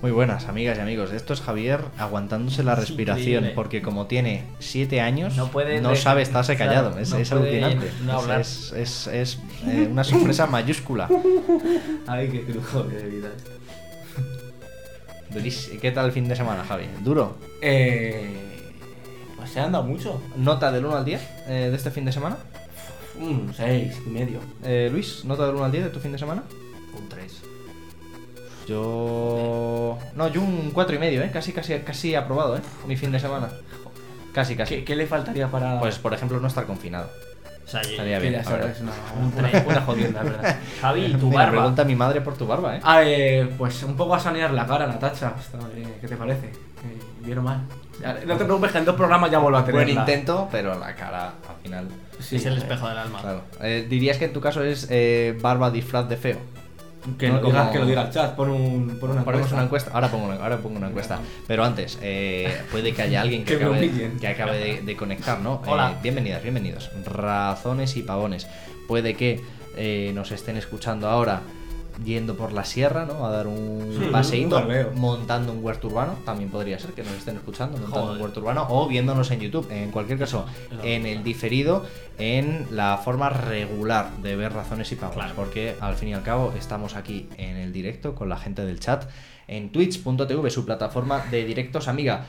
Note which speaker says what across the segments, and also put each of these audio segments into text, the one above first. Speaker 1: Muy buenas, amigas y amigos. Esto es Javier aguantándose la respiración,
Speaker 2: increíble.
Speaker 1: porque como tiene 7 años,
Speaker 2: No puede de-
Speaker 1: sabe estarse callado.
Speaker 2: claro,
Speaker 1: es,
Speaker 2: no
Speaker 1: es
Speaker 2: puede
Speaker 1: alucinante.
Speaker 2: no
Speaker 1: Es-
Speaker 2: hablar.
Speaker 1: es es- es, eh, una sorpresa mayúscula.
Speaker 2: Ay, qué lujo de vida.
Speaker 1: Duris- ¿Qué tal el fin de semana, Javi? ¿Duro?
Speaker 3: Eh, pues se han dado mucho.
Speaker 1: ¿Nota del 1 al 10 eh, de este fin de semana?
Speaker 3: Un 6 y medio.
Speaker 1: Eh, Luis, ¿nota del 1 al 10 de tu fin de semana?
Speaker 2: Un 3.
Speaker 1: Yo. No, yo un 4 y medio, ¿eh? Casi, casi, casi aprobado, ¿eh? Mi fin de semana. Casi, casi.
Speaker 3: ¿Qué, qué le faltaría para.?
Speaker 1: Pues, por ejemplo, no estar confinado.
Speaker 2: O sea, yo-
Speaker 1: Estaría
Speaker 3: que
Speaker 1: bien.
Speaker 3: ya
Speaker 1: la verdad.
Speaker 3: sabes, una, una, una jodienda, ¿verdad?
Speaker 2: Javi, ¿y tu
Speaker 1: Mira,
Speaker 2: barba.
Speaker 1: pregunta a mi madre por tu barba, ¿eh?
Speaker 3: Ah, eh, pues un poco a sanear la cara, Natacha. Está, eh, ¿Qué te parece? Eh, Vieron mal. Ya, No te preocupes que en dos programas ya vuelvo a tener.
Speaker 1: Buen intento, pero la cara al final.
Speaker 2: es el espejo del alma.
Speaker 1: Claro. Eh, dirías que en tu caso es eh, barba disfraz de feo.
Speaker 3: Que,
Speaker 1: No,
Speaker 3: lo digas,
Speaker 1: como-
Speaker 3: que lo diga el chat. Pon, un, pon una
Speaker 1: Ponemos
Speaker 3: encuesta.
Speaker 1: una encuesta. Ahora pongo una, ahora pongo una encuesta. Pero antes, eh, puede que haya alguien que,
Speaker 3: Que me
Speaker 1: acabe,
Speaker 3: humillen.
Speaker 1: que acabe de, de conectar, ¿no? Eh,
Speaker 2: Hola.
Speaker 1: bienvenidas, bienvenidos. Razones y pavones. Puede que eh, nos estén escuchando ahora yendo por la sierra, ¿no? A dar un
Speaker 3: Sí, un
Speaker 1: paseíto,
Speaker 3: barbeo.
Speaker 1: montando un huerto urbano. También podría ser que nos estén escuchando montando
Speaker 2: Joder.
Speaker 1: un huerto urbano o viéndonos en YouTube. En cualquier caso,
Speaker 2: Eso.
Speaker 1: en el diferido, en la forma regular de ver razones y pavones.
Speaker 2: Claro.
Speaker 1: Porque al fin y al cabo estamos aquí en el directo con la gente del chat en twitch.tv, su plataforma de directos amiga.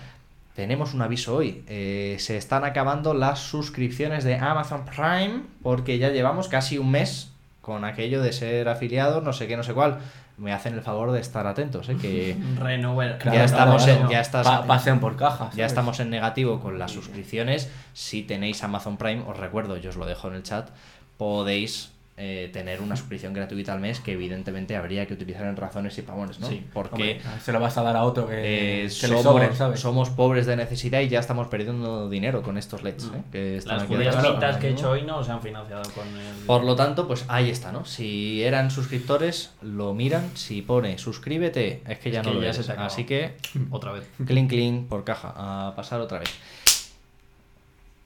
Speaker 1: Tenemos un aviso hoy. eh, se están acabando las suscripciones de Amazon Prime porque ya llevamos casi un mes con aquello de ser afiliado, no sé qué, no sé cuál. Me hacen el favor de estar atentos, ¿eh? que
Speaker 2: Renovar.
Speaker 1: Ya estamos en- ya estás-
Speaker 3: Pa- pasean por cajas.
Speaker 1: ya estamos en negativo con las suscripciones. Si tenéis Amazon Prime, os recuerdo, yo os lo dejo en el chat, podéis eh, tener una suscripción gratuita al mes que evidentemente habría que utilizar en razones y pavones, ¿no?
Speaker 2: Sí,
Speaker 1: porque
Speaker 3: se lo vas a dar a otro que,
Speaker 1: eh,
Speaker 3: que le
Speaker 1: somos,
Speaker 3: sobre, ¿sabes?
Speaker 1: somos pobres de necesidad y ya estamos perdiendo dinero con estos LEDs. ¿eh? que están
Speaker 2: Las
Speaker 1: aquí
Speaker 2: judías
Speaker 1: detrás.
Speaker 2: pintas que he hecho hoy no se han financiado con el.
Speaker 1: Por lo tanto, pues ahí está, ¿no? Si eran suscriptores, lo miran. Si pone suscríbete, es que ya
Speaker 2: Es
Speaker 1: no
Speaker 2: que
Speaker 1: lo
Speaker 2: ya
Speaker 1: es.
Speaker 2: se te acabó.
Speaker 1: Así que,
Speaker 2: Otra vez.
Speaker 1: clean, clean, por caja, a pasar otra vez.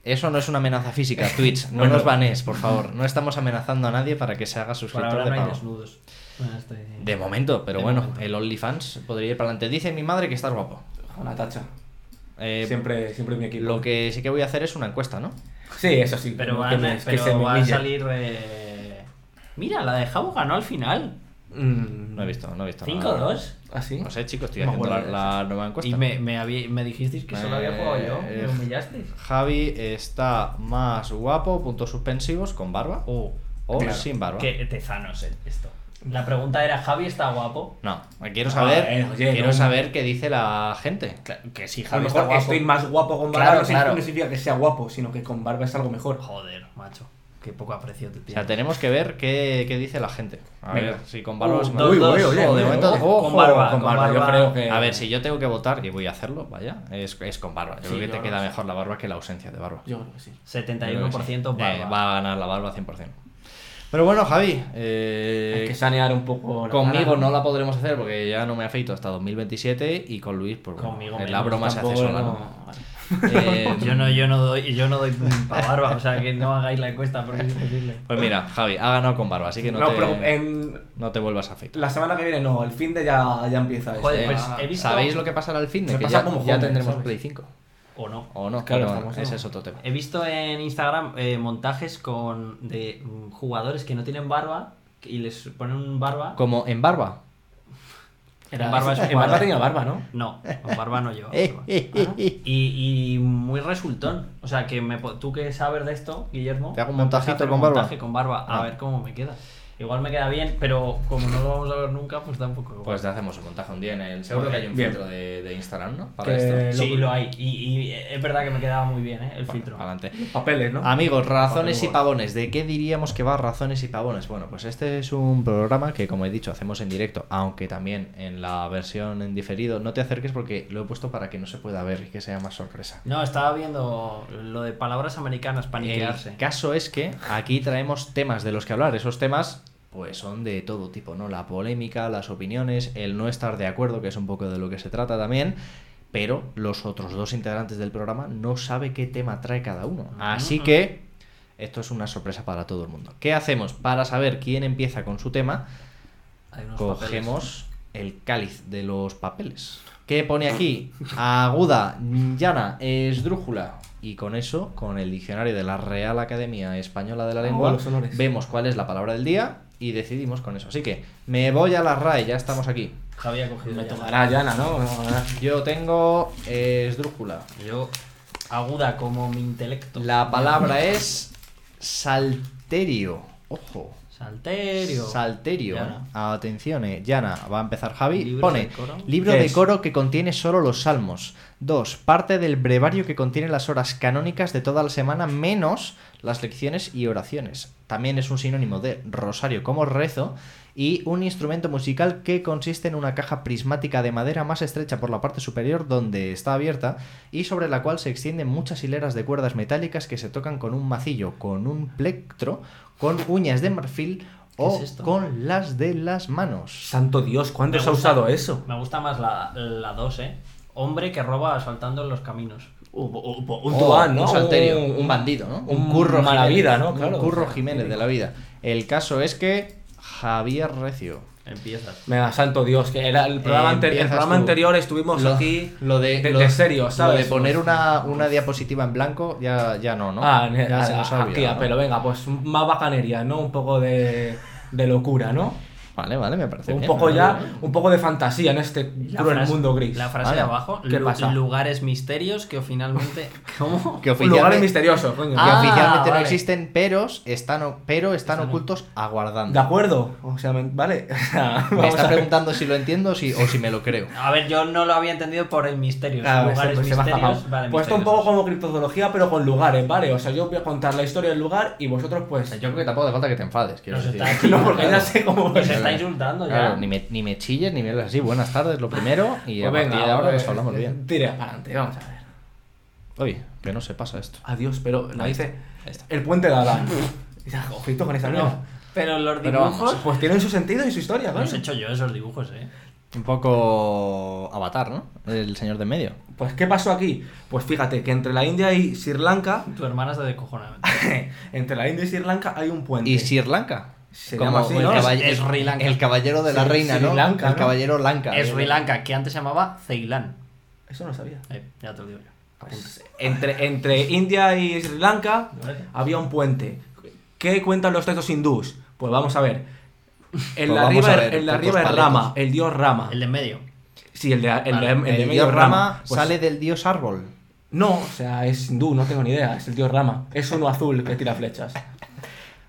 Speaker 1: Eso no es una amenaza física, Twitch. No
Speaker 2: Bueno.
Speaker 1: nos banees, por favor. No estamos amenazando a nadie para que se haga
Speaker 2: Por
Speaker 1: suscriptor
Speaker 2: ahora
Speaker 1: de
Speaker 2: no hay
Speaker 1: pago.
Speaker 2: desnudos. Bueno, este- estoy-
Speaker 1: De momento, pero
Speaker 2: De
Speaker 1: bueno,
Speaker 2: momento.
Speaker 1: el OnlyFans podría ir para adelante. Dice mi madre que estás guapo.
Speaker 3: Ojo, Natacha.
Speaker 1: Eh,
Speaker 3: siempre, siempre mi equipo.
Speaker 1: Lo que sí que voy a hacer es una encuesta, ¿no?
Speaker 3: Sí, eso sí.
Speaker 2: Pero,
Speaker 3: no
Speaker 2: van,
Speaker 3: quieres que
Speaker 2: pero
Speaker 3: se me
Speaker 2: va a
Speaker 3: humille.
Speaker 2: salir. eh, Mira, la de Jabo ganó al final.
Speaker 3: Mm,
Speaker 1: No he visto, no he visto. nada.
Speaker 2: 5-2.
Speaker 3: ¿Ah, sí?
Speaker 1: No sé, chicos, estoy
Speaker 3: No me
Speaker 1: haciendo la,
Speaker 3: acuerdo
Speaker 1: la nueva encuesta.
Speaker 2: Y me, me, habí- me dijisteis que solo había jugado yo.
Speaker 1: Eh,
Speaker 2: Me humillasteis.
Speaker 1: Javi está más guapo, puntos suspensivos, con barba
Speaker 2: Oh.
Speaker 1: o
Speaker 3: Claro.
Speaker 1: sin barba.
Speaker 2: Qué tezanos eh, esto. La pregunta era: ¿Javi está guapo?
Speaker 1: No, quiero saber,
Speaker 3: eh, oye,
Speaker 1: quiero
Speaker 3: no.
Speaker 1: saber qué dice la gente.
Speaker 2: Que sí,
Speaker 3: A lo
Speaker 2: Javi está
Speaker 3: mejor
Speaker 2: guapo.
Speaker 3: estoy más guapo con barba
Speaker 1: Claro,
Speaker 3: no, significa-
Speaker 1: claro.
Speaker 3: no significa que sea guapo, sino que con barba es algo mejor.
Speaker 2: Joder, macho. Qué poco aprecio te
Speaker 1: O
Speaker 2: tienes.
Speaker 1: sea, tenemos que ver qué, qué dice la gente. A
Speaker 3: Venga.
Speaker 1: ver, si con barba o
Speaker 2: Uh,
Speaker 1: sin
Speaker 2: dos,
Speaker 1: barba.
Speaker 2: dos.
Speaker 3: uy, oye,
Speaker 1: de
Speaker 3: oye,
Speaker 1: momento,
Speaker 3: oye.
Speaker 1: ojo,
Speaker 2: con barba,
Speaker 3: con barba, yo creo que-
Speaker 1: A ver, si yo tengo que votar, y voy a hacerlo, vaya, es, es con barba. Yo
Speaker 3: Sí,
Speaker 1: creo que
Speaker 3: yo
Speaker 1: te
Speaker 3: creo
Speaker 1: queda
Speaker 3: que sí.
Speaker 1: mejor la barba que la ausencia de barba.
Speaker 3: Yo creo que sí.
Speaker 2: 71%
Speaker 1: Eh,
Speaker 2: barba.
Speaker 1: va a ganar la barba 100%. Pero bueno, Javi, eh,
Speaker 3: Hay que sanear un poco. la
Speaker 1: conmigo
Speaker 3: cara,
Speaker 1: no la podremos hacer porque ya no me afeito hasta 2027 y con Luis, pues bueno,
Speaker 2: Conmigo
Speaker 1: la
Speaker 2: menos,
Speaker 1: broma se hace
Speaker 3: Tampoco
Speaker 1: sola. ¿no?
Speaker 3: no-
Speaker 1: Eh,
Speaker 2: Yo no, yo no doy, yo no doy para barba, o sea que no hagáis la encuesta porque es imposible.
Speaker 1: Pues mira, Javi, ha ganado con barba, así que no,
Speaker 3: No,
Speaker 1: te,
Speaker 3: pero en
Speaker 1: no te vuelvas a afeitar.
Speaker 3: la semana que viene no, el fin de ya, ya empieza.
Speaker 2: Joder,
Speaker 3: esto.
Speaker 2: pues, he visto-
Speaker 1: Ah, ¿Sabéis lo que pasará al fin de
Speaker 3: Me
Speaker 1: que
Speaker 3: pasa
Speaker 1: ya,
Speaker 3: como
Speaker 1: ya
Speaker 3: joven,
Speaker 1: tendremos
Speaker 3: ¿sabes?
Speaker 1: Play 5?
Speaker 2: O no.
Speaker 1: ¿O no? pero
Speaker 3: Claro, estamos, ¿no?
Speaker 1: ese es otro tema.
Speaker 2: He visto en Instagram eh, montajes con de mm, jugadores que no tienen barba y les ponen barba.
Speaker 1: Como en barba.
Speaker 3: Era-
Speaker 2: en barba es
Speaker 3: en barba
Speaker 2: jugador.
Speaker 3: tenía barba, ¿no?
Speaker 2: No, con barba no lleva.
Speaker 1: Eh,
Speaker 2: barba.
Speaker 1: eh, eh, eh.
Speaker 2: Y, y muy resultón. O sea que me, po- tú que sabes de esto, Guillermo.
Speaker 1: ¿Te hago un
Speaker 2: me puedes
Speaker 1: montajito
Speaker 2: hacer
Speaker 1: con
Speaker 2: un
Speaker 1: barba?
Speaker 2: montaje con barba, a
Speaker 1: Ah.
Speaker 2: ver cómo me queda. Igual me queda bien, pero como no lo vamos a ver nunca, pues tampoco.
Speaker 1: Pues te hacemos un montaje un día en el... Seguro que hay un
Speaker 3: Bien.
Speaker 1: filtro de, de Instagram, ¿no? Para
Speaker 3: Que-
Speaker 1: esto.
Speaker 2: Sí, lo hay. Y, y es verdad que me quedaba muy bien, ¿eh? El filtro.
Speaker 1: Adelante.
Speaker 3: este. Papeles, ¿no?
Speaker 1: Amigos, razones y
Speaker 3: Papel
Speaker 1: pavones. ¿De qué diríamos que va razones y pavones? Bueno, pues este es un programa que, como he dicho, hacemos en directo, aunque también en la versión en diferido. No te acerques porque lo he puesto para que no se pueda ver y que sea más sorpresa.
Speaker 2: No, estaba viendo lo de palabras americanas,
Speaker 1: Eh,
Speaker 2: paniquearse.
Speaker 1: El caso es que aquí traemos temas de los que hablar. Esos temas, pues son de todo tipo, ¿no? La polémica, las opiniones, el no estar de acuerdo, que es un poco de lo que se trata también. Pero los otros dos integrantes del programa no sabe qué tema trae cada uno. Así
Speaker 2: Ujú.
Speaker 1: que esto es una sorpresa para todo el mundo. ¿Qué hacemos para saber quién empieza con su tema?
Speaker 2: Hay unos papeles.
Speaker 1: Cogemos el cáliz de los papeles. ¿Qué pone aquí? Aguda, llana, esdrújula. Y con eso, con el diccionario de la Real Academia Española de la
Speaker 3: Oh,
Speaker 1: Lengua,
Speaker 3: los honores.
Speaker 1: vemos cuál es la palabra del día y decidimos con eso. Así que me voy a la RAE, ya estamos aquí.
Speaker 2: Javi ha cogido
Speaker 3: Me
Speaker 2: ya.
Speaker 3: tocará llana, ¿no? Me tocará.
Speaker 1: Yo tengo eh, esdrújula.
Speaker 2: Yo, aguda como mi intelecto.
Speaker 1: La palabra es salterio. Ojo.
Speaker 2: Salterio.
Speaker 1: Salterio. ¿eh?
Speaker 2: Llana.
Speaker 1: Atención, eh. Llana. Va a empezar Javi.
Speaker 2: Libros
Speaker 1: Pone
Speaker 2: de coro.
Speaker 1: libro
Speaker 3: ¿Qué
Speaker 1: de
Speaker 3: es?
Speaker 1: coro que contiene solo los salmos. 2. Parte del brevario que contiene las horas canónicas de toda la semana menos las lecciones y oraciones. También es un sinónimo de rosario como rezo y un instrumento musical que consiste en una caja prismática de madera más estrecha por la parte superior donde está abierta y sobre la cual se extienden muchas hileras de cuerdas metálicas que se tocan con un macillo, con un plectro, con uñas de marfil o
Speaker 2: es esto?
Speaker 1: con las de las manos.
Speaker 3: Santo Dios, ¿cuándo
Speaker 2: Me
Speaker 3: se ha
Speaker 2: gusta.
Speaker 3: usado eso?
Speaker 2: Me gusta más la 2, ¿eh? Hombre que roba asaltando en los caminos.
Speaker 3: Un, un, Oh, un
Speaker 1: O
Speaker 3: tuán, ¿no?
Speaker 1: Un salterio, Oh, un, bandido, ¿no?
Speaker 3: un malavida, ¿no?
Speaker 1: Jiménez,
Speaker 3: Claro.
Speaker 1: Un curro Jiménez de la vida. El caso es que Javier Recio.
Speaker 2: Empiezas.
Speaker 3: Venga, santo Dios, que era el programa,
Speaker 1: Eh,
Speaker 3: ante- el
Speaker 1: empiezas
Speaker 3: programa
Speaker 1: tú.
Speaker 3: anterior estuvimos aquí
Speaker 1: lo de, lo-
Speaker 3: de serio, ¿sabes?
Speaker 1: Lo de poner una, una diapositiva en blanco ya, ya no, ¿no?
Speaker 3: Ah, ne-
Speaker 1: ya
Speaker 3: ah,
Speaker 1: ha
Speaker 3: aquí,
Speaker 1: olvidado,
Speaker 3: ah,
Speaker 1: ¿no?
Speaker 3: pero venga, pues más bacanería, ¿no? Un poco de, de locura, ¿no?
Speaker 1: Vale, vale, me parece
Speaker 3: Un
Speaker 1: bien,
Speaker 3: poco
Speaker 1: me
Speaker 3: ya,
Speaker 1: parece bien.
Speaker 3: un poco de fantasía en este cruel
Speaker 2: frase-
Speaker 3: mundo gris.
Speaker 2: La frase
Speaker 1: Vale.
Speaker 2: de abajo,
Speaker 3: ¿Qué
Speaker 2: lu-
Speaker 3: pasa?
Speaker 2: lugares misterios que finalmente. ¿Cómo?
Speaker 1: Que
Speaker 3: Un lugar
Speaker 1: oficialmente,
Speaker 3: misterioso, coño.
Speaker 1: que
Speaker 2: Ah,
Speaker 1: oficialmente no
Speaker 2: vale.
Speaker 1: existen, pero están, o- pero están
Speaker 2: Están-
Speaker 1: ocultos aguardando.
Speaker 3: De acuerdo, o sea, me- vale. O sea,
Speaker 1: me
Speaker 3: vamos
Speaker 1: está
Speaker 3: a ver.
Speaker 1: preguntando si lo entiendo o si, o si me lo creo.
Speaker 2: A ver, yo no lo había entendido por el misterio.
Speaker 3: Claro,
Speaker 1: Pues
Speaker 2: lugares
Speaker 3: Ah, se- se me ha
Speaker 2: misterios.
Speaker 3: escapado.
Speaker 2: Vale,
Speaker 3: pues esto un poco
Speaker 2: misteriosos.
Speaker 3: como criptozoología, pero con lugares, ¿vale? O sea, yo voy a contar la historia del lugar y vosotros, pues.
Speaker 1: Yo creo que tampoco hace falta que te enfades, quiero
Speaker 2: Nos
Speaker 1: decir.
Speaker 2: está
Speaker 3: No, porque
Speaker 2: insultando.
Speaker 3: ya sé cómo-
Speaker 2: Nos
Speaker 1: Claro.
Speaker 2: está insultando ya.
Speaker 1: Claro, ni me, ni me chilles ni me hables así. Buenas tardes, lo primero. Y
Speaker 3: pues
Speaker 1: a partir de ahora nos hablamos
Speaker 3: eh,
Speaker 1: bien.
Speaker 3: Tira para adelante, vamos a ver.
Speaker 1: Oye, que no se pasa esto.
Speaker 3: Adiós, pero la
Speaker 1: Ahí
Speaker 3: dice.
Speaker 1: ahí está.
Speaker 3: El puente de Adán. Ya, Ojito con esa mierda.
Speaker 2: No, pero los
Speaker 1: Pero vamos,
Speaker 2: dibujos.
Speaker 3: Pues tienen su sentido y su historia,
Speaker 2: los he
Speaker 3: coño.
Speaker 2: hecho yo esos dibujos, eh.
Speaker 1: Un poco avatar, ¿no? El señor de medio.
Speaker 3: Pues, ¿qué pasó aquí? Pues fíjate que entre la India y Sri Lanka.
Speaker 2: Tu hermana está de cojonamiento.
Speaker 3: entre la India y Sri Lanka hay un puente.
Speaker 1: Y Sri Lanka.
Speaker 3: Se llama así,
Speaker 1: el,
Speaker 3: ¿no?
Speaker 1: caball-
Speaker 2: Es- es Sri Lanka.
Speaker 1: el caballero de la
Speaker 3: Sri-
Speaker 1: reina,
Speaker 3: Sri
Speaker 1: ¿no?
Speaker 3: Lanka,
Speaker 1: el
Speaker 3: ¿no?
Speaker 1: caballero Lanka.
Speaker 2: Es Sri Lanka, que antes se llamaba Ceilán.
Speaker 3: Eso no lo sabía.
Speaker 2: Eh, ya te lo digo yo.
Speaker 3: Pues, entre, entre India y Sri Lanka
Speaker 2: Vale.
Speaker 3: había un puente. ¿Qué cuentan los textos hindús? Pues vamos a ver.
Speaker 1: Pues
Speaker 3: En la
Speaker 1: vamos
Speaker 3: riva,
Speaker 1: a ver,
Speaker 3: en la
Speaker 1: pocos
Speaker 3: riva es
Speaker 1: paletos.
Speaker 3: Rama, el dios
Speaker 1: Ah.
Speaker 3: Rama.
Speaker 2: El de en medio.
Speaker 3: Sí, el de, el
Speaker 2: Vale,
Speaker 3: de- el de
Speaker 1: El,
Speaker 3: medio
Speaker 1: dios Rama,
Speaker 3: Pues,
Speaker 1: sale del dios árbol.
Speaker 3: No, o sea, es hindú, no tengo ni idea. Es el dios Rama. Es uno azul que tira flechas.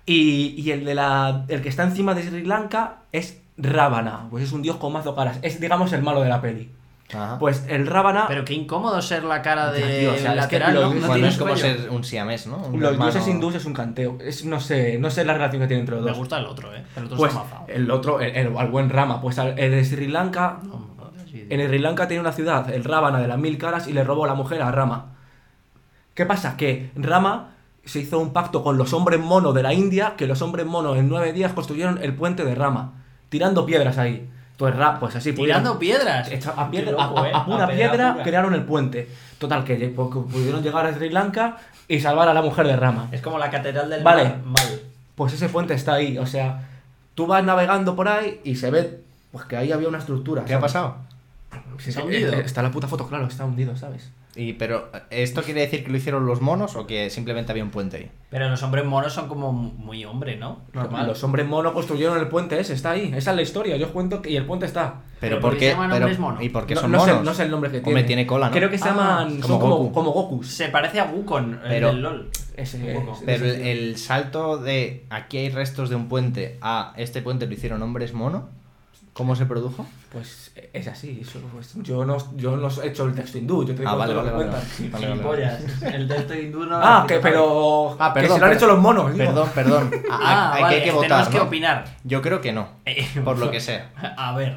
Speaker 3: Y, y el, de la, el que está encima de Sri Lanka es Ravana. Pues es un dios con mazo caras. Es, digamos, el malo de la peli.
Speaker 1: Ajá.
Speaker 3: Pues el Ravana.
Speaker 2: Pero qué incómodo ser la cara de
Speaker 3: tío, o sea, es que
Speaker 2: lateral,
Speaker 3: lo-
Speaker 2: ¿no? No
Speaker 3: bueno,
Speaker 1: bueno,
Speaker 2: tienes
Speaker 1: es como
Speaker 2: cuello.
Speaker 1: ser un siamés, ¿no? Un
Speaker 3: los
Speaker 1: hermano-
Speaker 3: dioses hindús es un canteo. Es, no, sé, no sé la relación que tiene entre los
Speaker 2: Me
Speaker 3: dos.
Speaker 2: gusta el otro, eh. El otro
Speaker 3: Pues
Speaker 2: está mafado.
Speaker 3: el otro, el, el- al buen Rama. Pues al- el de Sri Lanka. En Sri Lanka tiene una ciudad, el Ravana de las mil caras, y le robó la mujer a Rama. ¿Qué pasa? Que Rama se hizo un pacto con los hombres monos de la India, que los hombres monos en nueve días construyeron el puente de Rama, tirando piedras ahí. Pues, Ra- pues así pudieron-
Speaker 2: Tirando piedras.
Speaker 3: Echa- a, piedra-
Speaker 2: Qué loco,
Speaker 3: a- a-
Speaker 2: eh.
Speaker 3: a pura
Speaker 2: A peda
Speaker 3: piedra
Speaker 2: pura.
Speaker 3: crearon el puente. Total, que, lle- pues, que pudieron llegar a Sri Lanka y salvar a la mujer de Rama.
Speaker 2: Es como la catedral del
Speaker 3: Vale.
Speaker 2: mal. mal.
Speaker 3: Pues ese puente está ahí, o sea, tú vas navegando por ahí y se ve pues que ahí había una estructura.
Speaker 1: ¿Qué ha
Speaker 3: ¿sabes?
Speaker 1: pasado?
Speaker 3: Sí,
Speaker 2: ¿Está
Speaker 3: sí,
Speaker 2: hundido?
Speaker 3: eh, Está la puta foto, claro, está hundido, ¿sabes?
Speaker 1: Y, pero, ¿esto quiere decir que lo hicieron los monos o que simplemente había un puente ahí?
Speaker 2: Pero los hombres monos son como muy hombre, ¿no? Normal.
Speaker 3: Los hombres monos construyeron el puente ese, está ahí. Esa es la historia, yo os cuento que y el puente está.
Speaker 1: ¿Pero,
Speaker 2: Pero
Speaker 1: por
Speaker 2: porque
Speaker 1: qué?
Speaker 2: se llaman
Speaker 1: pero-
Speaker 2: hombres mono.
Speaker 1: ¿Y por qué
Speaker 3: no,
Speaker 1: son
Speaker 3: no
Speaker 1: monos?
Speaker 3: Sé, no sé el nombre que tiene.
Speaker 1: Hombre, tiene cola, ¿no?
Speaker 3: Creo que se
Speaker 2: Ah,
Speaker 3: llaman.
Speaker 1: como
Speaker 3: son como,
Speaker 1: Goku.
Speaker 3: como Gokus.
Speaker 2: Se parece a Wukong, el
Speaker 1: Pero-
Speaker 2: del LOL.
Speaker 3: Ese-
Speaker 2: Un poco.
Speaker 3: ese-
Speaker 1: Pero el, el salto de aquí hay restos de un puente a este puente lo hicieron hombres mono, ¿cómo se produjo?
Speaker 3: Pues eh, es así. eso, pues, yo, no, yo no he hecho el texto hindú, yo te digo
Speaker 1: Ah, vale,
Speaker 3: todo lo
Speaker 1: vale,
Speaker 3: que
Speaker 1: vale.
Speaker 3: cuentan.
Speaker 1: vale, vale, vale.
Speaker 2: Gilipollas. El texto hindú no.
Speaker 3: Ah, que pero.
Speaker 1: Ah,
Speaker 3: que
Speaker 1: perdón.
Speaker 3: se lo han
Speaker 1: per-
Speaker 3: hecho los monos, digo.
Speaker 1: Perdón, perdón. A-
Speaker 2: Ah,
Speaker 1: a- hay,
Speaker 2: vale,
Speaker 1: que, hay que
Speaker 2: tenemos
Speaker 1: votar.
Speaker 2: que
Speaker 1: ¿no?
Speaker 2: opinar.
Speaker 1: Yo creo que no.
Speaker 2: Eh,
Speaker 1: Por lo que sea.
Speaker 2: A ver.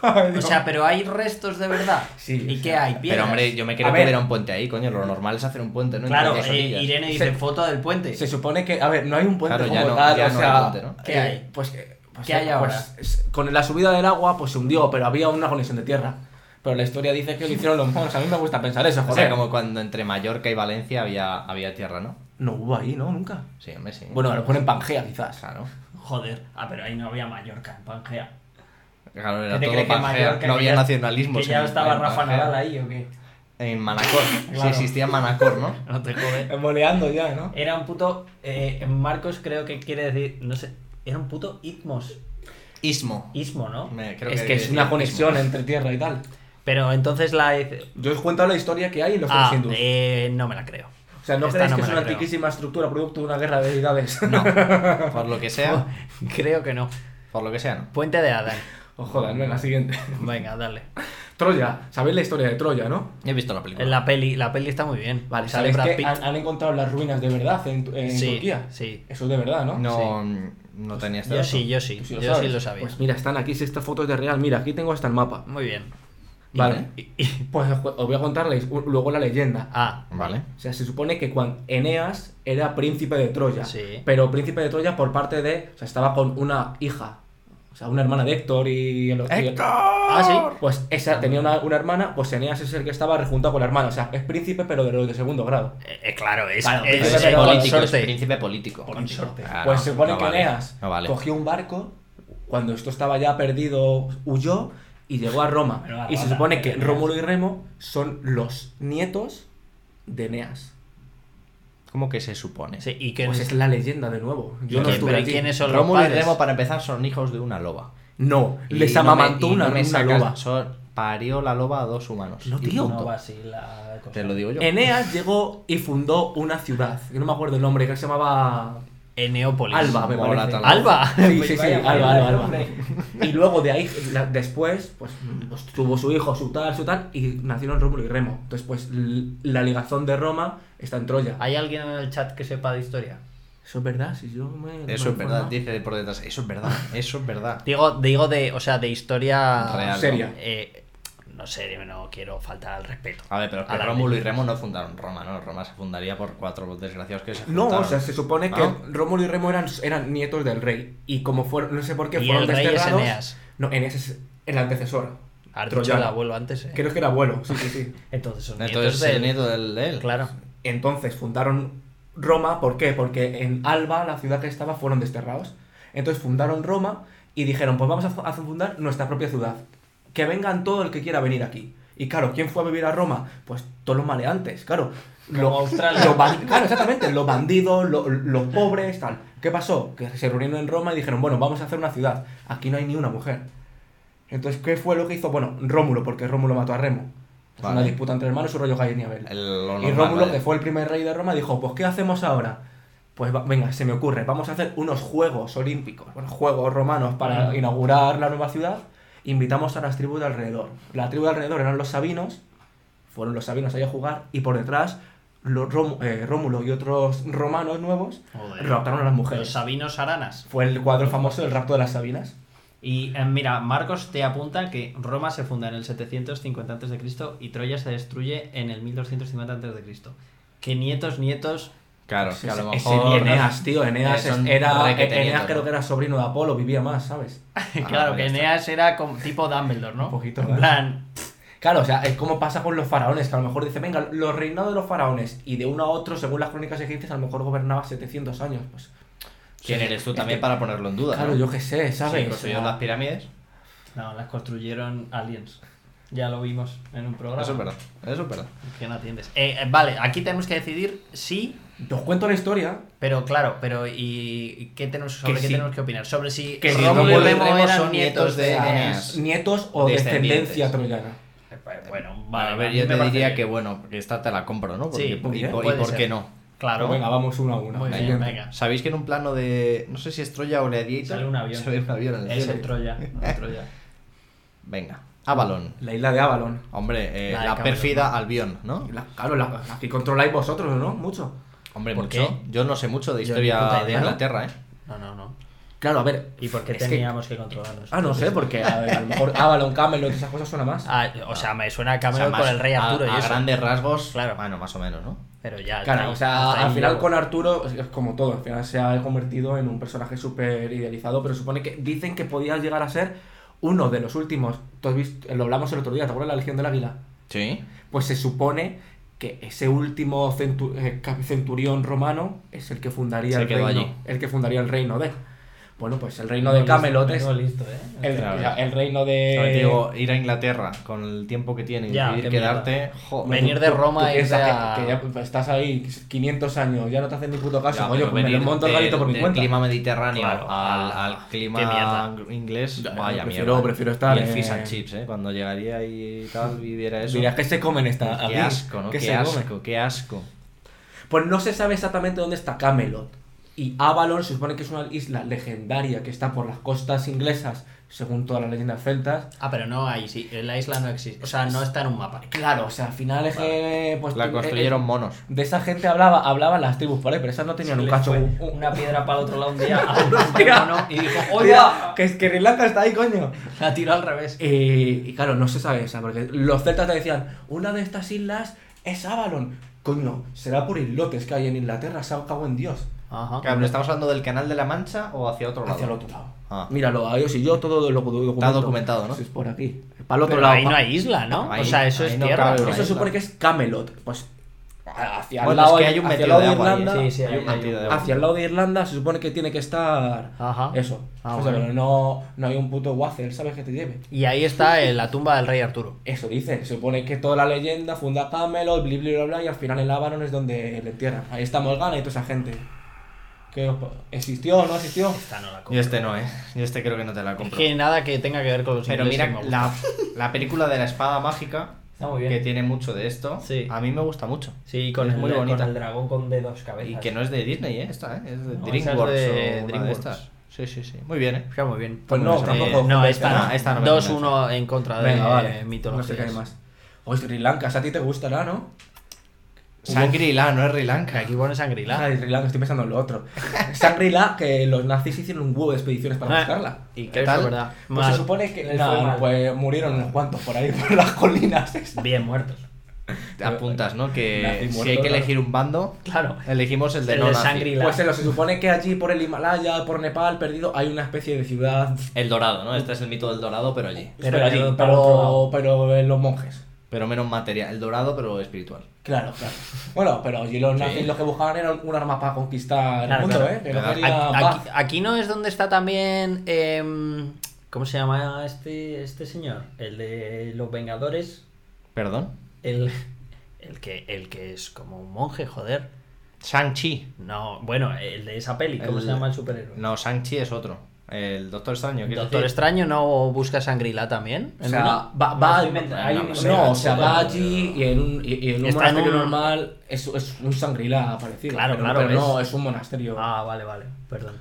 Speaker 3: Ay,
Speaker 2: O
Speaker 3: no.
Speaker 2: sea, pero hay restos de verdad.
Speaker 3: Sí,
Speaker 2: ¿Y
Speaker 3: o
Speaker 2: qué
Speaker 3: sea,
Speaker 2: hay?
Speaker 1: Pero
Speaker 2: ¿Piedras?
Speaker 1: hombre, yo me creo
Speaker 3: A
Speaker 1: que
Speaker 3: ver.
Speaker 1: hubiera un puente ahí, coño. Lo normal es hacer un puente, ¿no?
Speaker 2: Claro,
Speaker 1: Entre dos
Speaker 2: eh,
Speaker 1: orillas.
Speaker 2: Irene dice
Speaker 3: Sí.
Speaker 2: foto del puente.
Speaker 3: Se supone que, a ver, no hay un puente
Speaker 1: Claro,
Speaker 3: como
Speaker 1: ya no-
Speaker 3: tal,
Speaker 1: ya
Speaker 3: o
Speaker 1: no hay
Speaker 3: sea,
Speaker 1: puente, ¿no?
Speaker 2: ¿Qué
Speaker 3: eh,
Speaker 2: hay?
Speaker 3: Pues, eh, pues,
Speaker 2: ¿Qué
Speaker 3: eh,
Speaker 2: hay
Speaker 3: pues,
Speaker 2: ahora?
Speaker 3: es- con la subida del agua, pues se hundió, pero había una conexión de tierra. Pero la historia dice que lo hicieron los monos. A mí me gusta pensar eso,
Speaker 1: O
Speaker 3: joder.
Speaker 1: sea, como cuando entre Mallorca y Valencia había, había tierra, ¿no?
Speaker 3: No hubo ahí, ¿no? Nunca.
Speaker 1: Sí, hombre, sí.
Speaker 3: Bueno, a lo mejor en Pangea, quizás.
Speaker 1: claro.
Speaker 2: Joder. Ah, pero ahí no había Mallorca, en Pangea.
Speaker 1: Claro,
Speaker 2: ¿Qué
Speaker 1: era
Speaker 2: te
Speaker 1: todo
Speaker 2: crees que en
Speaker 1: Pangea,
Speaker 2: Mallorca
Speaker 1: no
Speaker 2: que
Speaker 1: había
Speaker 2: ya-
Speaker 1: nacionalismos.
Speaker 2: Que ya
Speaker 1: en-
Speaker 2: estaba
Speaker 1: en
Speaker 2: Rafa
Speaker 1: Pangea.
Speaker 2: Nadal ahí o qué.
Speaker 1: En Manacor, sí
Speaker 2: Claro.
Speaker 1: existía Manacor, ¿no?
Speaker 2: No te jodes.
Speaker 3: Boleando ya, ¿no?
Speaker 2: Era un puto. eh, Marcos creo que quiere decir. No sé. Era un puto itmos.
Speaker 1: Ismo.
Speaker 2: Ismo, ¿no?
Speaker 1: Me- creo
Speaker 3: es que es una conexión entre tierra y tal.
Speaker 2: Pero entonces la.
Speaker 3: Yo os he contado la historia que hay en los
Speaker 2: Ah,
Speaker 3: tres hindús.
Speaker 2: eh, no me la creo.
Speaker 3: O sea, ¿no
Speaker 2: esta
Speaker 3: creéis
Speaker 2: no
Speaker 3: que
Speaker 2: me la
Speaker 3: es una
Speaker 2: creo.
Speaker 3: antiquísima estructura producto de una guerra de deidades?
Speaker 1: No, por lo que sea,
Speaker 2: Creo que no.
Speaker 1: por lo que sea, no.
Speaker 2: Puente de Adán.
Speaker 3: Os jodan, venga, siguiente.
Speaker 2: Venga, dale.
Speaker 3: Troya. ¿Sabéis la historia de Troya, no?
Speaker 1: He visto la película.
Speaker 2: La peli, la peli está muy bien.
Speaker 3: Vale,
Speaker 2: sale
Speaker 3: ¿sabéis
Speaker 2: Brad
Speaker 3: que
Speaker 2: Pitt.
Speaker 3: han, han encontrado las ruinas de verdad en, ah, en
Speaker 2: Sí,
Speaker 3: Turquía?
Speaker 2: sí.
Speaker 3: Eso es de verdad, ¿no?
Speaker 1: No, no tenía este
Speaker 2: Yo
Speaker 1: dato.
Speaker 2: sí, yo sí.
Speaker 3: Tú
Speaker 2: yo sí
Speaker 3: sabes.
Speaker 2: lo sabía.
Speaker 3: Pues mira, están aquí, si esta foto es de real, mira, aquí tengo hasta el mapa.
Speaker 2: muy bien.
Speaker 3: Vale.
Speaker 2: Y- y-
Speaker 3: Pues os cu- os voy a contarles u- luego la leyenda.
Speaker 2: ah,
Speaker 1: Vale.
Speaker 3: O sea, se supone que cuando Eneas era príncipe de Troya,
Speaker 2: Sí.
Speaker 3: pero príncipe de Troya por parte de... O sea, estaba con una hija, o sea, una hermana de Héctor y... el- y el-
Speaker 2: ah, sí.
Speaker 3: Pues esa tenía una, una hermana, pues Eneas es el que estaba rejuntado con la hermana. O sea, es príncipe, pero de los de segundo grado.
Speaker 2: Eh, eh, claro, es,
Speaker 3: Claro,
Speaker 2: es- este.
Speaker 1: Pero
Speaker 3: príncipe
Speaker 2: es
Speaker 1: es
Speaker 3: pero
Speaker 1: político, es
Speaker 2: consorte.
Speaker 1: príncipe político.
Speaker 2: Consorte.
Speaker 1: Ah,
Speaker 3: pues
Speaker 1: no,
Speaker 3: se supone
Speaker 1: no
Speaker 3: que
Speaker 1: vale,
Speaker 3: Eneas
Speaker 1: no vale.
Speaker 3: cogió un barco, cuando esto estaba ya perdido, huyó y llegó a Roma.
Speaker 2: Menuda
Speaker 3: Y se
Speaker 2: rata,
Speaker 3: supone que
Speaker 2: Eneas.
Speaker 3: Rómulo y Remo son los nietos de Eneas.
Speaker 1: ¿Cómo que se supone?
Speaker 2: Sí, y que
Speaker 3: Pues es la leyenda de nuevo.
Speaker 1: ¿Y
Speaker 3: Yo no
Speaker 1: quién-
Speaker 3: estuve
Speaker 2: pero ¿y
Speaker 3: aquí.
Speaker 2: quiénes son los
Speaker 1: Rómulo y
Speaker 2: padres?
Speaker 1: Remo, para empezar, son hijos de una loba.
Speaker 3: No,
Speaker 1: Y
Speaker 3: les
Speaker 1: no me-
Speaker 3: amamantó
Speaker 1: y no
Speaker 3: una,
Speaker 1: me
Speaker 3: una
Speaker 1: sacas-
Speaker 3: loba.
Speaker 1: son- parió la loba a dos humanos.
Speaker 3: No,
Speaker 1: Y
Speaker 3: tío.
Speaker 1: punto.
Speaker 2: No va así la cosa.
Speaker 1: Te lo digo yo.
Speaker 3: Eneas llegó y fundó una ciudad. Yo no me acuerdo el nombre, que se llamaba
Speaker 2: Eneópolis.
Speaker 3: Alba, me
Speaker 1: Mola
Speaker 3: parece.
Speaker 1: tal-
Speaker 2: Eh, Alba.
Speaker 3: Sí,
Speaker 2: Pues
Speaker 3: sí, sí,
Speaker 2: vaya
Speaker 3: Alba,
Speaker 2: mierda,
Speaker 3: Alba, Alba.
Speaker 2: hombre.
Speaker 3: Y luego de ahí, la- después, pues, pues, tuvo su hijo, su tal, su tal, y nacieron Rómulo y Remo. Entonces, pues, l- la ligazón de Roma está en Troya.
Speaker 2: ¿Hay alguien en el chat que sepa de historia?
Speaker 3: Eso es verdad, si yo me... me he
Speaker 1: Eso es verdad,
Speaker 3: informado.
Speaker 1: dice por detrás. Eso es verdad, eso es verdad.
Speaker 2: Digo, digo de, o sea, de historia
Speaker 1: Real. ¿no?
Speaker 3: Seria.
Speaker 2: eh, no sé, no quiero faltar al respeto.
Speaker 1: A ver, pero es que
Speaker 2: A la
Speaker 1: Rómulo y
Speaker 2: leyenda.
Speaker 1: Remo no fundaron Roma, ¿no? Roma se fundaría por cuatro desgraciados que se
Speaker 3: No,
Speaker 1: juntaron.
Speaker 3: o sea, se supone que
Speaker 1: ¿No?
Speaker 3: Rómulo y Remo eran, eran nietos del rey. Y como fueron, no sé por qué,
Speaker 2: Y
Speaker 3: fueron
Speaker 2: el rey es
Speaker 3: desterrados...
Speaker 2: Eneas.
Speaker 3: No, Eneas es el antecesor.
Speaker 2: Has dicho el
Speaker 3: Troyano.
Speaker 2: abuelo antes, eh.
Speaker 3: Creo que era abuelo, sí, sí, sí.
Speaker 2: Entonces son
Speaker 1: Entonces es
Speaker 2: nietos
Speaker 1: el
Speaker 2: del-
Speaker 1: nieto del, de él.
Speaker 2: Claro.
Speaker 3: Entonces fundaron Roma, ¿por qué? Porque en Alba, la ciudad que estaba, fueron desterrados. Entonces fundaron Roma y dijeron, pues vamos a fu- a fundar nuestra propia ciudad. Que vengan todo el que quiera venir aquí. Y claro, ¿quién fue a vivir a Roma? Pues todos los maleantes, claro.
Speaker 2: Como
Speaker 3: Los-
Speaker 2: Australia.
Speaker 3: los ban- claro, exactamente, los bandidos, lo- los pobres, tal. ¿Qué pasó? Que se reunieron en Roma y dijeron, bueno, vamos a hacer una ciudad. Aquí no hay ni una mujer. Entonces, ¿qué fue lo que hizo? Bueno, Rómulo, porque Rómulo mató a Remo. Es una
Speaker 1: Vale.
Speaker 3: disputa entre hermanos, un rollo Caín y Abel.
Speaker 1: El- lo
Speaker 3: Y
Speaker 1: normal,
Speaker 3: Rómulo,
Speaker 1: vale.
Speaker 3: que fue el primer rey de Roma, dijo, pues ¿qué hacemos ahora? Pues va- venga, se me ocurre, vamos a hacer unos Juegos Olímpicos, bueno, Juegos Romanos para
Speaker 2: Ah.
Speaker 3: inaugurar la nueva ciudad. Invitamos a las tribus de alrededor. La tribu de alrededor eran los Sabinos, fueron los Sabinos ahí a jugar, y por detrás los Rom- eh, Rómulo y otros romanos nuevos
Speaker 2: Joder.
Speaker 3: raptaron a las
Speaker 2: Los
Speaker 3: mujeres.
Speaker 2: Sabinos Aranas.
Speaker 3: Fue el cuadro famoso del rapto de las Sabinas.
Speaker 2: Y eh, mira, Marcos te apunta que Roma se funda en el 750 a.C. y Troya se destruye en el 1250 a.C. Que nietos, nietos.
Speaker 1: Claro, que a lo
Speaker 3: Ese
Speaker 1: mejor.
Speaker 3: Eneas, tío, Eneas,
Speaker 1: Eh, son
Speaker 3: era,
Speaker 1: requete
Speaker 3: Eneas
Speaker 1: nietos,
Speaker 3: creo
Speaker 1: ¿no?
Speaker 3: que era sobrino de Apolo, vivía más, ¿sabes?
Speaker 2: claro,
Speaker 1: ya
Speaker 2: que
Speaker 1: está.
Speaker 2: Eneas era como tipo Dumbledore, ¿no?
Speaker 3: Un poquito,
Speaker 2: En
Speaker 3: ¿verdad?
Speaker 2: plan,
Speaker 3: Claro, o sea, es como pasa con los faraones, que a lo mejor dice, venga, los reinados de los faraones, y de uno a otro, según las crónicas egipcias, a lo mejor gobernaba 700 años. Pues,
Speaker 1: ¿Quién
Speaker 3: Sí,
Speaker 1: eres tú
Speaker 3: es
Speaker 1: también
Speaker 3: que-
Speaker 1: para ponerlo en duda?
Speaker 3: claro,
Speaker 1: ¿no?
Speaker 3: yo qué sé,
Speaker 1: Sí,
Speaker 3: ¿sabes?
Speaker 1: construyeron
Speaker 3: O sea,
Speaker 1: las pirámides.
Speaker 2: no, las construyeron aliens. Ya lo vimos en un programa.
Speaker 1: Eso es verdad, eso es verdad.
Speaker 2: Que no atiendes. Eh, eh, vale, aquí tenemos que decidir si
Speaker 3: yo os cuento la historia,
Speaker 2: Pero claro, pero ¿y y qué tenemos, sobre qué
Speaker 3: sí.
Speaker 2: tenemos que opinar? Sobre si
Speaker 3: Que si
Speaker 2: Rómulo y
Speaker 3: Rómulo y
Speaker 2: Remo
Speaker 1: Remo
Speaker 2: eran
Speaker 1: son
Speaker 2: nietos
Speaker 1: nietos
Speaker 2: de
Speaker 1: de
Speaker 2: Eneas.
Speaker 1: Eneas.
Speaker 3: nietos o
Speaker 1: Descendientes.
Speaker 3: descendencia troyana.
Speaker 2: Eh, pues, Bueno, vale.
Speaker 1: a ver,
Speaker 2: mí
Speaker 1: yo
Speaker 2: me
Speaker 1: te
Speaker 2: parece
Speaker 1: diría
Speaker 2: bien.
Speaker 1: que bueno, que esta te la compro, ¿no?
Speaker 2: Sí,
Speaker 1: Porque-
Speaker 2: muy
Speaker 1: y
Speaker 3: bien,
Speaker 1: por, y
Speaker 2: puede
Speaker 1: por
Speaker 2: ser.
Speaker 1: qué no.
Speaker 2: Claro.
Speaker 3: Pero venga, vamos uno a uno.
Speaker 2: Muy bien,
Speaker 3: Siguiente.
Speaker 2: venga.
Speaker 1: ¿Sabéis que en un plano de. No sé si es Troya o Gladiator?
Speaker 2: Sale un avión.
Speaker 1: Sale un avión en el
Speaker 2: Es
Speaker 1: cielo.
Speaker 2: el Troya. el Troya.
Speaker 1: Venga, Avalon.
Speaker 3: La isla de Avalon.
Speaker 1: Hombre, eh,
Speaker 2: La
Speaker 1: la,
Speaker 2: de Camelot,
Speaker 1: pérfida Albion, ¿no?
Speaker 3: La- claro, la, la que controláis vosotros, ¿no? Mucho.
Speaker 1: Hombre,
Speaker 2: ¿Por
Speaker 1: mucho.
Speaker 2: qué?
Speaker 1: Yo no sé mucho de
Speaker 2: Yo ni puta
Speaker 1: historia de
Speaker 2: idea.
Speaker 1: Inglaterra, ¿eh?
Speaker 2: No, no, no.
Speaker 3: Claro, a ver.
Speaker 2: ¿Y por qué
Speaker 3: es que-
Speaker 2: teníamos que, controlarnos?
Speaker 3: Ah, no sé, pues, porque a, ver, a lo mejor Avalon, Camelot, esas cosas suena más.
Speaker 2: Ah, o sea, me suena a
Speaker 1: O sea,
Speaker 2: Camelot
Speaker 1: más
Speaker 2: con el rey
Speaker 1: a-
Speaker 2: Arturo
Speaker 1: a,
Speaker 2: y eso.
Speaker 1: grandes rasgos,
Speaker 2: Claro.
Speaker 1: bueno, más o menos, ¿no?
Speaker 2: Pero ya. hasta
Speaker 3: Claro,
Speaker 2: ahí-
Speaker 3: o sea,
Speaker 2: hasta
Speaker 3: al
Speaker 2: ahí
Speaker 3: final
Speaker 2: llego.
Speaker 3: con Arturo es como todo, al final se ha convertido en un personaje súper idealizado, pero supone que dicen que podía llegar a ser uno de los últimos, ¿tú has visto? lo hablamos el otro día, ¿te acuerdas de la Legión del Águila?
Speaker 1: Sí.
Speaker 3: Pues se supone que ese último centu- eh, cap- centurión romano es el que fundaría
Speaker 1: Se
Speaker 3: el
Speaker 1: quedó
Speaker 3: reino,
Speaker 1: allí.
Speaker 3: el que fundaría el reino de. Bueno, pues el reino de Camelot es.
Speaker 4: Vengo listo, ¿eh?
Speaker 3: El,
Speaker 1: Claro.
Speaker 3: el reino de.
Speaker 1: También te digo, ir a Inglaterra con el tiempo que tiene y
Speaker 2: Eh, Ya,
Speaker 1: decidir
Speaker 2: qué mierda.
Speaker 1: quedarte. jo,
Speaker 2: Venir de
Speaker 3: Tú- tú
Speaker 2: Roma es
Speaker 3: piensas
Speaker 2: ya-
Speaker 3: que, que ya estás ahí 500 años, ya no te hacen ni puto caso.
Speaker 1: Ya,
Speaker 3: Oye,
Speaker 1: pero
Speaker 3: pues me lo
Speaker 1: venir
Speaker 3: monto el
Speaker 1: del-
Speaker 3: garito por mi
Speaker 1: del
Speaker 3: cuenta.
Speaker 1: clima mediterráneo
Speaker 2: Claro. Ah,
Speaker 1: al, al
Speaker 2: Qué
Speaker 1: clima
Speaker 2: mierda.
Speaker 1: inglés,
Speaker 3: Ya,
Speaker 1: vaya
Speaker 3: prefiero-
Speaker 1: mierda.
Speaker 3: prefiero estar
Speaker 1: Y el
Speaker 3: en-
Speaker 1: fish and chips, ¿eh? Cuando llegaría y tal, viviera eso.
Speaker 3: Dirás que se comen esta. aquí?
Speaker 1: qué asco, ¿no?
Speaker 3: ¿Qué
Speaker 1: Qué,
Speaker 3: se
Speaker 1: asco,
Speaker 3: comen?
Speaker 1: qué asco.
Speaker 3: Pues no se sabe exactamente dónde está Camelot. Y Avalon se supone que es una isla legendaria que está por las costas inglesas, según todas las leyendas celtas.
Speaker 2: Ah, pero no ahí sí. La isla no existe. O sea, no está en un mapa.
Speaker 3: Claro, o sea, al final es que. Pues,
Speaker 1: La
Speaker 3: tú-
Speaker 1: construyeron
Speaker 3: eh,
Speaker 1: monos.
Speaker 3: eh, de esa gente hablaba, hablaban las tribus, ¿vale? Pero esas no tenían un
Speaker 4: Le
Speaker 3: cacho.
Speaker 4: fue
Speaker 3: un- un-
Speaker 4: Una piedra para el otro lado un día
Speaker 2: Ah,
Speaker 4: a un
Speaker 3: Hostia.
Speaker 4: mono y dijo,
Speaker 3: Tía,
Speaker 4: ¡Oiga!
Speaker 3: Que es que Sri Lanka está ahí, coño.
Speaker 4: La tiró al revés.
Speaker 3: Eh, y claro, no se sabe esa, porque los celtas te decían, una de estas islas es Avalon. Coño, será por islotes que hay en Inglaterra, se cago en Dios.
Speaker 2: Ajá.
Speaker 1: Claro, pero ¿Estamos hablando del canal de la Mancha o hacia otro lado?
Speaker 3: Hacia el otro lado.
Speaker 1: Ah.
Speaker 3: Míralo, a ellos y yo todo lo documento.
Speaker 1: Está documentado, ¿no?
Speaker 3: Eso es pues, por aquí. Para el otro
Speaker 2: Pero
Speaker 3: lado.
Speaker 2: ahí
Speaker 3: pa-
Speaker 2: no hay isla, ¿no?
Speaker 1: Ahí-
Speaker 2: o sea, eso
Speaker 1: ahí
Speaker 2: es
Speaker 1: no
Speaker 2: tierra.
Speaker 1: cabe una
Speaker 3: Eso
Speaker 1: isla.
Speaker 3: se supone que es Camelot. Pues hacia
Speaker 1: Bueno,
Speaker 3: el
Speaker 1: es
Speaker 3: lado
Speaker 1: que
Speaker 3: de-
Speaker 1: hay un
Speaker 3: hacia el
Speaker 1: metido
Speaker 3: lado
Speaker 1: de
Speaker 3: de
Speaker 1: agua. ahí,
Speaker 3: Irlanda.
Speaker 1: ¿eh?
Speaker 4: Sí, sí,
Speaker 1: hay
Speaker 4: hay-
Speaker 1: un
Speaker 4: hay
Speaker 1: metido
Speaker 4: un-
Speaker 1: de agua.
Speaker 3: Hacia el lado de Irlanda se supone que tiene que estar
Speaker 2: Ajá.
Speaker 3: eso.
Speaker 2: Ah,
Speaker 3: o sea,
Speaker 2: bueno.
Speaker 3: que no, no hay un puto guacer, ¿sabes que te lleve?
Speaker 2: Y ahí está eh, la tumba del rey Arturo.
Speaker 3: Eso dice, se supone que toda la leyenda funda Camelot, bli, bli, bla, bla, y al final el Avalon es donde le entierran. Ahí está Morgana y toda esa gente. ¿Qué os pa- ¿Existió o no existió?
Speaker 2: Esta no la compro.
Speaker 1: Yo este no, ¿eh? Yo este creo que no te la
Speaker 2: Es
Speaker 1: compro.
Speaker 2: que nada que tenga que ver con los
Speaker 1: Pero
Speaker 2: ingleses
Speaker 1: mira,
Speaker 2: me gusta.
Speaker 1: la, la película de la espada mágica,
Speaker 4: Está muy
Speaker 1: que
Speaker 4: bien.
Speaker 1: tiene mucho de esto,
Speaker 2: Sí.
Speaker 1: a mí me gusta mucho.
Speaker 4: Sí, con
Speaker 1: Es
Speaker 4: el,
Speaker 1: muy
Speaker 4: con
Speaker 1: bonita.
Speaker 4: el dragón con de dos cabezas.
Speaker 1: Y que no es de Disney, ¿eh? Esta, ¿eh? Es de
Speaker 4: No, esa es
Speaker 1: DreamWorks
Speaker 2: de
Speaker 1: o una de
Speaker 2: DreamWorks.
Speaker 1: estas. Sí, sí, sí. Muy bien, ¿eh?
Speaker 2: Está muy bien.
Speaker 3: Pues no,
Speaker 1: Eh,
Speaker 3: tampoco.
Speaker 2: no, esta
Speaker 1: Ah,
Speaker 2: no.
Speaker 1: esta no me
Speaker 2: 2-1 en contra de
Speaker 3: Venga,
Speaker 1: eh,
Speaker 3: vale.
Speaker 2: Eh, mitología.
Speaker 3: No sé qué hay más. Hoy Sri Lanka, esa a ti te gustará, ¿no?
Speaker 1: Shangri-La, no es Sri Lanka.
Speaker 2: Aquí pone sangrila.
Speaker 3: Ay, Sri Lanka, estoy pensando en lo otro. Shangri-La, que los nazis hicieron un huevo de expediciones para
Speaker 2: Ah.
Speaker 3: buscarla.
Speaker 1: ¿Y qué
Speaker 2: Eso
Speaker 1: tal?
Speaker 2: es verdad.
Speaker 3: Pues
Speaker 2: Mal.
Speaker 3: se supone que.
Speaker 4: Les
Speaker 3: Nah,
Speaker 4: fue mal.
Speaker 3: pues murieron unos cuantos por ahí, por las colinas.
Speaker 4: Bien muertos.
Speaker 1: Te apuntas, ¿no? Que
Speaker 3: Nazi
Speaker 1: si
Speaker 3: muerto,
Speaker 1: hay que
Speaker 3: claro.
Speaker 1: elegir un bando,
Speaker 2: Claro.
Speaker 1: elegimos el de
Speaker 4: El
Speaker 1: no
Speaker 4: de
Speaker 1: nazi.
Speaker 4: Shangri-La.
Speaker 3: Pues eso, se supone que allí por el Himalaya, por Nepal, perdido, hay una especie de ciudad.
Speaker 1: El dorado, ¿no? Este es el mito del dorado, pero allí.
Speaker 4: Pero
Speaker 3: Pero,
Speaker 4: allí,
Speaker 3: allí,
Speaker 4: para otro
Speaker 3: pero,
Speaker 4: lado.
Speaker 3: pero, eh, los monjes.
Speaker 1: Pero menos material. El dorado, pero espiritual.
Speaker 3: Claro, claro. Bueno, pero allí los nazis lo que buscaban era un arma para conquistar el
Speaker 2: Claro,
Speaker 3: mundo,
Speaker 2: claro.
Speaker 3: ¿eh? Que no
Speaker 1: Claro.
Speaker 3: quería
Speaker 2: Aquí,
Speaker 3: paz.
Speaker 2: aquí no es donde está también. em, ¿Cómo se llama este, este señor? El de los Vengadores.
Speaker 1: ¿Perdón?
Speaker 2: El, el, que, el que es como un monje, joder.
Speaker 1: Shang-Chi.
Speaker 2: No, bueno, el de esa peli. ¿Cómo
Speaker 1: El-
Speaker 2: se llama el superhéroe?
Speaker 1: No, Shang-Chi es otro. El Doctor Extraño. ¿quieres
Speaker 2: Doctor
Speaker 1: decir?
Speaker 2: Extraño no busca sangrila también.
Speaker 3: O
Speaker 2: ¿En
Speaker 3: sea,
Speaker 2: una?
Speaker 3: va,
Speaker 4: No,
Speaker 3: va-
Speaker 4: estoy inventando, hay
Speaker 3: no,
Speaker 4: un-
Speaker 3: no, o sea,
Speaker 4: pero-
Speaker 3: va allí y en un, y, y en un
Speaker 2: Está en
Speaker 3: monasterio
Speaker 2: un-
Speaker 3: normal es, es un sangrila parecido.
Speaker 2: Claro,
Speaker 3: pero,
Speaker 2: claro,
Speaker 3: pero no,
Speaker 2: es-
Speaker 3: es un monasterio.
Speaker 2: Ah, vale, vale, perdón.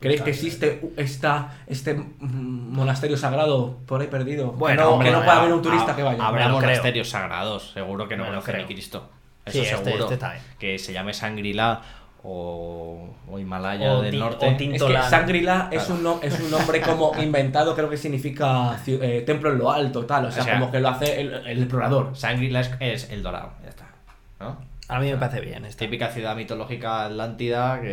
Speaker 3: ¿Creéis que existe u- esta, este mm, monasterio sagrado por ahí perdido?
Speaker 2: Bueno,
Speaker 3: que no,
Speaker 2: hombre,
Speaker 3: que no
Speaker 2: bueno,
Speaker 3: pueda haber un turista
Speaker 1: Ah,
Speaker 3: que vaya.
Speaker 1: Habrá
Speaker 2: Me lo creo.
Speaker 1: monasterios sagrados, seguro que no
Speaker 2: Me lo
Speaker 1: conoce ni
Speaker 2: creo.
Speaker 1: Cristo.
Speaker 2: Sí,
Speaker 1: Eso
Speaker 2: este-
Speaker 1: seguro.
Speaker 2: este está bien.
Speaker 1: Que se llame Shangri-La o, o Himalaya
Speaker 2: O
Speaker 1: del
Speaker 2: Tin-
Speaker 1: Norte.
Speaker 2: o Tin-
Speaker 3: Es que
Speaker 2: Tolán.
Speaker 3: Sangrila es, un nom- es un nombre como inventado, creo que significa ci- eh, templo en lo alto, tal. O sea,
Speaker 1: O sea,
Speaker 3: como que lo hace el, el explorador.
Speaker 1: Shangri-La es, es el dorado, ya está. ¿no?
Speaker 2: A mí me parece bien este.
Speaker 1: Típica ciudad mitológica atlántida que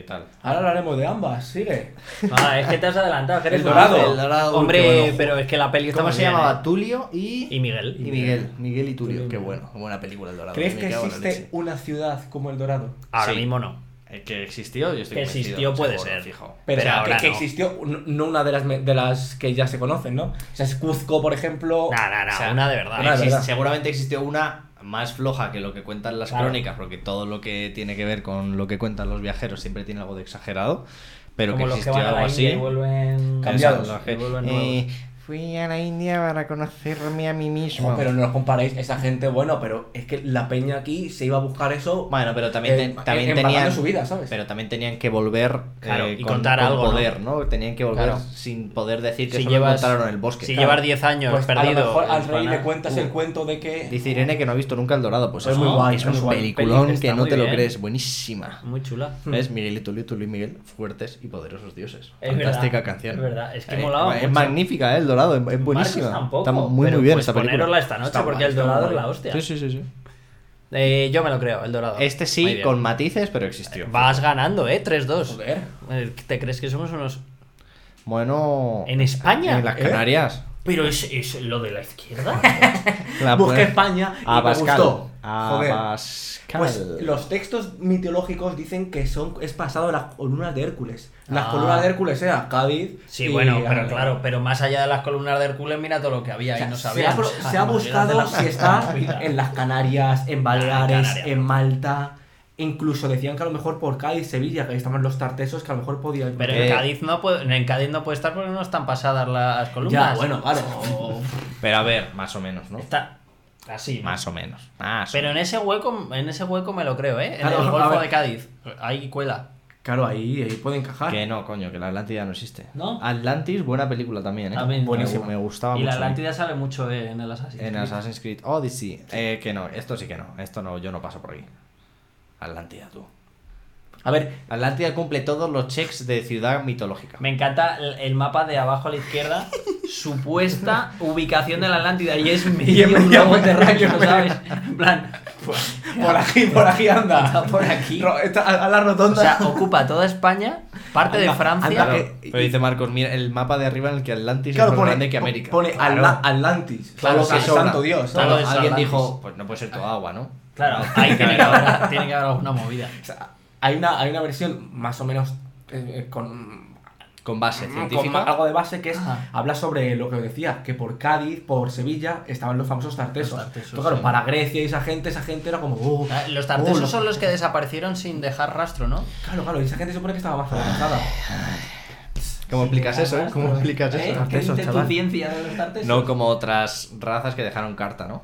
Speaker 1: eh, tal.
Speaker 3: Ahora hablaremos de ambas, sigue.
Speaker 2: Ah, es que te has adelantado. que eres
Speaker 3: El
Speaker 2: un
Speaker 3: dorado.
Speaker 2: ángel.
Speaker 3: El
Speaker 1: dorado, qué
Speaker 2: Hombre,
Speaker 1: bueno.
Speaker 2: pero es que la peli está
Speaker 1: ¿Cómo
Speaker 2: muy
Speaker 1: se
Speaker 2: bien,
Speaker 1: llamaba?
Speaker 2: ¿eh?
Speaker 1: Tulio y...
Speaker 2: Y Miguel.
Speaker 1: y Miguel. Miguel y Tulio. Qué bueno. Buena película el dorado. eh,
Speaker 3: ¿Crees
Speaker 1: me
Speaker 3: que
Speaker 1: cago en la
Speaker 3: existe
Speaker 1: leche.
Speaker 3: una ciudad como El Dorado?
Speaker 2: Ahora
Speaker 1: Sí.
Speaker 2: mismo no.
Speaker 1: Eh, Que existió, yo estoy
Speaker 2: Que
Speaker 1: convencido,
Speaker 2: existió puede
Speaker 1: seguro,
Speaker 2: ser.
Speaker 1: fijo.
Speaker 2: Pero
Speaker 3: Pero, que-
Speaker 2: ahora
Speaker 3: que,
Speaker 2: no.
Speaker 3: existió, n- no una de las, me- de las que ya se conocen, ¿no? O sea, es Cuzco, por ejemplo.
Speaker 2: No, no, no,
Speaker 1: O sea,
Speaker 2: una de verdad.
Speaker 3: Oh, una de
Speaker 1: exist-
Speaker 3: verdad.
Speaker 1: Seguramente existió una más floja que lo que cuentan las
Speaker 2: Claro.
Speaker 1: crónicas, porque todo lo que tiene que ver con lo que cuentan los viajeros siempre tiene algo de exagerado, pero
Speaker 4: Como
Speaker 1: que
Speaker 4: los que
Speaker 1: existió
Speaker 4: van a
Speaker 1: algo
Speaker 4: la
Speaker 1: así.
Speaker 4: India y vuelven...
Speaker 1: Exacto,
Speaker 3: cambiados,
Speaker 1: los que-
Speaker 4: y vuelven
Speaker 1: Eh, fui a la India para conocerme a mí mismo.
Speaker 3: Jo, Oh, pero no los comparéis, esa gente, bueno, pero es que la peña aquí se iba a buscar eso.
Speaker 1: Bueno, pero también,
Speaker 3: Eh,
Speaker 1: te- también
Speaker 3: embargando
Speaker 1: tenían
Speaker 3: su vida, pues. ¿sabes?
Speaker 1: Pero también tenían que volver
Speaker 2: Claro,
Speaker 1: eh,
Speaker 2: y
Speaker 1: con,
Speaker 2: contar
Speaker 1: con
Speaker 2: algo, ¿no?
Speaker 1: poder, ¿no? Tenían que volver
Speaker 2: Claro.
Speaker 1: sin poder decir que
Speaker 2: Si
Speaker 1: solo
Speaker 2: llevas,
Speaker 1: encontraron el bosque.
Speaker 2: si
Speaker 1: Claro.
Speaker 2: llevas 10 años
Speaker 3: Pues
Speaker 2: perdido.
Speaker 3: a lo mejor al
Speaker 2: en
Speaker 3: rey le
Speaker 2: España-
Speaker 3: cuentas
Speaker 2: Uh,
Speaker 3: el cuento de que.
Speaker 1: Dice Irene que no ha visto nunca el dorado, pues
Speaker 3: Es
Speaker 1: eso,
Speaker 3: muy guay,
Speaker 1: es
Speaker 3: es muy
Speaker 1: un
Speaker 3: guay.
Speaker 1: peliculón
Speaker 2: Peli que
Speaker 1: que
Speaker 2: está
Speaker 1: no
Speaker 2: muy
Speaker 1: te lo
Speaker 2: bien.
Speaker 1: crees, buenísima.
Speaker 2: Muy chula.
Speaker 1: ¿Ves? Miguel y Tulio, Tulio y Miguel, fuertes y poderosos dioses.
Speaker 2: Es
Speaker 1: Fantástica
Speaker 2: verdad,
Speaker 1: canción.
Speaker 2: es verdad, es que
Speaker 1: Eh,
Speaker 2: molaba
Speaker 1: Es
Speaker 2: mucho.
Speaker 1: magnífica, ¿eh? El dorado, es, es buenísima.
Speaker 4: Marcos tampoco,
Speaker 1: Está muy,
Speaker 2: Pero
Speaker 1: muy bien
Speaker 2: pues
Speaker 1: esa película.
Speaker 2: ponérosla esta noche
Speaker 3: Está
Speaker 2: porque
Speaker 3: guay,
Speaker 2: el
Speaker 3: está
Speaker 2: dorado es
Speaker 3: guay.
Speaker 2: la hostia.
Speaker 1: Sí, sí, sí, sí.
Speaker 2: Eh, yo me lo creo, el dorado.
Speaker 1: Este
Speaker 2: Muy
Speaker 1: sí,
Speaker 2: bien.
Speaker 1: con matices, pero existió.
Speaker 2: Vas ganando, ¿eh? 3-2.
Speaker 3: Joder.
Speaker 2: Eh, ¿Te crees que somos unos...?
Speaker 1: Bueno.
Speaker 2: ¿En España?
Speaker 1: En las
Speaker 3: ¿Eh?
Speaker 1: Canarias.
Speaker 2: Pero es, es lo de la izquierda.
Speaker 1: La
Speaker 3: Busqué
Speaker 1: pone-
Speaker 3: España y me
Speaker 1: Abascal.
Speaker 3: gustó. Joder.
Speaker 1: Abascal.
Speaker 3: Pues los textos mitológicos dicen que son es pasado de las columnas de Hércules. Las columnas de Hércules era Cádiz.
Speaker 2: Ah. Sí,
Speaker 3: y-
Speaker 2: bueno, pero claro, pero más allá de las columnas de Hércules, mira todo lo que había
Speaker 3: O sea,
Speaker 2: y no
Speaker 3: se,
Speaker 2: sabía.
Speaker 3: ha, pro- se ha buscado si está en las Canarias, en Baleares,
Speaker 2: Canarias.
Speaker 3: en Malta. Incluso decían que a lo mejor por Cádiz, Sevilla, que ahí estaban los tartesos, que a lo mejor podía.
Speaker 2: Pero
Speaker 1: Eh.
Speaker 2: en Cádiz, no puede, en Cádiz no puede estar porque no están pasadas las columnas.
Speaker 3: Ya, bueno, vale.
Speaker 2: O-
Speaker 1: Pero a ver, más o menos, ¿no?
Speaker 2: Está así. ¿no?
Speaker 1: Más o menos. Más o
Speaker 2: Pero en
Speaker 1: menos.
Speaker 2: ese hueco, en ese hueco me lo creo, ¿eh? En
Speaker 3: Claro,
Speaker 2: el
Speaker 3: a
Speaker 2: Golfo
Speaker 3: ver.
Speaker 2: de Cádiz. Ahí cuela.
Speaker 3: Claro, ahí, ahí puede encajar.
Speaker 1: Que no, coño, que la Atlántida no existe.
Speaker 2: ¿No?
Speaker 1: Atlantis, buena película también, ¿eh?
Speaker 2: A mí no.
Speaker 1: Buenísima. Me gustaba
Speaker 2: y
Speaker 1: mucho.
Speaker 2: la
Speaker 1: a mí.
Speaker 2: Atlántida sale mucho eh, en el Assassin's
Speaker 1: En
Speaker 2: Creed.
Speaker 1: Assassin's Creed Odyssey. Eh, que no, esto sí que no. Esto no, yo no paso por aquí. Atlántida, tú.
Speaker 3: A ver,
Speaker 1: Atlántida cumple todos los checks de ciudad mitológica.
Speaker 2: Me encanta el el mapa de abajo a la izquierda, supuesta ubicación de la Atlántida y es medio
Speaker 3: medio-
Speaker 2: globo terráqueo,
Speaker 3: medio-
Speaker 2: ¿sabes? En plan, pues,
Speaker 3: por aquí, por aquí anda.
Speaker 2: Está por aquí.
Speaker 3: Ro- está a, a la rotonda.
Speaker 2: o sea, ocupa toda España, parte de
Speaker 3: Anda,
Speaker 2: Francia.
Speaker 3: anda,
Speaker 1: Claro,
Speaker 3: eh,
Speaker 1: pero dice Marcos, mira el mapa de arriba en el que Atlantis
Speaker 3: claro,
Speaker 1: es más
Speaker 3: pone,
Speaker 1: grande que América.
Speaker 3: pone
Speaker 1: Claro.
Speaker 3: Atla- Atlantis.
Speaker 2: Claro,
Speaker 3: Claro,
Speaker 2: sí,
Speaker 3: que
Speaker 2: sobra.
Speaker 3: santo Dios.
Speaker 2: Claro,
Speaker 1: Claro,
Speaker 2: es
Speaker 1: alguien
Speaker 2: Atlantis.
Speaker 1: dijo, pues no puede ser todo agua, ¿no?
Speaker 2: Claro, ahí tiene que haber, tiene que haber alguna movida.
Speaker 3: O sea, hay, una, hay una versión más o menos eh, eh, con,
Speaker 1: Con base
Speaker 3: Ah, con ma-
Speaker 1: científica.
Speaker 3: algo de base que es
Speaker 2: Ajá.
Speaker 3: habla sobre lo que os decía, que por Cádiz, por Sevilla, estaban los famosos tartesos.
Speaker 2: Los tartesos,
Speaker 3: Entonces, claro,
Speaker 2: sí.
Speaker 3: para Grecia y esa gente, esa gente era como... "Oh,
Speaker 2: Ah, Los
Speaker 3: oh,
Speaker 2: tartesos
Speaker 3: lo-
Speaker 2: son los que desaparecieron sin dejar rastro, ¿no?
Speaker 3: Claro, claro, y esa gente se supone que estaba más adelantada.
Speaker 1: ¿Cómo explicas eso? eh? ¿Cómo explicas
Speaker 3: ¿Eh?
Speaker 1: eso?
Speaker 3: ¿Qué dices tu
Speaker 2: ciencia de los tartesos?
Speaker 1: No como otras razas que dejaron carta, ¿no?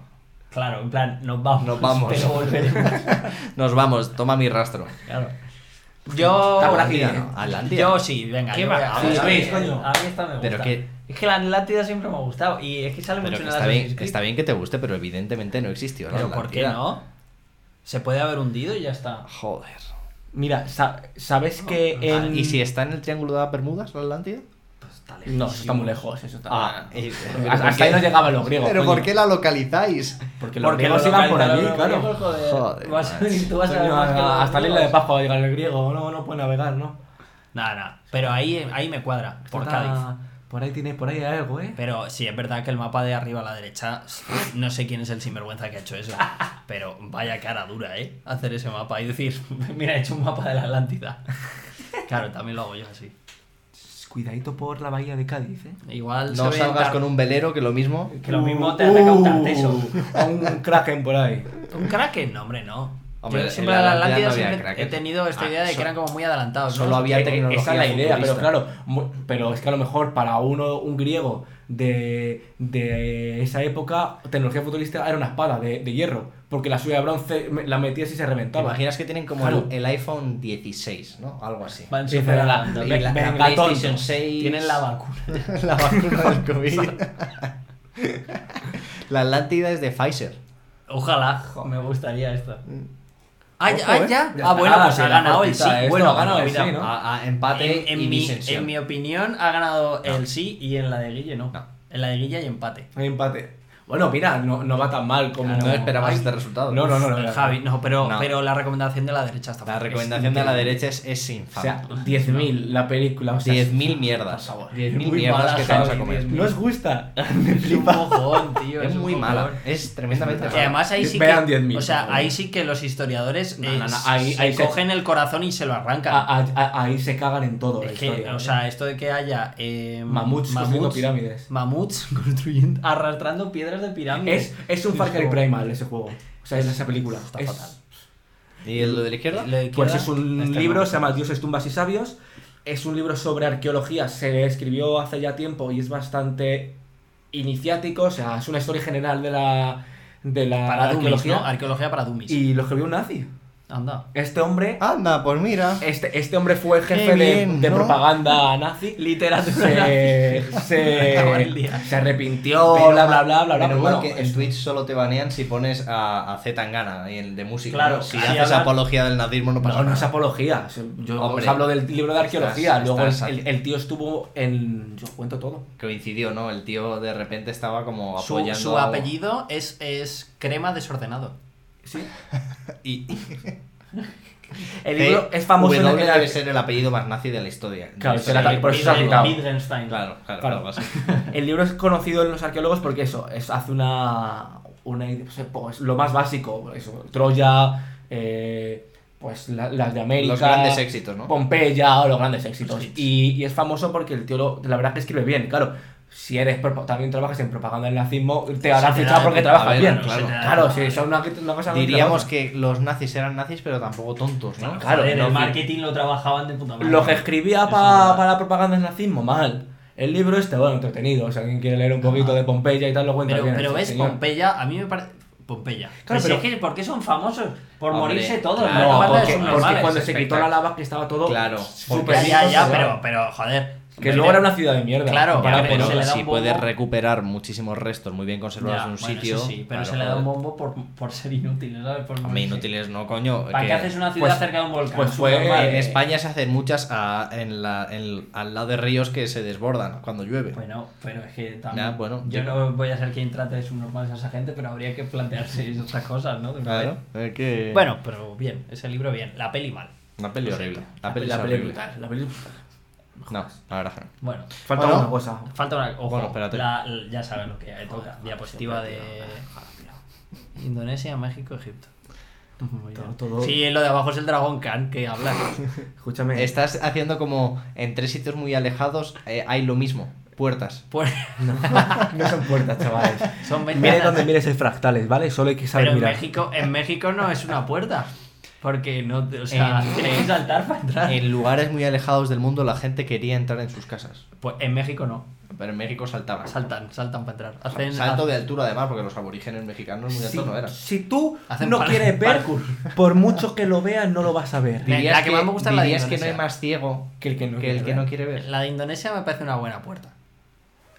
Speaker 2: Claro, en plan, nos vamos.
Speaker 1: Nos vamos.
Speaker 2: Pero volveremos.
Speaker 1: Nos vamos, toma mi rastro.
Speaker 2: Claro. Yo.
Speaker 3: Está por aquí,
Speaker 1: Atlántida, ¿no? Atlántida.
Speaker 2: Yo sí, venga.
Speaker 3: ¿Qué
Speaker 2: yo
Speaker 3: va?
Speaker 2: voy
Speaker 3: Sí,
Speaker 2: a,
Speaker 3: Luis,
Speaker 2: a-
Speaker 3: coño.
Speaker 2: a mí esta me gusta.
Speaker 1: Pero que-
Speaker 2: Es que la Atlántida siempre me ha gustado. Y es que sale
Speaker 1: Pero que
Speaker 2: mucho en el
Speaker 1: está,
Speaker 2: Assassin's
Speaker 1: bien,
Speaker 2: Creed.
Speaker 1: está bien que te guste, pero evidentemente no existió. la
Speaker 2: Pero ¿por qué
Speaker 1: Atlántida.
Speaker 2: no? Se puede haber hundido y ya está.
Speaker 1: Joder.
Speaker 3: Mira, sa- ¿sabes que
Speaker 1: Ah,
Speaker 3: en...
Speaker 1: ¿Y si está en el Triángulo de las Bermudas, la Atlántida?
Speaker 2: Pues está
Speaker 3: No,
Speaker 2: lejísimo.
Speaker 3: eso está muy lejos, eso está...
Speaker 1: eh,
Speaker 3: Ah. Hasta- hasta ahí no llegaban los griegos,
Speaker 1: ¿Pero
Speaker 3: coño.
Speaker 1: por qué la localizáis?
Speaker 3: Porque los
Speaker 2: Porque los
Speaker 3: griegos iban por allí,
Speaker 2: locales,
Speaker 3: claro.
Speaker 2: los griegos, joder,
Speaker 1: Joder,
Speaker 2: vas a-
Speaker 1: macho.
Speaker 2: tú vas a ver
Speaker 3: Coño,
Speaker 2: más que los
Speaker 3: hasta la isla de
Speaker 2: griegos.
Speaker 3: Pascua va a llegar el griego, no, no puede navegar, ¿no?
Speaker 2: Nada, nada. Pero ahí, ahí me cuadra. Por
Speaker 3: Está-
Speaker 2: Cádiz.
Speaker 3: Por ahí tiene, por ahí hay algo, ¿eh?
Speaker 2: Pero sí, es verdad que el mapa de arriba a la derecha, no sé quién es el sinvergüenza que ha hecho eso, pero vaya cara dura, ¿eh? Hacer ese mapa y decir, mira, he hecho un mapa de la Atlántida. Claro, también lo hago yo así.
Speaker 3: Cuidadito por la bahía de Cádiz, ¿eh?
Speaker 2: Igual se
Speaker 1: No
Speaker 2: ve
Speaker 1: salgas
Speaker 2: tar-
Speaker 1: con un velero, que lo mismo.
Speaker 2: Que lo mismo te ataca un tarteso.
Speaker 3: A Uh, un kraken por ahí.
Speaker 2: ¿Un kraken? No, hombre, no.
Speaker 1: Hombre,
Speaker 2: yo
Speaker 1: en
Speaker 2: siempre
Speaker 1: la
Speaker 2: de la
Speaker 1: Atlántida
Speaker 2: Atlántida
Speaker 1: no había
Speaker 2: siempre
Speaker 1: crackers.
Speaker 2: he tenido esta
Speaker 1: Ah,
Speaker 2: idea de que
Speaker 1: solo-
Speaker 2: eran como muy adelantados. ¿no?
Speaker 1: solo había
Speaker 3: Eh,
Speaker 1: tecnología
Speaker 3: Esa es la idea, pero
Speaker 1: futurista.
Speaker 3: claro, mu- pero es que a lo mejor para uno, un griego de, de esa época, tecnología futurista era una espada de, de hierro, porque la suya de bronce me- la metías y se
Speaker 1: ¿Te
Speaker 3: reventaba.
Speaker 1: imaginas que tienen como
Speaker 3: Claro.
Speaker 1: el, el iPhone 16, ¿no? Algo así.
Speaker 2: Van
Speaker 3: Sí,
Speaker 2: superando.
Speaker 3: pero la-
Speaker 1: Y
Speaker 2: Ven-
Speaker 1: la,
Speaker 2: ven-
Speaker 1: la
Speaker 3: venga,
Speaker 1: PlayStation
Speaker 3: tonto.
Speaker 1: 6.
Speaker 2: Tienen la vacuna.
Speaker 1: la vacuna del COVID. la Atlántida es de Pfizer.
Speaker 2: Ojalá, jo, me gustaría esto. Ah, ya,
Speaker 3: Ojo,
Speaker 2: ah,
Speaker 3: eh.
Speaker 2: ya.
Speaker 3: Ya
Speaker 2: Ah,
Speaker 3: está.
Speaker 2: bueno,
Speaker 3: Ah,
Speaker 2: pues
Speaker 3: sí,
Speaker 2: ha
Speaker 3: la
Speaker 2: ganado el sí.
Speaker 3: cortita, esto
Speaker 2: Bueno,
Speaker 3: ha ganado el
Speaker 2: mira,
Speaker 3: sí, ¿no?
Speaker 1: A, a empate
Speaker 2: En, en
Speaker 1: y
Speaker 2: mi,
Speaker 1: disensión.
Speaker 2: en mi opinión ha ganado el sí y en la de Guille no.
Speaker 1: No.
Speaker 2: En la de Guille hay empate.
Speaker 3: Hay empate. Bueno, mira, no, Ah, no va tan mal como.
Speaker 1: No esperabas este resultado.
Speaker 3: No, no, no. no,
Speaker 2: El
Speaker 3: no.
Speaker 2: Javi, no pero,
Speaker 1: No.
Speaker 2: pero la recomendación de la derecha está
Speaker 1: La
Speaker 2: fuerte.
Speaker 1: recomendación de la derecha es, es
Speaker 3: O
Speaker 1: infame.
Speaker 3: sea, 10.000 la película. O sea,
Speaker 1: 10.000 mierdas.
Speaker 3: por favor.
Speaker 1: 10.000
Speaker 2: Muy
Speaker 1: mierdas
Speaker 2: mala,
Speaker 1: que te vas a
Speaker 2: Javi,
Speaker 1: comer.
Speaker 2: 10.000.
Speaker 3: No os gusta.
Speaker 2: Es un mojón, tío.
Speaker 1: Es
Speaker 2: un
Speaker 1: muy
Speaker 2: mojón.
Speaker 1: mala. Es tremendamente
Speaker 2: Y
Speaker 1: mala.
Speaker 2: además ahí sí
Speaker 3: Vean
Speaker 2: que.
Speaker 3: 10.000,
Speaker 2: o
Speaker 3: por
Speaker 2: sea,
Speaker 3: favor.
Speaker 2: ahí sí que los historiadores
Speaker 3: No,
Speaker 2: eh,
Speaker 3: no, no, ahí-
Speaker 2: se
Speaker 3: ahí se-
Speaker 2: cogen el corazón y se lo arrancan.
Speaker 3: A- a- a- ahí se cagan en todo. la
Speaker 2: es que,
Speaker 3: historia,
Speaker 2: o
Speaker 3: ¿eh?
Speaker 2: sea, esto de que haya eh,
Speaker 3: Mamuts construyendo pirámides.
Speaker 2: Mamuts construyendo, arrastrando piedras de pirámides.
Speaker 3: Es, es un Far Cry Primal ese juego. O sea, es esa película.
Speaker 2: Está
Speaker 3: Es-
Speaker 2: fatal.
Speaker 1: ¿Y el de la izquierda?
Speaker 2: Lo de
Speaker 3: Pues
Speaker 2: izquierda
Speaker 3: es un
Speaker 2: está
Speaker 3: libro,
Speaker 2: mal.
Speaker 3: se llama Dioses, Tumbas y Sabios. Es un libro sobre arqueología, se escribió hace ya tiempo y es bastante iniciático. O sea, es una historia general de la, de la
Speaker 2: Para Dummies,
Speaker 3: arqueología.
Speaker 2: ¿no? Arqueología para Dummies.
Speaker 3: Y lo escribió un nazi.
Speaker 2: Anda.
Speaker 3: Este hombre,
Speaker 1: Anda, pues mira.
Speaker 3: este, este hombre fue el
Speaker 1: Qué
Speaker 3: jefe de-
Speaker 1: bien,
Speaker 3: de,
Speaker 1: ¿no?
Speaker 3: propaganda nazi.
Speaker 2: Literatura.
Speaker 3: Se,
Speaker 2: Acabó el
Speaker 3: se,
Speaker 2: día.
Speaker 3: se arrepintió, bla, bla, bla, bla, bla.
Speaker 1: Menos
Speaker 3: pero
Speaker 1: mal
Speaker 3: bueno,
Speaker 1: que en Twitch solo te banean si pones a, a Z Tangana ahí el de música.
Speaker 2: Claro,
Speaker 1: ¿no? si
Speaker 2: ahí
Speaker 1: haces
Speaker 2: hablan-
Speaker 1: apología del nazismo no pasa
Speaker 3: No, no
Speaker 1: nada.
Speaker 3: es apología. O sea, Yo
Speaker 1: Hombre,
Speaker 3: os hablo del libro de arqueología.
Speaker 1: estás-
Speaker 3: Luego el-
Speaker 1: estás
Speaker 3: el,
Speaker 1: aquí.
Speaker 3: el tío estuvo en. Yo os cuento todo.
Speaker 1: Coincidió, ¿no? El tío de repente estaba como
Speaker 2: Su,
Speaker 1: apoyando.
Speaker 2: su apellido es, es crema desordenado.
Speaker 3: Sí.
Speaker 1: Y,
Speaker 3: El libro es famoso en
Speaker 1: W
Speaker 3: la en la-
Speaker 1: debe ser el apellido más nazi de la historia.
Speaker 3: Claro,
Speaker 1: De la
Speaker 3: será
Speaker 1: historia.
Speaker 3: tal- por eso se ha quitado.
Speaker 2: Wittgenstein.
Speaker 1: Claro, claro,
Speaker 3: Claro.
Speaker 1: algo así.
Speaker 3: El libro es conocido en los arqueólogos porque eso, es, hace una, una idea, pues, pues, lo más básico, eso, Troya, eh, pues la- las de América,
Speaker 1: Los grandes éxitos, ¿no?
Speaker 3: Pompeya o los grandes éxitos. Y, y es famoso porque el tío, lo- la verdad que escribe bien, claro. Si eres propa- también trabajas en propaganda del nazismo, te harán
Speaker 4: te
Speaker 3: fichar
Speaker 4: da-
Speaker 3: porque
Speaker 4: a
Speaker 3: trabajas
Speaker 1: ver,
Speaker 3: bien.
Speaker 1: no,
Speaker 3: claro,
Speaker 1: se te da-
Speaker 3: sí, es una, una cosa muy
Speaker 1: Diríamos
Speaker 3: trabaja.
Speaker 1: que los nazis eran nazis, pero tampoco tontos, ¿no?
Speaker 3: Claro,
Speaker 2: Joder,
Speaker 3: no,
Speaker 2: el
Speaker 3: sí.
Speaker 2: marketing lo trabajaban de puta madre.
Speaker 3: Lo que escribía
Speaker 2: Eso
Speaker 3: pa-
Speaker 2: es verdad.
Speaker 3: para la propaganda del nazismo, mal. El libro este, bueno, entretenido. O sea, quien quiere leer un poquito de Pompeya y tal, lo cuenta
Speaker 4: Pero,
Speaker 3: bien.
Speaker 4: pero
Speaker 3: este
Speaker 4: ves,
Speaker 3: señor.
Speaker 4: Pompeya, a mí me parece. Pompeya.
Speaker 3: Claro,
Speaker 2: Pero Pues si
Speaker 3: pero-
Speaker 2: es que, ¿por qué son famosos? Por
Speaker 1: Hombre,
Speaker 2: morirse todos.
Speaker 1: claro,
Speaker 2: ¿no?
Speaker 3: No,
Speaker 2: Banda de
Speaker 3: porque,
Speaker 2: subnormales.
Speaker 3: porque cuando se
Speaker 1: espectac-
Speaker 3: quitó la lava que estaba todo
Speaker 1: Claro,
Speaker 3: súper
Speaker 4: Ya,
Speaker 1: porque-
Speaker 4: ya,
Speaker 3: lindo,
Speaker 4: ya,
Speaker 3: se
Speaker 4: pero,
Speaker 3: daba.
Speaker 4: pero joder.
Speaker 3: que luego era una ciudad de mierda
Speaker 4: Claro,
Speaker 3: para
Speaker 4: ya,
Speaker 1: Pero
Speaker 3: ponerse.
Speaker 4: se le da
Speaker 1: si
Speaker 4: un
Speaker 1: puedes
Speaker 4: bombo.
Speaker 1: recuperar muchísimos restos muy bien conservados
Speaker 2: Ya,
Speaker 1: en un
Speaker 2: bueno,
Speaker 1: sitio.
Speaker 2: eso sí, pero
Speaker 1: claro,
Speaker 2: se le da un
Speaker 1: joder.
Speaker 2: bombo por, por ser inútiles, ¿sabes? Por
Speaker 1: Hombre,
Speaker 2: morirse.
Speaker 1: inútiles, no, coño.
Speaker 2: ¿Para qué
Speaker 1: que-
Speaker 2: haces una ciudad
Speaker 3: pues-
Speaker 2: cerca de un eh. volcán?
Speaker 3: pues fue-
Speaker 2: Subnormal.
Speaker 1: En España se hacen muchas a- en la, en- al lado de ríos que se desbordan cuando llueve.
Speaker 2: Bueno, pero es que también.
Speaker 1: Ya, bueno,
Speaker 2: yo
Speaker 1: yo-
Speaker 2: no voy a ser quien trate de subnormales a esa gente, pero habría que plantearse otras cosas, ¿no? De una
Speaker 1: claro.
Speaker 2: vez.
Speaker 1: es que-
Speaker 4: Bueno, pero bien, ese libro bien. La peli mal.
Speaker 1: Una peli horrible. La peli es
Speaker 3: La
Speaker 1: horrible.
Speaker 3: película. La película.
Speaker 1: No, la verdad que no.
Speaker 2: Bueno,
Speaker 3: Falta
Speaker 1: Bueno.
Speaker 3: una cosa.
Speaker 4: Falta una. Ojo,
Speaker 1: Bueno, espérate.
Speaker 4: la- la- ya sabes lo que toca. Diapositiva de. Indonesia, México, Egipto. Muy bien.
Speaker 3: Todo- todo-
Speaker 4: Sí, lo de abajo es el dragón Khan que habla.
Speaker 3: Escúchame.
Speaker 1: Estás haciendo como en tres sitios muy alejados eh, hay lo mismo. Puertas.
Speaker 4: Pues,
Speaker 3: No son puertas, chavales.
Speaker 4: son
Speaker 3: Mire
Speaker 4: ventanas.
Speaker 3: donde mires el fractales, ¿vale? Solo hay que saber
Speaker 4: Pero en
Speaker 3: mirar.
Speaker 4: México, en México no es una puerta. Porque no, te- o sea, tienes que saltar para entrar.
Speaker 1: En lugares muy alejados del mundo la gente quería entrar en sus casas.
Speaker 4: Pues en México no.
Speaker 1: Pero en México saltaban.
Speaker 4: Saltan, saltan para entrar. Hacen,
Speaker 1: Salto de altura además, porque los aborígenes mexicanos muy
Speaker 3: Si,
Speaker 1: altos no eran.
Speaker 3: si tú
Speaker 4: Hacen
Speaker 3: no
Speaker 4: par-
Speaker 3: quieres ver,
Speaker 4: parkour.
Speaker 3: por mucho que lo veas, no lo vas a ver.
Speaker 4: La-
Speaker 1: Dirías
Speaker 4: la que más me gusta es la de
Speaker 1: dirías que no hay
Speaker 4: Indonesia.
Speaker 1: más ciego
Speaker 3: Que el que no
Speaker 1: que el
Speaker 3: quiere
Speaker 1: que
Speaker 3: ver.
Speaker 1: no quiere ver.
Speaker 4: La de Indonesia me parece una buena puerta.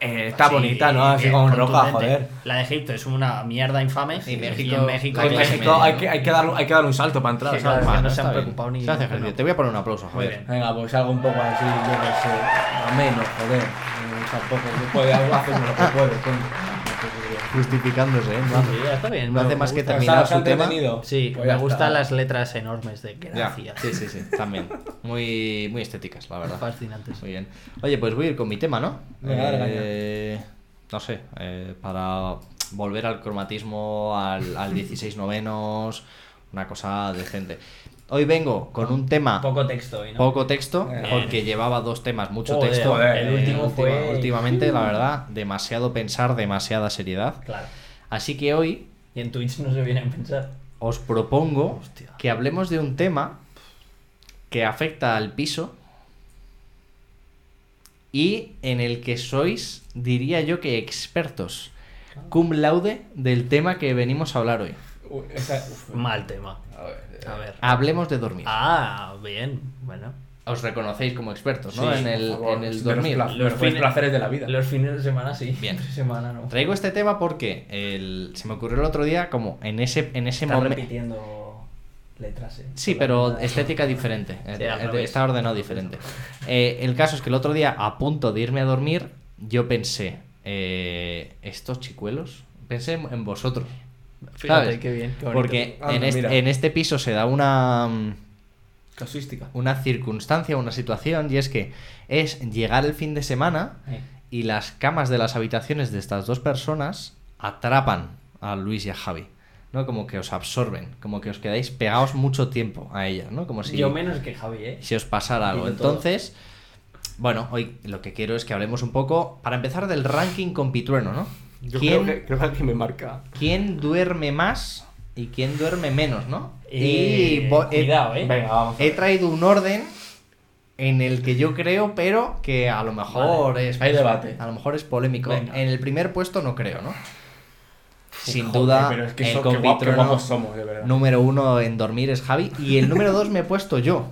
Speaker 3: Eh, está
Speaker 4: Así,
Speaker 3: bonita, ¿no? Así
Speaker 4: bien,
Speaker 3: con roca,
Speaker 4: contundente.
Speaker 3: joder.
Speaker 4: La de Egipto es una mierda infame.
Speaker 1: Y México-
Speaker 4: en México,
Speaker 1: la
Speaker 3: En
Speaker 1: clase
Speaker 3: México
Speaker 1: media,
Speaker 3: hay
Speaker 1: ¿no?
Speaker 3: que, hay, que dar, hay que dar un salto para entrar,
Speaker 4: Sí,
Speaker 3: ¿sabes?
Speaker 4: claro.
Speaker 1: Ah,
Speaker 4: no se
Speaker 1: está
Speaker 4: han
Speaker 1: bien.
Speaker 4: preocupado ni-
Speaker 1: Se hace ejercicio.
Speaker 4: no.
Speaker 1: Te voy a poner un aplauso,
Speaker 4: Muy
Speaker 1: joder.
Speaker 4: bien.
Speaker 3: Venga, pues algo un poco así, yo qué sé, a menos, joder. Eh, Tampoco se puede hacer lo que puede, coño.
Speaker 1: Justificándose, ¿eh?
Speaker 4: Sí,
Speaker 2: pues
Speaker 4: ya está bien.
Speaker 1: No hace
Speaker 4: me
Speaker 1: más que
Speaker 4: gusta.
Speaker 1: terminar
Speaker 3: ¿Os ha
Speaker 1: su tema.
Speaker 3: entretenido?
Speaker 4: Sí,
Speaker 3: Pues
Speaker 4: me
Speaker 3: ya está.
Speaker 4: gustan las letras enormes de
Speaker 1: Ya,
Speaker 4: gracias.
Speaker 1: sí, sí, sí, también. Muy, muy estéticas, la verdad.
Speaker 4: Fascinantes.
Speaker 1: Muy bien. Oye, pues voy a ir con mi tema, ¿no?
Speaker 3: Venga, dale, caña.
Speaker 1: Eh, no sé, eh, para volver al cromatismo, al, al 16 novenos, una cosa decente. Hoy vengo con un tema
Speaker 2: poco texto hoy, ¿no?
Speaker 1: poco texto,
Speaker 3: Bien.
Speaker 1: porque llevaba dos temas, mucho
Speaker 2: Joder,
Speaker 1: texto.
Speaker 3: joder,
Speaker 1: Eh,
Speaker 2: el último fue-
Speaker 1: Últimamente, la verdad, demasiado pensar, demasiada seriedad.
Speaker 2: Claro.
Speaker 1: Así que hoy
Speaker 2: Y en Twitch no se viene a pensar.
Speaker 1: os propongo
Speaker 4: Hostia.
Speaker 1: que hablemos de un tema que afecta al piso y en el que sois, diría yo que expertos, cum laude del tema que venimos a hablar hoy.
Speaker 3: Uy, esa- uf,
Speaker 4: Mal tema.
Speaker 3: a ver,
Speaker 4: A ver.
Speaker 1: Hablemos de dormir.
Speaker 4: Ah, bien. Bueno.
Speaker 1: Os reconocéis como expertos, ¿no?
Speaker 3: Sí,
Speaker 1: en, el,
Speaker 3: por favor,
Speaker 1: en el
Speaker 3: de los
Speaker 1: dormir.
Speaker 3: pla-
Speaker 2: Los
Speaker 3: los
Speaker 2: fines-
Speaker 3: placeres de la vida.
Speaker 2: Los fines de semana sí.
Speaker 1: Bien.
Speaker 2: Entre semana no.
Speaker 1: Traigo este tema porque el- se me ocurrió el otro día como en ese, en ese
Speaker 2: Está
Speaker 1: momento...
Speaker 2: repitiendo letras, ¿eh?
Speaker 1: Sí, pero estética diferente. Eh,
Speaker 2: Sí, al
Speaker 1: eh,
Speaker 2: revés.
Speaker 1: Está ordenado diferente. Eh, el caso es que el otro día, a punto de irme a dormir, yo pensé, eh, estos chicuelos, pensé en en vosotros.
Speaker 4: Fíjate,
Speaker 1: ¿sabes?
Speaker 4: qué bien, qué bonito.
Speaker 1: Porque
Speaker 3: Anda,
Speaker 1: en,
Speaker 3: mira.
Speaker 1: este, en este piso se da una, mm,
Speaker 3: Casuística.
Speaker 1: una circunstancia, una situación, y es que es llegar el fin de semana
Speaker 2: Eh,
Speaker 1: y las camas de las habitaciones de estas dos personas atrapan a Luis y a Javi. ¿no? Como que os absorben, como que os quedáis pegados mucho tiempo a ellas, ¿no? Como si
Speaker 2: Yo menos que Javi, ¿eh?
Speaker 1: si os pasara algo.
Speaker 2: Dilo todo.
Speaker 1: Entonces, bueno, hoy lo que quiero es que hablemos un poco, para empezar, del ranking con Pitrueno, ¿no?
Speaker 3: Yo
Speaker 1: ¿Quién,
Speaker 3: creo que, creo que aquí me marca.
Speaker 1: quién duerme más y quién duerme menos, no?
Speaker 2: Eh,
Speaker 1: bo- he-
Speaker 2: cuidado, ¿eh?
Speaker 3: Venga, vamos.
Speaker 1: He, traído un orden en el que yo creo, pero que a lo mejor es...
Speaker 3: hay debate.
Speaker 1: A lo mejor es polémico.
Speaker 3: Venga.
Speaker 1: En el primer puesto no creo, ¿no? Sin
Speaker 3: Joder,
Speaker 1: duda,
Speaker 3: pero es que
Speaker 1: el
Speaker 3: so-
Speaker 1: con
Speaker 3: qué guap- qué
Speaker 1: Pitrueno
Speaker 3: guapos somos, de verdad.
Speaker 1: número uno en dormir es Javi y el número dos me he puesto yo.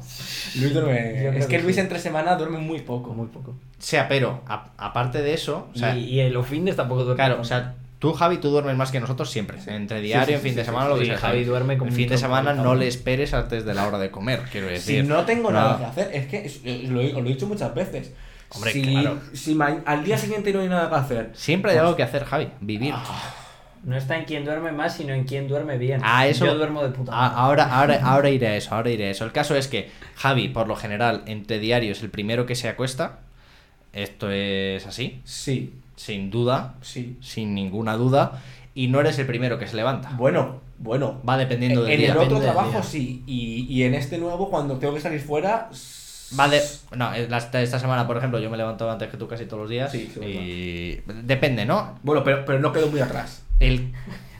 Speaker 3: Luis
Speaker 2: Yo
Speaker 3: duerme.
Speaker 2: creo
Speaker 3: Eh, Es que
Speaker 2: que
Speaker 3: Luis
Speaker 2: sí.
Speaker 3: entre semana duerme muy poco. Muy poco.
Speaker 1: O sea, pero a- aparte de eso, o sea,
Speaker 2: y, y en los fines tampoco duerme.
Speaker 1: claro,
Speaker 2: tanto.
Speaker 1: o sea, tú Javi, tú duermes más que nosotros siempre, entre diario,
Speaker 3: Sí, sí,
Speaker 1: en fin
Speaker 3: sí,
Speaker 1: de
Speaker 3: sí,
Speaker 1: semana,
Speaker 2: sí.
Speaker 1: lo que
Speaker 2: Sí,
Speaker 1: sea.
Speaker 2: Javi duerme como
Speaker 1: el
Speaker 2: un
Speaker 1: fin de
Speaker 2: tronco
Speaker 1: semana
Speaker 2: de
Speaker 1: no
Speaker 2: cabrón.
Speaker 1: le esperes antes de la hora de comer, quiero decir.
Speaker 3: Si no tengo
Speaker 1: nada.
Speaker 3: nada que hacer, es que es- eh, lo, he- os lo he dicho muchas veces.
Speaker 4: Hombre,
Speaker 3: si,
Speaker 4: claro.
Speaker 3: si ma- al día siguiente no hay nada que hacer.
Speaker 1: Siempre hay algo que hacer, Javi, vivir.
Speaker 3: Ah,
Speaker 2: No está en quien duerme más, sino en quien duerme bien.
Speaker 1: A Ah, eso.
Speaker 2: Yo duermo de puta
Speaker 1: a-
Speaker 2: madre.
Speaker 1: ahora, ahora, ahora iré a eso, ahora iré a eso. El caso es que Javi, por lo general, entre diario es el primero que se acuesta. Esto es así,
Speaker 3: Sí,
Speaker 1: sin duda,
Speaker 3: sí.
Speaker 1: sin ninguna duda. y no eres el primero que se levanta.
Speaker 3: Bueno, bueno.
Speaker 1: Va dependiendo del
Speaker 3: en
Speaker 1: día.
Speaker 3: el otro
Speaker 4: depende del
Speaker 3: trabajo
Speaker 4: día.
Speaker 3: sí. Y, y en este nuevo, cuando tengo que salir fuera. s-
Speaker 1: Va de- no, eh, la- esta, esta semana, por ejemplo, yo me levantaba antes que tú casi todos los días.
Speaker 3: Sí, sí,
Speaker 1: y depende, ¿no?
Speaker 3: Bueno, pero, pero no quedo muy atrás.
Speaker 1: El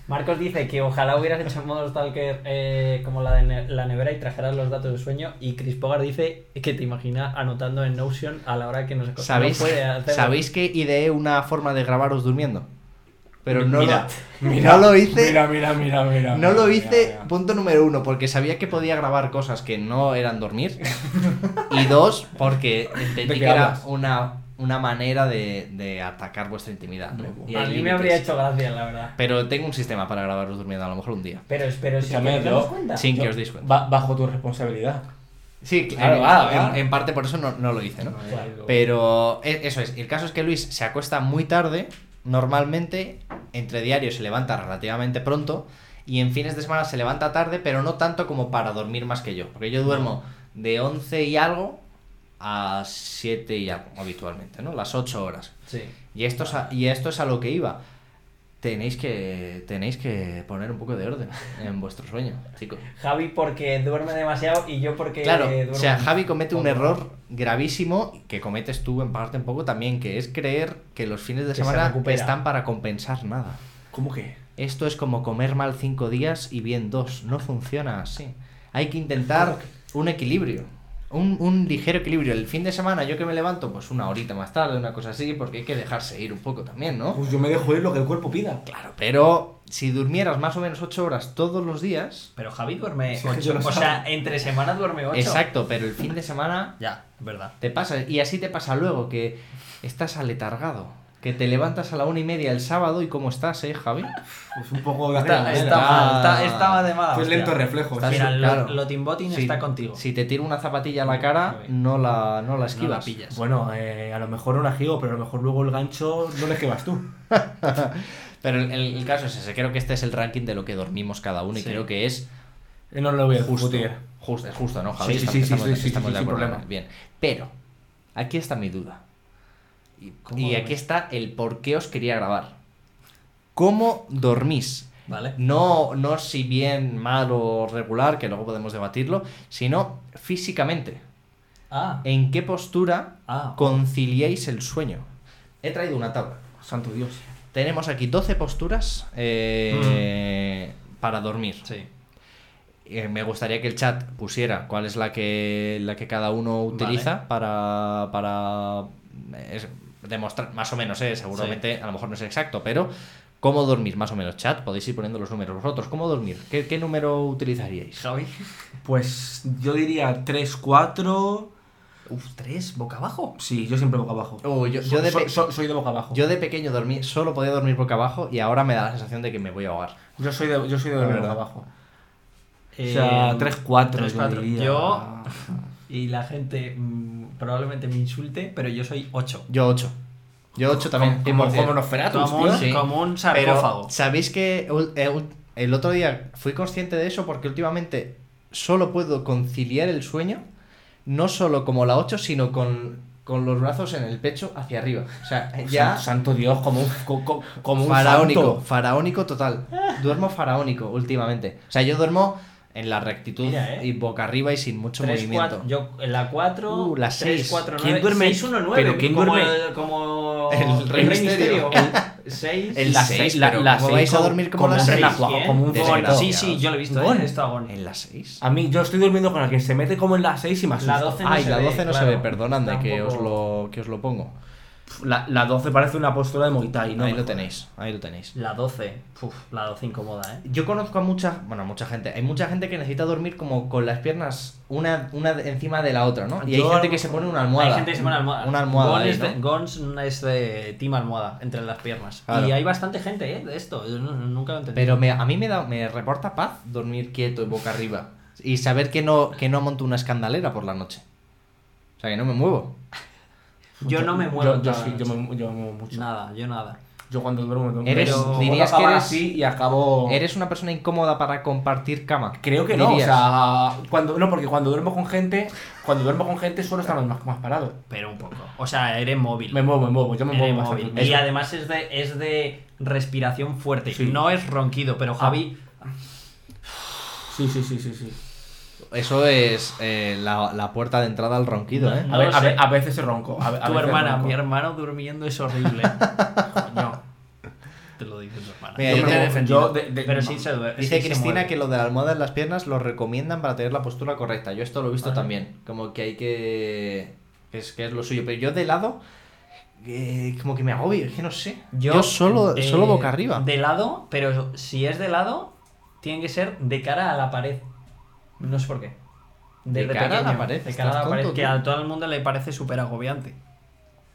Speaker 2: Marcos dice que ojalá hubieras hecho modos stalker eh, como la de ne- la nevera y trajeras los datos de sueño. Y Chris Pogar dice que te imagina anotando en Notion a la hora que nos acostamos.
Speaker 1: ¿Sabéis,
Speaker 2: No puede hacerlo.
Speaker 1: ¿Sabéis que ideé una forma de grabaros durmiendo? Pero no,
Speaker 3: mira,
Speaker 1: lo,
Speaker 3: mira,
Speaker 1: no lo hice.
Speaker 3: Mira, mira, mira, mira.
Speaker 1: no lo
Speaker 3: mira,
Speaker 1: hice,
Speaker 3: mira, mira.
Speaker 1: punto número uno, porque sabía que podía grabar cosas que no eran dormir. y dos, porque
Speaker 3: ¿De
Speaker 1: entendí
Speaker 3: qué
Speaker 1: que era
Speaker 3: hablas?
Speaker 1: una, una manera de, de atacar vuestra intimidad. ¿no?
Speaker 3: Hombre,
Speaker 1: Y
Speaker 2: A
Speaker 1: hay
Speaker 2: mí me
Speaker 1: límites.
Speaker 2: habría hecho gracia, la verdad.
Speaker 1: Pero tengo un sistema para grabaros durmiendo, a lo mejor un día.
Speaker 2: Pero espero si
Speaker 3: Escúchame,
Speaker 2: nos damos
Speaker 3: yo-
Speaker 2: cuenta.
Speaker 1: Sin
Speaker 3: Yo-
Speaker 1: que os deis cuenta.
Speaker 3: ba- bajo tu responsabilidad.
Speaker 1: Sí,
Speaker 3: Claro,
Speaker 1: en,
Speaker 3: va,
Speaker 1: en-
Speaker 3: va.
Speaker 1: en parte por eso no, no lo hice, ¿no?
Speaker 2: Claro.
Speaker 1: Pero e- eso es, el caso es que Luis se acuesta muy tarde, normalmente entre diarios se levanta relativamente pronto y en fines de semana se levanta tarde, pero no tanto como para dormir más que yo, porque yo duermo de 11 y algo a 7 y algo habitualmente, ¿no? Las 8 horas.
Speaker 2: Sí.
Speaker 1: Y esto es a, y esto es a lo que iba. Tenéis que, tenéis que poner un poco de orden en vuestro sueño, chicos.
Speaker 2: Javi porque duerme demasiado y yo porque
Speaker 1: Claro,
Speaker 2: eh, duermo
Speaker 1: o sea,
Speaker 2: mucho.
Speaker 1: Javi comete un error gravísimo que cometes tú en parte un poco también, que es creer que los fines de
Speaker 2: Que se
Speaker 1: semana
Speaker 2: recupera.
Speaker 1: están para compensar nada.
Speaker 3: ¿Cómo que?
Speaker 1: Esto es como comer mal cinco días y bien dos. No funciona así. Hay que intentar un equilibrio. Un, un ligero equilibrio. El fin de semana yo que me levanto, pues una horita más tarde, una cosa así, porque hay que dejarse ir un poco también, ¿no?
Speaker 3: Pues yo me dejo ir lo que el cuerpo pida.
Speaker 1: Claro, pero si durmieras más o menos ocho horas todos los días...
Speaker 2: Pero Javi duerme
Speaker 3: Sí, es que
Speaker 2: ocho.
Speaker 3: yo no
Speaker 2: o
Speaker 3: sabe.
Speaker 2: sea, entre semana duerme 8.
Speaker 1: Exacto, pero el fin de semana
Speaker 4: Ya, es verdad.
Speaker 1: Te pasa, y así te pasa luego, que estás aletargado, que te levantas a la una y media el sábado y cómo estás, ¿eh, Javi?
Speaker 3: Pues un poco de
Speaker 2: Está,
Speaker 3: aquella
Speaker 2: está
Speaker 3: manera.
Speaker 2: mal, está, está de mala.
Speaker 3: Pues
Speaker 2: hostia.
Speaker 3: lento reflejo.
Speaker 1: Estás-
Speaker 2: Mira, lo-
Speaker 1: claro.
Speaker 2: Lotin Botin
Speaker 1: Si-
Speaker 2: está contigo.
Speaker 1: Si te tira una zapatilla a la cara, no la, no la
Speaker 4: No la
Speaker 1: esquivas.
Speaker 4: pillas.
Speaker 3: Bueno, eh, a lo mejor un ajigo, pero a lo mejor luego el gancho no le esquivas tú.
Speaker 1: Pero el, el caso es ese, creo que este es el ranking de lo que dormimos cada uno y creo que es
Speaker 3: Eh, No lo voy a
Speaker 1: justo.
Speaker 3: discutir.
Speaker 1: Justo, es justo, ¿no, Javi?
Speaker 3: Sí, sí,
Speaker 1: Estamos-
Speaker 3: sí, sí,
Speaker 1: estamos
Speaker 3: sí, sí,
Speaker 1: estamos
Speaker 3: sí,
Speaker 1: de
Speaker 3: sin
Speaker 1: acuerdo.
Speaker 3: problema.
Speaker 1: Bien, pero aquí está mi duda. Y,
Speaker 2: ¿Cómo
Speaker 1: y aquí
Speaker 2: dormís?
Speaker 1: está el por qué os quería grabar. ¿Cómo dormís?
Speaker 4: Vale.
Speaker 1: No, no si bien, mal o regular, que luego podemos debatirlo, sino físicamente.
Speaker 2: Ah,
Speaker 1: ¿En qué postura
Speaker 2: ah.
Speaker 1: conciliáis el sueño? He traído una tabla.
Speaker 3: Santo Dios.
Speaker 1: Tenemos aquí 12 posturas eh,
Speaker 3: Mm.
Speaker 1: para dormir.
Speaker 4: Sí.
Speaker 1: Eh, me gustaría que el chat pusiera cuál es la que, la que cada uno utiliza para, para eh, es, demostrar, más o menos, eh, seguramente a lo mejor no es exacto, pero cómo dormir, más o menos, chat, podéis ir poniendo los números. Vosotros, ¿cómo dormir? ¿Qué, qué número utilizaríais?
Speaker 3: Oh,
Speaker 4: Javi.
Speaker 3: Pues yo diría 3, 4.
Speaker 4: Uf, tres, boca abajo.
Speaker 3: Sí, yo siempre boca abajo.
Speaker 1: Oh, yo,
Speaker 3: So-
Speaker 1: yo de
Speaker 3: so-
Speaker 1: pe-
Speaker 3: so- soy de boca abajo.
Speaker 1: yo de pequeño dormí, solo podía dormir boca abajo y ahora me da la sensación de que me voy a ahogar.
Speaker 3: Yo soy de, yo soy de
Speaker 1: La
Speaker 3: boca
Speaker 1: verdad. Eh,
Speaker 3: abajo. o sea, 3, 4.
Speaker 4: 3, 4.
Speaker 3: Yo, diría.
Speaker 2: Yo- Y la gente mm, probablemente me insulte, pero yo soy 8.
Speaker 1: Yo 8. Yo 8 también.
Speaker 3: Como,
Speaker 1: 100%.
Speaker 3: como, como Nosferatus,
Speaker 4: Como un,
Speaker 3: tío.
Speaker 1: Sí.
Speaker 4: como un sarcófago.
Speaker 1: Pero, ¿sabéis que ul- eh, ul- el otro día fui consciente de eso? Porque últimamente solo puedo conciliar el sueño, no solo como la 8, sino con, con los brazos en el pecho hacia arriba. O sea, ya
Speaker 3: San- Santo Dios, como un, co- co- como un
Speaker 1: faraónico,
Speaker 3: santo.
Speaker 1: faraónico total. Duermo faraónico últimamente. O sea, yo duermo en la rectitud
Speaker 2: Mira, eh.
Speaker 1: y boca arriba y sin mucho
Speaker 2: 3,
Speaker 1: movimiento.
Speaker 2: 4, yo, la 4,
Speaker 1: Uh, la
Speaker 2: 3,
Speaker 1: seis.
Speaker 2: 4, 9,
Speaker 3: ¿Quién duerme?
Speaker 2: 6, 1, 9.
Speaker 3: ¿Pero quién
Speaker 2: como
Speaker 3: duerme?
Speaker 2: El, como
Speaker 1: El Rey Misterio.
Speaker 2: 6.
Speaker 1: El
Speaker 3: La
Speaker 1: seis,
Speaker 3: seis, la-
Speaker 1: pero
Speaker 3: la
Speaker 1: ¿cómo
Speaker 3: seis
Speaker 1: vais a
Speaker 3: como-
Speaker 1: dormir como
Speaker 3: como
Speaker 1: las
Speaker 3: un
Speaker 1: 6?
Speaker 3: renacuajo, como un
Speaker 2: Sí,
Speaker 1: desgraciado.
Speaker 2: sí, yo lo he visto.
Speaker 3: Gol.
Speaker 2: ¿eh? He estado agón.
Speaker 1: ¿En las 6?
Speaker 3: A mí, yo estoy durmiendo con alguien, se mete como en las 6 y me asusta.
Speaker 2: La 12 no
Speaker 1: Ay,
Speaker 2: se
Speaker 1: la
Speaker 2: ve,
Speaker 1: 12 no se
Speaker 2: claro.
Speaker 1: ve, perdonadme que os,
Speaker 2: Tampoco-
Speaker 1: lo, que os lo pongo.
Speaker 3: Pf, La, la 12 parece una postura de Muay Thai, ¿no?
Speaker 1: ahí
Speaker 3: me
Speaker 1: lo
Speaker 3: jodas.
Speaker 1: tenéis, ahí lo tenéis.
Speaker 2: La 12. Uf, la 12 incómoda, ¿eh?
Speaker 1: Yo conozco a mucha, bueno, a mucha gente. Hay mucha gente que necesita dormir como con las piernas una, una de- encima de la otra, ¿no? Y hay
Speaker 3: Yo-
Speaker 1: gente que se pone una almohada.
Speaker 2: Hay gente que se pone almohada.
Speaker 1: Una almohada.
Speaker 2: Gon
Speaker 1: ahí,
Speaker 2: es, de,
Speaker 1: ¿no?
Speaker 2: Gons es de team almohada entre las piernas.
Speaker 1: Claro.
Speaker 2: Y hay bastante gente, ¿eh? De esto. Yo no- nunca lo entendí.
Speaker 1: Pero me- a mí me, da, me reporta paz dormir quieto y boca arriba. Y saber que no, que no monto una escandalera por la noche. O sea, que no me muevo.
Speaker 2: yo no me muevo.
Speaker 3: Yo, yo
Speaker 2: toda la
Speaker 3: sí, yo
Speaker 2: noche.
Speaker 3: me, yo me muevo mucho.
Speaker 2: Nada, yo nada.
Speaker 3: Yo cuando duermo me tengo
Speaker 1: Eres-
Speaker 3: pero puedo
Speaker 1: dirías que
Speaker 3: acabar
Speaker 1: eres-
Speaker 3: así y acabo...
Speaker 1: ¿Eres una persona incómoda para compartir cama?
Speaker 3: Oh. Creo que no, o
Speaker 1: dirías?
Speaker 3: sea, cuando, no, porque cuando duermo con gente, cuando duermo con gente suelo estar más, más parado.
Speaker 2: Pero un poco. O sea, eres móvil.
Speaker 3: Me muevo, me muevo, yo me
Speaker 2: Eres
Speaker 3: muevo
Speaker 2: móvil.
Speaker 3: bastante.
Speaker 2: Y además es de, es de respiración fuerte.
Speaker 3: Sí. Ah,
Speaker 2: No es ronquido, pero Javi.
Speaker 3: Sí, sí, sí, sí, sí.
Speaker 1: Eso es eh, la, la puerta de entrada al ronquido, ¿eh?
Speaker 3: A,
Speaker 2: No
Speaker 3: ver,
Speaker 2: lo
Speaker 3: a,
Speaker 2: sé.
Speaker 3: ver- a veces se ronco. A, ve- a
Speaker 2: tu
Speaker 3: veces
Speaker 2: hermana,
Speaker 3: ronco.
Speaker 2: mi hermano durmiendo es horrible.
Speaker 3: Coño.
Speaker 2: te lo dice tu hermana.
Speaker 1: Mira,
Speaker 3: Yo
Speaker 1: yo
Speaker 3: me
Speaker 1: te he
Speaker 3: muevo,
Speaker 1: defendido.
Speaker 3: yo de- de-
Speaker 2: pero sí se duerme.
Speaker 1: Dice Cristina que lo de la almohada en las piernas lo recomiendan para tener la postura correcta. Yo esto lo he visto también. Como que hay que. que es, que es lo suyo. Pero yo de lado. eh, como que me agobio, es que no sé. Yo, solo,
Speaker 2: eh,
Speaker 1: solo boca arriba.
Speaker 2: De lado, pero si es de lado, tiene que ser de cara a la pared. No sé por qué.
Speaker 1: De
Speaker 2: Desde
Speaker 1: cara a la
Speaker 2: pequeño,
Speaker 1: pared,
Speaker 2: De cara a la
Speaker 1: estás
Speaker 2: pared,
Speaker 1: tonto,
Speaker 2: que
Speaker 1: tú.
Speaker 2: a todo el mundo le parece súper agobiante.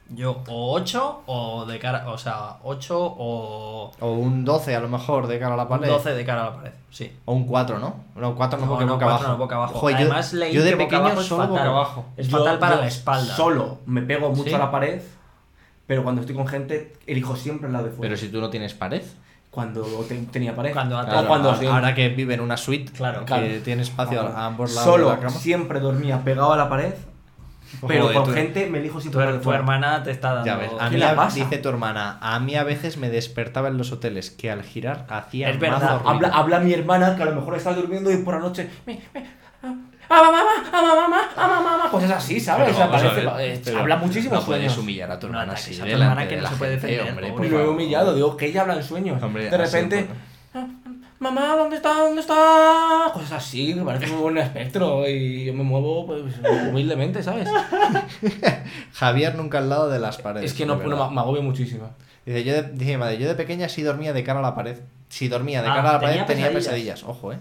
Speaker 2: Yo, o 8 o de cara. O sea, 8 o.
Speaker 1: O un 12 a lo mejor de cara a la pared.
Speaker 2: 12 de cara a la pared, sí.
Speaker 1: O un 4, ¿no? No, 4 no,
Speaker 2: No,
Speaker 1: porque
Speaker 2: no,
Speaker 1: boca
Speaker 2: cuatro
Speaker 1: abajo.
Speaker 2: no, boca abajo.
Speaker 1: Joder, yo-
Speaker 2: Además,
Speaker 1: yo,
Speaker 2: leí
Speaker 1: de
Speaker 2: que boca
Speaker 1: pequeño
Speaker 2: abajo es
Speaker 1: solo boca
Speaker 2: fatal. Pues
Speaker 1: abajo.
Speaker 2: Es
Speaker 3: Yo-
Speaker 2: fatal para
Speaker 3: yo
Speaker 2: la espalda.
Speaker 3: Solo me pego mucho
Speaker 2: Sí.
Speaker 3: a la pared, pero cuando estoy con gente, elijo siempre el lado de fuera.
Speaker 1: Pero si tú no tienes pared.
Speaker 3: Cuando te- tenía pared.
Speaker 2: Cuando
Speaker 3: o
Speaker 2: Ah,
Speaker 1: Claro,
Speaker 3: cuando
Speaker 1: a- ahora que vive en una suite
Speaker 2: Claro,
Speaker 1: que
Speaker 3: claro.
Speaker 1: tiene espacio a ambos lados
Speaker 3: Solo,
Speaker 1: de la cama.
Speaker 3: siempre dormía pegado a la pared, pero
Speaker 1: Joder,
Speaker 3: con
Speaker 1: tú-
Speaker 3: gente me elijo
Speaker 2: Tu,
Speaker 3: siempre el lado
Speaker 2: her- tu
Speaker 3: de fuera.
Speaker 2: hermana te está dando.
Speaker 1: Ya ves, a
Speaker 3: ¿Qué
Speaker 1: mí
Speaker 3: le
Speaker 1: a-
Speaker 3: pasa?
Speaker 1: dice tu hermana, a mí a veces me despertaba en los hoteles que al girar hacía
Speaker 2: Es verdad,
Speaker 1: mazo ruido".
Speaker 3: Habla, habla mi hermana que a lo mejor está durmiendo y por la noche. Me, me, ah, ah, mamá, ah, mamá, ah, mamá, pues es así, ¿sabes?
Speaker 1: Pero
Speaker 3: O sea,
Speaker 1: vamos a
Speaker 3: parece-
Speaker 1: ver, Este,
Speaker 3: eh,
Speaker 1: pero
Speaker 3: habla muchísimo
Speaker 1: No
Speaker 3: sueños.
Speaker 1: puedes humillar a tu hermana
Speaker 2: No
Speaker 1: así
Speaker 2: ataques a tu
Speaker 1: delante
Speaker 2: hermana que
Speaker 1: de
Speaker 2: no
Speaker 1: la
Speaker 2: se puede
Speaker 1: gente,
Speaker 2: defender,
Speaker 1: hombre,
Speaker 2: pobre.
Speaker 1: por
Speaker 3: lo he
Speaker 1: favor.
Speaker 3: humillado, digo que ella habla en sueños.
Speaker 1: Hombre,
Speaker 3: de
Speaker 1: ha sido
Speaker 3: repente,
Speaker 1: bueno.
Speaker 3: "Ah, mamá, ¿dónde está? ¿Dónde está? Cosas así, me parece muy buen espectro y yo me muevo pues, humildemente, ¿sabes?
Speaker 1: Javier nunca al lado de las paredes.
Speaker 3: es que no,
Speaker 1: de verdad.
Speaker 3: no, me agobio muchísimo.
Speaker 1: Dice, yo de, dice mi madre, yo de pequeña sí dormía de cara a la pared. Si dormía de
Speaker 2: Ah,
Speaker 1: cara a la
Speaker 2: tenía
Speaker 1: pared tenía
Speaker 2: pesadillas.
Speaker 1: pesadillas. Ojo, eh.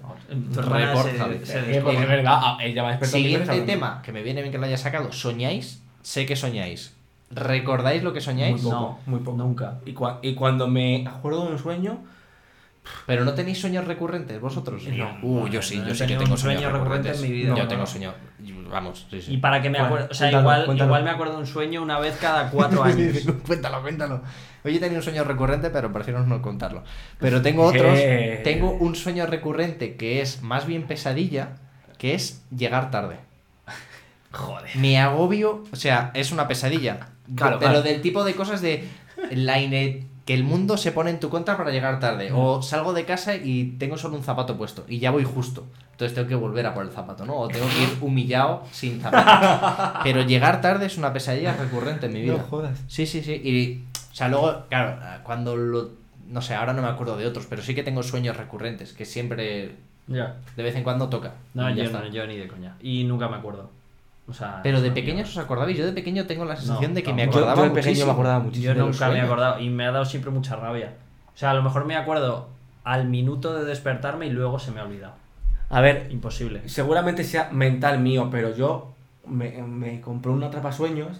Speaker 2: Tu hermana
Speaker 1: Report,
Speaker 2: se-
Speaker 1: Javi.
Speaker 2: se
Speaker 3: Eh, porque es
Speaker 2: descojonan.
Speaker 3: verdad, ah, ella me ha despertado mil veces
Speaker 1: Siguiente
Speaker 3: hablando.
Speaker 1: tema, que me viene bien que lo haya sacado. ¿Soñáis? Sé que soñáis. ¿Recordáis lo que
Speaker 3: Muy
Speaker 1: soñáis?
Speaker 3: poco,
Speaker 2: No,
Speaker 3: muy poco.
Speaker 2: nunca.
Speaker 3: Y, cua- y cuando me acuerdo de un sueño,
Speaker 1: Pero no tenéis sueños recurrentes vosotros.
Speaker 3: No.
Speaker 1: Uh, yo sí,
Speaker 2: No
Speaker 1: yo
Speaker 2: he
Speaker 1: sí que
Speaker 2: tenido
Speaker 1: tengo
Speaker 2: un sueño
Speaker 1: sueños
Speaker 2: recurrente
Speaker 1: recurrentes.
Speaker 2: en mi vida.
Speaker 1: Yo
Speaker 3: No,
Speaker 1: tengo
Speaker 3: no.
Speaker 1: sueños. Vamos, sí, sí.
Speaker 2: Y para que me
Speaker 3: Bueno,
Speaker 2: acuerde. O sea,
Speaker 3: cuéntalo,
Speaker 2: igual,
Speaker 3: cuéntalo.
Speaker 2: igual me acuerdo de un sueño una vez cada cuatro años.
Speaker 1: cuéntalo, cuéntalo. Hoy he tenido un sueño recurrente, pero prefiero no contarlo. Pero tengo otros.
Speaker 3: Eh.
Speaker 1: Tengo un sueño recurrente que es más bien pesadilla, que es llegar tarde.
Speaker 2: Joder.
Speaker 1: Me agobio, o sea, es una pesadilla. pero
Speaker 3: Claro, claro.
Speaker 1: del tipo de cosas de la ine- que el mundo se pone en tu contra para llegar tarde. O
Speaker 3: Mm.
Speaker 1: salgo de casa y tengo solo un zapato puesto y ya voy justo. Entonces tengo que volver a por el zapato, ¿no? O tengo que ir humillado sin zapato. Pero llegar tarde es una pesadilla recurrente en mi vida.
Speaker 3: jodas.
Speaker 1: Sí, sí, sí. Y, o sea, luego, claro, cuando lo. No sé, ahora no me acuerdo de otros, pero sí que tengo sueños recurrentes que siempre,
Speaker 2: Ya.
Speaker 1: de vez en cuando toca.
Speaker 2: No,
Speaker 1: Y ya
Speaker 2: yo,
Speaker 1: está.
Speaker 2: no, yo ni de coña. Y nunca me acuerdo. O sea.
Speaker 1: Pero
Speaker 2: es
Speaker 1: de
Speaker 2: una
Speaker 1: pequeños os acordabais, yo de pequeño tengo la sensación
Speaker 2: No,
Speaker 1: de que me
Speaker 2: tampoco.
Speaker 3: Yo,
Speaker 1: acordaba
Speaker 3: yo de
Speaker 1: muchísimo.
Speaker 3: pequeño me acordaba
Speaker 2: Yo
Speaker 3: muchísimo.
Speaker 1: de los
Speaker 2: nunca me he
Speaker 1: sueños.
Speaker 2: acordado y me ha dado siempre mucha rabia. O sea, a lo mejor me acuerdo al minuto de despertarme y luego se me ha olvidado.
Speaker 3: A ver,
Speaker 2: Imposible.
Speaker 3: seguramente sea mental mío, pero yo me, me compré un atrapasueños.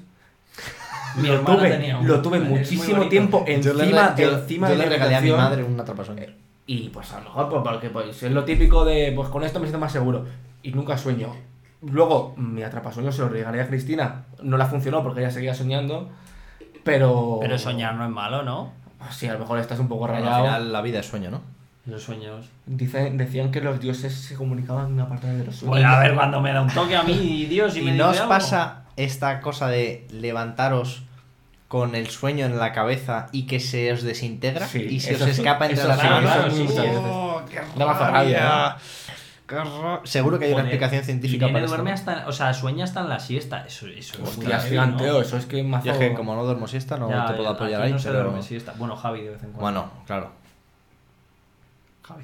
Speaker 2: Mi
Speaker 3: Lo
Speaker 2: hermana
Speaker 3: tuve,
Speaker 2: tenía uno.
Speaker 3: lo tuve
Speaker 2: Es muy
Speaker 3: muchísimo
Speaker 2: bonito.
Speaker 3: tiempo
Speaker 1: Yo le,
Speaker 3: encima,
Speaker 1: yo-
Speaker 3: encima
Speaker 1: yo
Speaker 3: de
Speaker 1: le
Speaker 3: la
Speaker 1: regalé a mi
Speaker 3: habitación.
Speaker 1: madre un atrapasueños.
Speaker 3: Y pues a lo mejor, pues, porque pues, es lo típico de, pues con esto me siento más seguro. Y nunca sueño. Luego, mi atrapasueños se lo regalé a Cristina. No la funcionó porque ella seguía soñando. Pero.
Speaker 2: Pero soñar no es malo, ¿no?
Speaker 3: Pues Sí, a lo mejor estás un poco
Speaker 1: Al
Speaker 3: rayado.
Speaker 1: final la vida es sueño, ¿no?
Speaker 2: Los sueños.
Speaker 3: Dicen- decían que los dioses se comunicaban una parte de los sueños.
Speaker 2: Bueno, a ver, cuando me da un toque a mí, Dios, y,
Speaker 1: ¿Y
Speaker 2: me
Speaker 1: no os
Speaker 2: dice algo.
Speaker 1: pasa esta cosa de levantaros con el sueño en la cabeza y que se os desintegra
Speaker 3: Sí,
Speaker 1: y se os
Speaker 3: eso sí,
Speaker 1: escapa entre
Speaker 3: eso
Speaker 1: las
Speaker 3: sí,
Speaker 2: Ah, claro,
Speaker 1: manos?
Speaker 2: claro,
Speaker 3: eso
Speaker 2: sí, Oh,
Speaker 3: muchas
Speaker 2: sí.
Speaker 3: veces.
Speaker 1: qué
Speaker 3: Da más rabia,
Speaker 1: rabia. Qué ra- Seguro que hay una
Speaker 2: Joder,
Speaker 1: explicación científica
Speaker 2: Irene
Speaker 1: para esto.
Speaker 2: duerme hasta, o sea, sueña hasta en la siesta. Eso, eso es muy
Speaker 3: Hostia, es
Speaker 2: heavy,
Speaker 3: giganteo,
Speaker 2: ¿no?
Speaker 3: eso es que más.
Speaker 1: Yo es que como no duermo siesta no
Speaker 2: Ya,
Speaker 1: te puedo
Speaker 2: aquí
Speaker 1: apoyar ahí,
Speaker 2: no se
Speaker 1: pero...
Speaker 2: duerme siesta. Bueno, Javi de vez en cuando.
Speaker 1: Bueno, claro.
Speaker 3: Javi,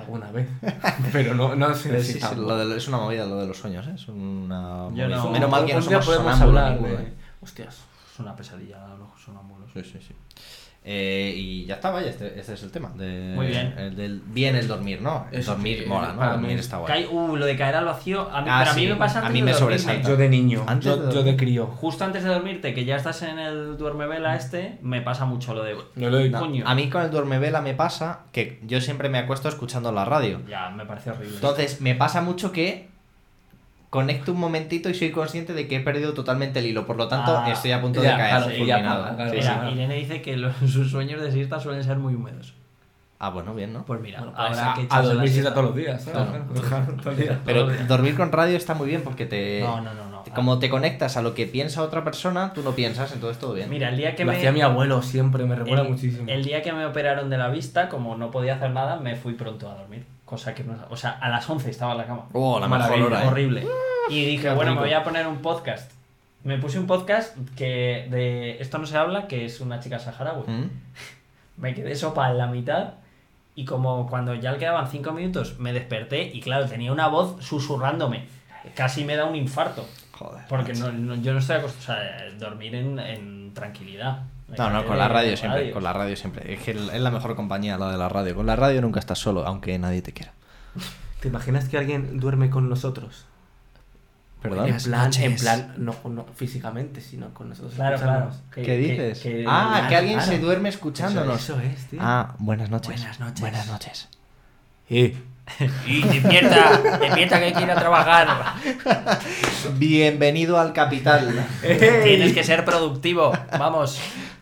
Speaker 3: alguna vez. Pero no, no sé
Speaker 1: Pero
Speaker 3: si
Speaker 1: sí, sí,
Speaker 3: tanto.
Speaker 1: lo de- es una movida lo de los sueños, ¿eh? Es una
Speaker 2: Yo
Speaker 1: movida.
Speaker 2: no.
Speaker 1: Menos mal que no
Speaker 3: Un día
Speaker 1: somos
Speaker 3: podemos
Speaker 1: sonámbulos
Speaker 3: hablar
Speaker 1: ninguno,
Speaker 3: de-
Speaker 1: ¿eh?
Speaker 3: Hostias.
Speaker 2: Es una pesadilla, los sonámbulos.
Speaker 1: Sí, sí, sí. Eh, y ya está, vaya, este, este es el tema. de-
Speaker 2: Muy bien.
Speaker 1: El del, bien el dormir, ¿no? El
Speaker 3: Eso
Speaker 1: dormir
Speaker 3: sí,
Speaker 1: mola, ¿no?
Speaker 3: para
Speaker 1: Dormir
Speaker 3: mí-
Speaker 1: está guay.
Speaker 2: Cae- uh, lo de caer al vacío. A mí,
Speaker 1: Ah,
Speaker 2: pero a
Speaker 1: sí.
Speaker 2: mí me pasa
Speaker 1: A
Speaker 2: antes
Speaker 1: mí
Speaker 2: de
Speaker 1: me
Speaker 2: dormirme.
Speaker 1: sobresalta.
Speaker 3: Yo de niño,
Speaker 1: Antes
Speaker 3: yo,
Speaker 1: de-
Speaker 3: yo de crío.
Speaker 2: Justo antes de dormirte, que ya estás en el duermevela este, me pasa mucho lo de.
Speaker 3: Yo le doy
Speaker 1: No,
Speaker 2: coño.
Speaker 1: a mí con el duermevela me pasa que yo siempre me acuesto escuchando la radio.
Speaker 2: Ya, me parece horrible.
Speaker 1: Entonces, me pasa mucho que conecto un momentito y soy consciente de que he perdido totalmente el hilo, por lo tanto
Speaker 2: Ah,
Speaker 1: estoy a punto
Speaker 3: ya,
Speaker 1: de caer
Speaker 3: claro, sí, ya,
Speaker 1: fulminado.
Speaker 3: claro,
Speaker 1: Sí,
Speaker 3: claro.
Speaker 1: sí.
Speaker 2: Mira, Irene dice que los- sus sueños de siesta suelen ser muy húmedos.
Speaker 1: Ah, bueno, bien, ¿no?
Speaker 2: Pues mira,
Speaker 3: Bueno, pues
Speaker 2: habrá
Speaker 3: a,
Speaker 2: que
Speaker 3: a
Speaker 2: echarse la
Speaker 3: dormir siesta
Speaker 2: siesta.
Speaker 3: todos los días. ¿sabes? Claro, todo el día.
Speaker 1: Pero dormir con radio está muy bien porque te...
Speaker 2: No, no, no, no.
Speaker 1: te- Como te conectas a lo que piensa otra persona, tú no piensas, entonces todo bien.
Speaker 2: Mira, el día que
Speaker 3: Lo
Speaker 2: me...
Speaker 3: hacía mi abuelo siempre, me recuerda
Speaker 2: el,
Speaker 3: muchísimo.
Speaker 2: el día que me operaron de la vista, como no podía hacer nada, me fui pronto a dormir. Cosa que no... O sea, a las 11 estaba en la cama.
Speaker 1: Oh, la
Speaker 3: Maravilla, Ah,
Speaker 1: mejor hora, ¿eh?
Speaker 2: horrible. Y dije, bueno,
Speaker 1: rico.
Speaker 2: me voy a poner un podcast. Me puse un podcast que de Esto no se habla, que es una chica saharaui.
Speaker 1: ¿Mm?
Speaker 2: Me quedé sopa en la mitad y como cuando ya le quedaban 5 minutos, me desperté y claro, tenía una voz susurrándome. Casi me da un infarto.
Speaker 1: Joder.
Speaker 2: Porque
Speaker 1: macho.
Speaker 2: no, no- yo no estoy acostumbrado a dormir en, en tranquilidad. Me
Speaker 1: No, no,
Speaker 2: quedé
Speaker 1: con la
Speaker 2: en
Speaker 1: radio siempre, con la radio siempre. Es que es la mejor compañía la de la radio. Con la radio nunca estás solo, aunque nadie te quiera.
Speaker 3: ¿Te imaginas que alguien duerme con nosotros?
Speaker 1: Perdón.
Speaker 3: en plan, en
Speaker 1: noches.
Speaker 3: plan, no, no físicamente, sino con nosotros.
Speaker 2: Claro, claro.
Speaker 3: escuchándonos.
Speaker 1: Pues ¿Qué dices? ah,
Speaker 3: claro,
Speaker 1: que alguien
Speaker 3: claro.
Speaker 1: se duerme
Speaker 3: Eso-
Speaker 1: escuchándonos.
Speaker 3: Eso, es, tío.
Speaker 1: Ah, buenas noches.
Speaker 3: Buenas noches.
Speaker 1: Buenas noches.
Speaker 4: Y despierta, despierta que quiero trabajar.
Speaker 1: Bienvenido al capital.
Speaker 4: Tienes que ser productivo. Vamos.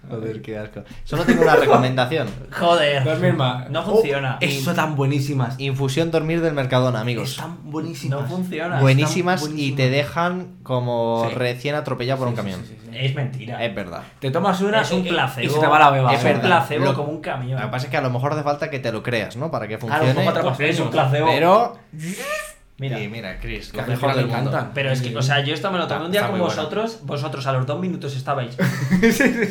Speaker 1: Joder, qué asco. Solo tengo una recomendación.
Speaker 4: Joder.
Speaker 3: Dormir más.
Speaker 4: No funciona.
Speaker 3: Oh, eso tan buenísimas.
Speaker 1: Infusión dormir del Mercadona, amigos.
Speaker 3: Están buenísimas.
Speaker 2: No funciona.
Speaker 1: Buenísimas,
Speaker 3: están
Speaker 1: y
Speaker 3: buenísimas.
Speaker 1: te dejan como
Speaker 3: Sí.
Speaker 1: recién atropellado por un camión.
Speaker 3: Sí, sí, sí, sí.
Speaker 2: Es mentira.
Speaker 1: Es verdad.
Speaker 3: Te tomas una
Speaker 2: Es un
Speaker 3: y-
Speaker 2: placebo.
Speaker 3: y se te va la beba.
Speaker 1: Eh, Es
Speaker 2: Es un
Speaker 1: verdad.
Speaker 2: placebo
Speaker 1: Lo-
Speaker 2: como un camión.
Speaker 1: Lo que pasa es que a lo mejor hace falta que te lo creas, ¿no? Para que
Speaker 3: Claro, un
Speaker 1: funcione.
Speaker 3: poco atrapado.
Speaker 2: es un placebo.
Speaker 1: pero.
Speaker 2: Mira.
Speaker 1: Y mira, Chris,
Speaker 3: Que
Speaker 1: lo
Speaker 3: a mí
Speaker 1: mejor
Speaker 3: me
Speaker 1: del mundo.
Speaker 3: encantan.
Speaker 2: Pero es que, o sea, yo esto me lo tomé
Speaker 1: Está-
Speaker 2: un día
Speaker 1: está
Speaker 2: con
Speaker 1: muy buena.
Speaker 2: vosotros, vosotros a los dos minutos estabais.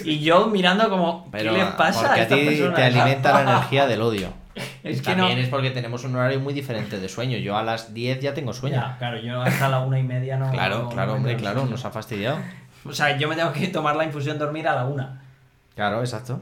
Speaker 2: Y yo mirando como,
Speaker 1: Pero
Speaker 2: ¿qué les pasa
Speaker 1: porque
Speaker 2: a
Speaker 1: a,
Speaker 2: esta
Speaker 1: ti
Speaker 2: persona?
Speaker 1: te alimenta la energía del odio.
Speaker 2: Es que
Speaker 1: También
Speaker 2: no.
Speaker 1: es porque tenemos un horario muy diferente de sueño. Yo a las 10 ya tengo sueño.
Speaker 2: Ya, claro, yo hasta la una y media no.
Speaker 1: Claro,
Speaker 2: no-
Speaker 1: claro,
Speaker 2: no
Speaker 1: hombre,
Speaker 2: me
Speaker 1: claro,
Speaker 2: duermo.
Speaker 1: nos ha fastidiado.
Speaker 2: O sea, yo me tengo que tomar la infusión dormir a la una.
Speaker 1: Claro, exacto.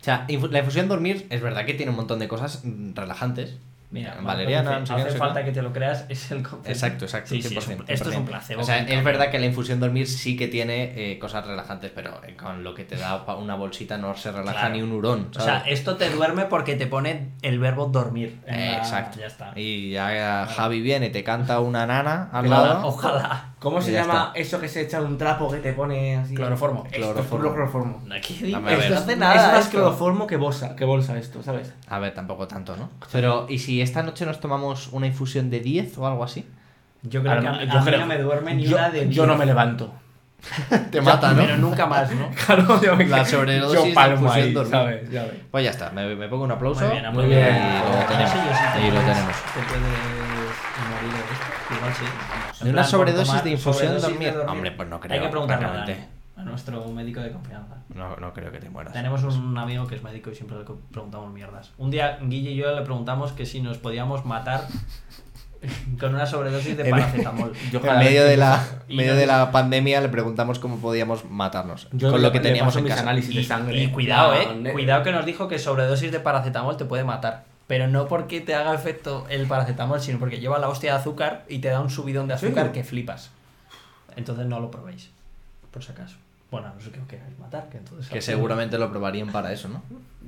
Speaker 1: O sea, infu- la infusión dormir es verdad que tiene un montón de cosas mm, relajantes.
Speaker 2: Mira,
Speaker 1: valeriana, no sé qué,
Speaker 2: Marco dice,
Speaker 1: no
Speaker 2: hace
Speaker 1: sé
Speaker 2: falta
Speaker 1: qué".
Speaker 2: que te lo creas, es el concepto.
Speaker 1: Exacto, exacto.
Speaker 2: Sí, sí, es
Speaker 1: 100%,
Speaker 2: un- esto es un
Speaker 1: 100%.
Speaker 2: placebo.
Speaker 1: O sea,
Speaker 2: con
Speaker 1: es verdad que la infusión dormir sí que tiene eh, cosas relajantes, pero eh, con lo que te da pa- una bolsita no se relaja
Speaker 2: Claro.
Speaker 1: ni un hurón.
Speaker 2: O sea,
Speaker 1: ¿sabes?
Speaker 2: esto te duerme porque te pone el verbo dormir. en
Speaker 1: Eh,
Speaker 2: la-
Speaker 1: exacto.
Speaker 2: Ya está.
Speaker 1: Y ya Javi viene, te canta una nana al
Speaker 2: Ojalá,
Speaker 1: lado.
Speaker 2: ojalá.
Speaker 3: ¿Cómo se
Speaker 1: Y ya
Speaker 3: llama eso que se echa un trapo que te pone así?
Speaker 2: Cloroformo.
Speaker 3: Esto es
Speaker 1: Cloroformo.
Speaker 3: puro cloroformo.
Speaker 2: ¿Qué
Speaker 1: Dame a ver.
Speaker 2: dices? No hace nada.
Speaker 3: es más
Speaker 2: esto.
Speaker 3: cloroformo que bolsa, que bolsa esto, ¿sabes?
Speaker 1: A ver, tampoco tanto, ¿no? Pero, ¿y si esta noche nos tomamos una infusión de 10 o algo así?
Speaker 2: Yo creo que a, mí- a mí no me duerme ni
Speaker 3: yo,
Speaker 2: una de
Speaker 3: Yo no me levanto.
Speaker 1: Te mata, ¿no?
Speaker 2: Pero nunca más, ¿no?
Speaker 3: Claro, yo me
Speaker 1: La sobredosis de
Speaker 3: Yo palmo
Speaker 1: infusión
Speaker 3: ahí,
Speaker 1: dormida.
Speaker 3: ¿sabes? Ya ves.
Speaker 1: Pues ya está, me, me pongo un aplauso.
Speaker 2: Muy bien,
Speaker 3: Muy bien.
Speaker 1: Y lo tenemos.
Speaker 2: Sí, yo sí te
Speaker 1: y lo
Speaker 2: puedes-
Speaker 1: tenemos.
Speaker 2: Te puedes morir de esto. Igual sí. vamos.
Speaker 1: De
Speaker 2: En
Speaker 1: una
Speaker 2: plan,
Speaker 1: sobredosis
Speaker 2: por tomar
Speaker 1: de infusión
Speaker 2: sobredosis
Speaker 1: dormir. Hombre, pues no creo,
Speaker 2: Hay que preguntarle a
Speaker 1: realmente.
Speaker 2: Dani, a nuestro médico de confianza.
Speaker 1: No, no creo que te mueras.
Speaker 2: Tenemos un amigo que es médico y siempre le co- preguntamos mierdas. Un día Guille y yo le preguntamos que si nos podíamos matar con una sobredosis de
Speaker 1: En-
Speaker 2: paracetamol.
Speaker 3: Yo
Speaker 1: en
Speaker 3: cada
Speaker 1: medio
Speaker 3: vez-
Speaker 1: de la
Speaker 2: y
Speaker 1: medio
Speaker 2: no
Speaker 1: de
Speaker 2: es-
Speaker 1: la pandemia le preguntamos cómo podíamos matarnos
Speaker 3: Yo
Speaker 1: con lo que
Speaker 3: le
Speaker 1: teníamos
Speaker 3: paso
Speaker 1: en
Speaker 3: mis
Speaker 1: casa.
Speaker 3: análisis de
Speaker 2: Y-
Speaker 3: sangre.
Speaker 2: Y, cuidado,
Speaker 3: No,
Speaker 2: eh.
Speaker 3: ne-
Speaker 2: Cuidado que nos dijo que sobredosis de paracetamol te puede matar. Pero no porque te haga efecto el paracetamol, sino porque lleva la hostia de azúcar y te da un subidón de
Speaker 3: ¿Sí?
Speaker 2: azúcar que flipas. Entonces no lo probéis. Por si acaso. Bueno, a no sé qué os queráis matar, que entonces.
Speaker 1: Que seguramente lo probarían para eso, ¿no?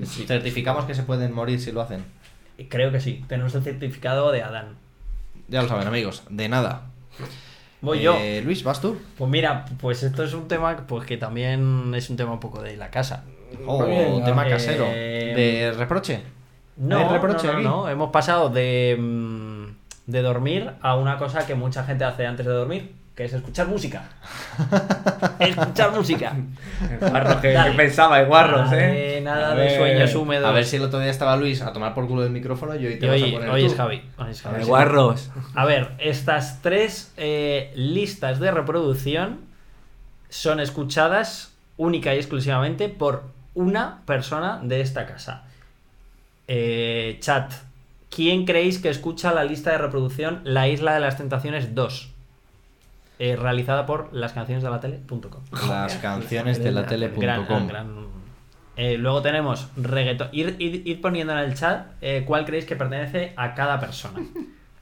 Speaker 2: Sí.
Speaker 1: Certificamos que se pueden morir si lo hacen.
Speaker 2: eh, Creo que sí. Tenemos el certificado de Adán.
Speaker 1: Ya lo saben, amigos. De nada.
Speaker 2: Voy
Speaker 1: Eh,
Speaker 2: yo.
Speaker 1: Luis, ¿vas tú?
Speaker 2: Pues mira, pues esto es un tema pues que también es un tema un poco de la casa.
Speaker 1: Oh,
Speaker 3: Venga.
Speaker 1: tema casero.
Speaker 2: Eh,
Speaker 1: ¿De reproche?
Speaker 2: No,
Speaker 1: ¿Hay
Speaker 2: no,
Speaker 1: reproche
Speaker 2: no,
Speaker 1: aquí?
Speaker 2: no, hemos pasado de, mm, de dormir a una cosa que mucha gente hace antes de dormir, que es escuchar música. escuchar música.
Speaker 3: El guarro que,
Speaker 2: Dale.
Speaker 3: que pensaba, el guarros,
Speaker 2: Nada
Speaker 3: eh.
Speaker 2: de- nada
Speaker 3: A
Speaker 2: de
Speaker 3: ver.
Speaker 2: sueños húmedos.
Speaker 1: A ver si el otro día estaba Luis a tomar por culo del micrófono y hoy
Speaker 2: Y
Speaker 1: te vas a
Speaker 2: hoy,
Speaker 1: poner
Speaker 2: hoy
Speaker 1: tú.
Speaker 2: es Javi. hoy es Javi.
Speaker 3: El guarros.
Speaker 2: A ver, estas tres eh, listas de reproducción son escuchadas única y exclusivamente por una persona de esta casa. Eh, chat, ¿quién creéis que escucha la lista de reproducción La Isla de las Tentaciones 2? Eh, realizada por lascancionesdelatele.com.
Speaker 1: Las canciones de la tele.com.
Speaker 2: Gran, gran. Eh, luego tenemos reggaetón. Ir, ir- ir poniendo en el chat eh, cuál creéis que pertenece a cada persona.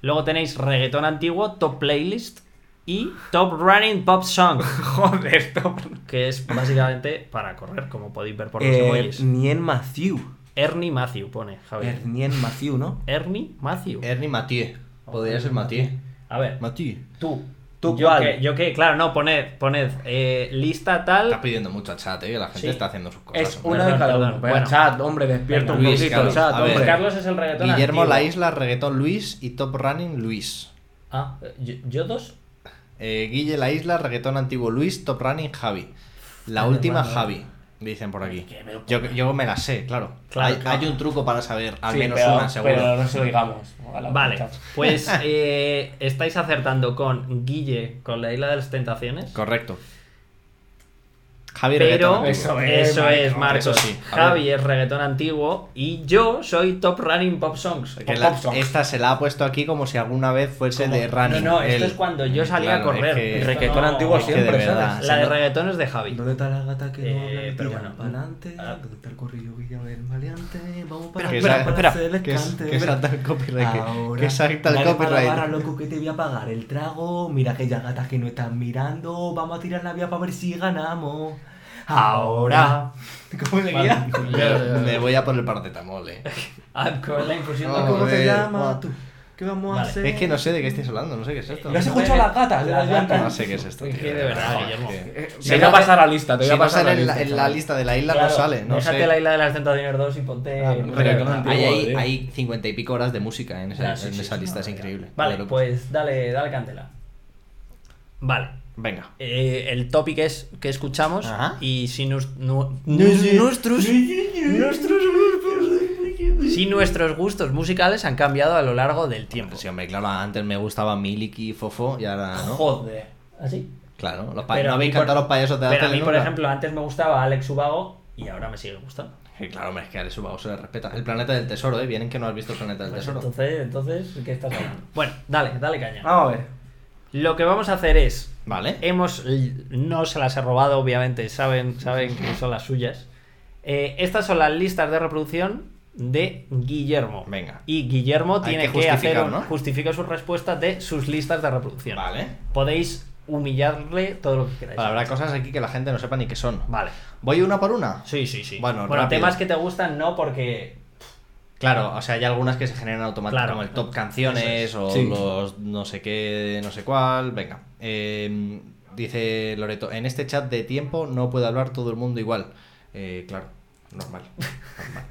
Speaker 2: luego tenéis reggaetón antiguo, top playlist y top running pop song,
Speaker 3: Joder, esto.
Speaker 2: que es básicamente para correr, como podéis ver por los
Speaker 3: Eh,
Speaker 1: mm.
Speaker 2: emojis.
Speaker 3: Nien Mathieu.
Speaker 2: Ernie Matthew pone, Javier.
Speaker 3: Er- Nien Mathieu, ¿no?
Speaker 2: Ernie Matthew.
Speaker 1: Ernie Mathieu. Podría ser Mathieu.
Speaker 2: A ver,
Speaker 5: Mati.
Speaker 2: tú.
Speaker 1: Tú,
Speaker 2: yo
Speaker 1: ¿cuál?
Speaker 2: qué, yo qué, claro, no, poned, poned eh, lista
Speaker 1: Está
Speaker 2: tal.
Speaker 1: pidiendo mucho a chat, eh. La gente
Speaker 2: Sí.
Speaker 1: está haciendo sus cosas.
Speaker 3: Es
Speaker 1: hombre.
Speaker 3: una de
Speaker 2: Perdón,
Speaker 3: cada uno.
Speaker 2: perdón.
Speaker 3: Vaya
Speaker 2: Bueno.
Speaker 3: chat, hombre, despierta
Speaker 2: Venga,
Speaker 3: un
Speaker 1: Luis,
Speaker 3: poquito,
Speaker 1: Carlos,
Speaker 3: chat,
Speaker 1: a ver.
Speaker 3: hombre.
Speaker 2: Carlos es el reggaetón.
Speaker 1: Guillermo
Speaker 2: antiguo.
Speaker 1: La Isla, reggaetón Luis y Top Running Luis.
Speaker 2: Ah, yo, yo dos.
Speaker 1: Eh, Guille La Isla, reggaetón antiguo Luis, Top Running Javi. La última Javi, dicen por aquí. Yo, yo me la sé, claro. hay,
Speaker 2: Claro, claro.
Speaker 1: hay un truco para saber, al
Speaker 3: Sí,
Speaker 1: menos
Speaker 3: pero-
Speaker 1: una seguro.
Speaker 3: Pero no se lo digamos. a la
Speaker 2: Vale,
Speaker 3: chat.
Speaker 2: pues eh, estáis acertando con Guille, con la isla de las tentaciones.
Speaker 1: Correcto. Javi reggaetón
Speaker 2: Pero
Speaker 1: antiguo.
Speaker 2: eso
Speaker 3: Eso
Speaker 2: es,
Speaker 3: es, Marcos.
Speaker 2: Marcos.
Speaker 1: Eso sí, a ver.
Speaker 2: Javi es reggaetón antiguo y yo soy top running pop songs.
Speaker 1: Que
Speaker 3: Pop
Speaker 1: la-
Speaker 3: Pop Song.
Speaker 1: esta se la ha puesto aquí como si alguna vez fuese de running.
Speaker 2: No, no, esto
Speaker 1: el-
Speaker 2: es cuando yo salía
Speaker 1: Mm, Claro,
Speaker 2: a correr.
Speaker 1: es que-
Speaker 2: Esto
Speaker 3: Reggaetón
Speaker 2: no-
Speaker 3: antiguo
Speaker 1: es que
Speaker 3: siempre,
Speaker 1: de verdad.
Speaker 3: ¿sabes?
Speaker 2: La de
Speaker 1: no-
Speaker 2: reggaetón es de Javi.
Speaker 5: ¿Dónde está la gata que no habla?
Speaker 2: Eh,
Speaker 5: y
Speaker 2: pero
Speaker 5: tira
Speaker 2: bueno.
Speaker 5: para adelante.
Speaker 2: Ah.
Speaker 5: ¿Dónde está el corrillo Guillermo el maleante? Vamos para
Speaker 1: Que
Speaker 5: espera,
Speaker 1: sa-
Speaker 5: espera,
Speaker 1: que, s- que salta el copyright. que-
Speaker 5: Ahora,
Speaker 1: que salta el
Speaker 5: dale para la
Speaker 1: copyright.
Speaker 5: barra, loco, que te voy a pagar el trago. Mira aquellas gatas que no están mirando. Vamos a tirar la vía para ver si ganamos. Ahora. ¿Cómo se llama?
Speaker 1: Me voy a por el paracetamol, eh.
Speaker 2: Ah, con la infusión de
Speaker 1: No,
Speaker 5: ¿Cómo
Speaker 1: Joder,
Speaker 5: te
Speaker 1: guau.
Speaker 5: llamas tú? ¿Qué vamos
Speaker 2: Vale,
Speaker 5: a hacer?
Speaker 1: Es que no sé de qué estáis hablando, no sé qué es esto.
Speaker 3: ¿No has escuchado las gatas?
Speaker 5: Las gatas.
Speaker 1: No sé qué es esto.
Speaker 2: Es
Speaker 1: tío,
Speaker 2: que de verdad,
Speaker 1: es
Speaker 2: Guillermo.
Speaker 1: que-
Speaker 3: Eh,
Speaker 2: Si
Speaker 3: Te voy
Speaker 2: no
Speaker 3: a
Speaker 2: te-
Speaker 3: pasar la lista, te
Speaker 1: Si
Speaker 3: voy a
Speaker 1: no
Speaker 3: pasar
Speaker 1: sale
Speaker 3: la
Speaker 1: en la,
Speaker 3: lista.
Speaker 1: en la
Speaker 3: chaval.
Speaker 1: lista de la isla,
Speaker 2: Claro,
Speaker 1: no sale. No
Speaker 2: déjate
Speaker 1: sé.
Speaker 2: la isla de las tentaciones 2 y ponte.
Speaker 3: Ah,
Speaker 2: ponte
Speaker 3: reggaetón
Speaker 2: la-
Speaker 3: antiguo.
Speaker 1: Hay, hay,
Speaker 3: tío.
Speaker 1: hay 50 y pico horas de música en esa,
Speaker 2: Ah, sí,
Speaker 1: en
Speaker 2: sí,
Speaker 1: esa
Speaker 2: sí,
Speaker 1: lista,
Speaker 2: no,
Speaker 1: es increíble.
Speaker 2: Vale,
Speaker 1: Pero-
Speaker 2: pues dale, dale candela.
Speaker 4: Vale.
Speaker 1: Venga.
Speaker 4: Eh, el topic es que escuchamos
Speaker 1: Ajá.
Speaker 4: y si, nus- nu-
Speaker 5: Sí, sí.
Speaker 4: nuestros,
Speaker 5: Sí, sí, sí.
Speaker 4: si nuestros gustos musicales han cambiado a lo largo del tiempo.
Speaker 1: Sí, hombre, claro, antes me gustaba Miliki y Fofo y ahora no.
Speaker 2: Joder.
Speaker 4: ¿Ah,
Speaker 2: ¿Así?
Speaker 1: Claro, los pa-
Speaker 2: Pero
Speaker 1: no
Speaker 2: a mí
Speaker 1: habéis
Speaker 2: por-
Speaker 1: cantado los payasos de la
Speaker 2: Pero a
Speaker 1: tele
Speaker 2: mí, por
Speaker 1: nunca?
Speaker 2: ejemplo, antes me gustaba Alex Ubago y ahora me sigue gustando.
Speaker 1: Sí, claro, hombre, es que a eso se le respeta. El planeta del tesoro, ¿eh? Vienen que no has visto el planeta del
Speaker 2: Pues
Speaker 1: tesoro. Ah.
Speaker 2: entonces, entonces, ¿qué estás hablando?
Speaker 4: Bueno,
Speaker 2: Dale, dale caña.
Speaker 3: Vamos a ver.
Speaker 4: lo que vamos a hacer es
Speaker 1: Vale.
Speaker 2: Eh,
Speaker 4: hemos no se las he robado obviamente saben saben que son las suyas Eh, estas son las listas de reproducción de Guillermo
Speaker 1: Venga.
Speaker 4: y Guillermo
Speaker 1: Hay
Speaker 4: tiene
Speaker 1: que
Speaker 4: que, hacer
Speaker 1: justificar,
Speaker 4: un-
Speaker 1: ¿no?
Speaker 4: justifica sus respuestas de sus listas de reproducción
Speaker 1: Vale.
Speaker 4: podéis humillarle todo lo que queráis
Speaker 1: Vale, habrá cosas aquí que la gente no sepa ni qué son.
Speaker 4: vale
Speaker 1: ¿Voy una por una?
Speaker 4: sí sí sí
Speaker 1: Bueno,
Speaker 2: Bueno,
Speaker 1: rápido.
Speaker 2: temas que te gustan, no, porque
Speaker 1: Claro, o sea, hay algunas que se generan automáticamente,
Speaker 2: Claro.
Speaker 1: como el top canciones o
Speaker 3: Sí.
Speaker 1: los no sé qué, no sé cuál. Venga. Eh, dice Loreto, en este chat de tiempo no puede hablar todo el mundo igual. Eh, claro, normal. normal.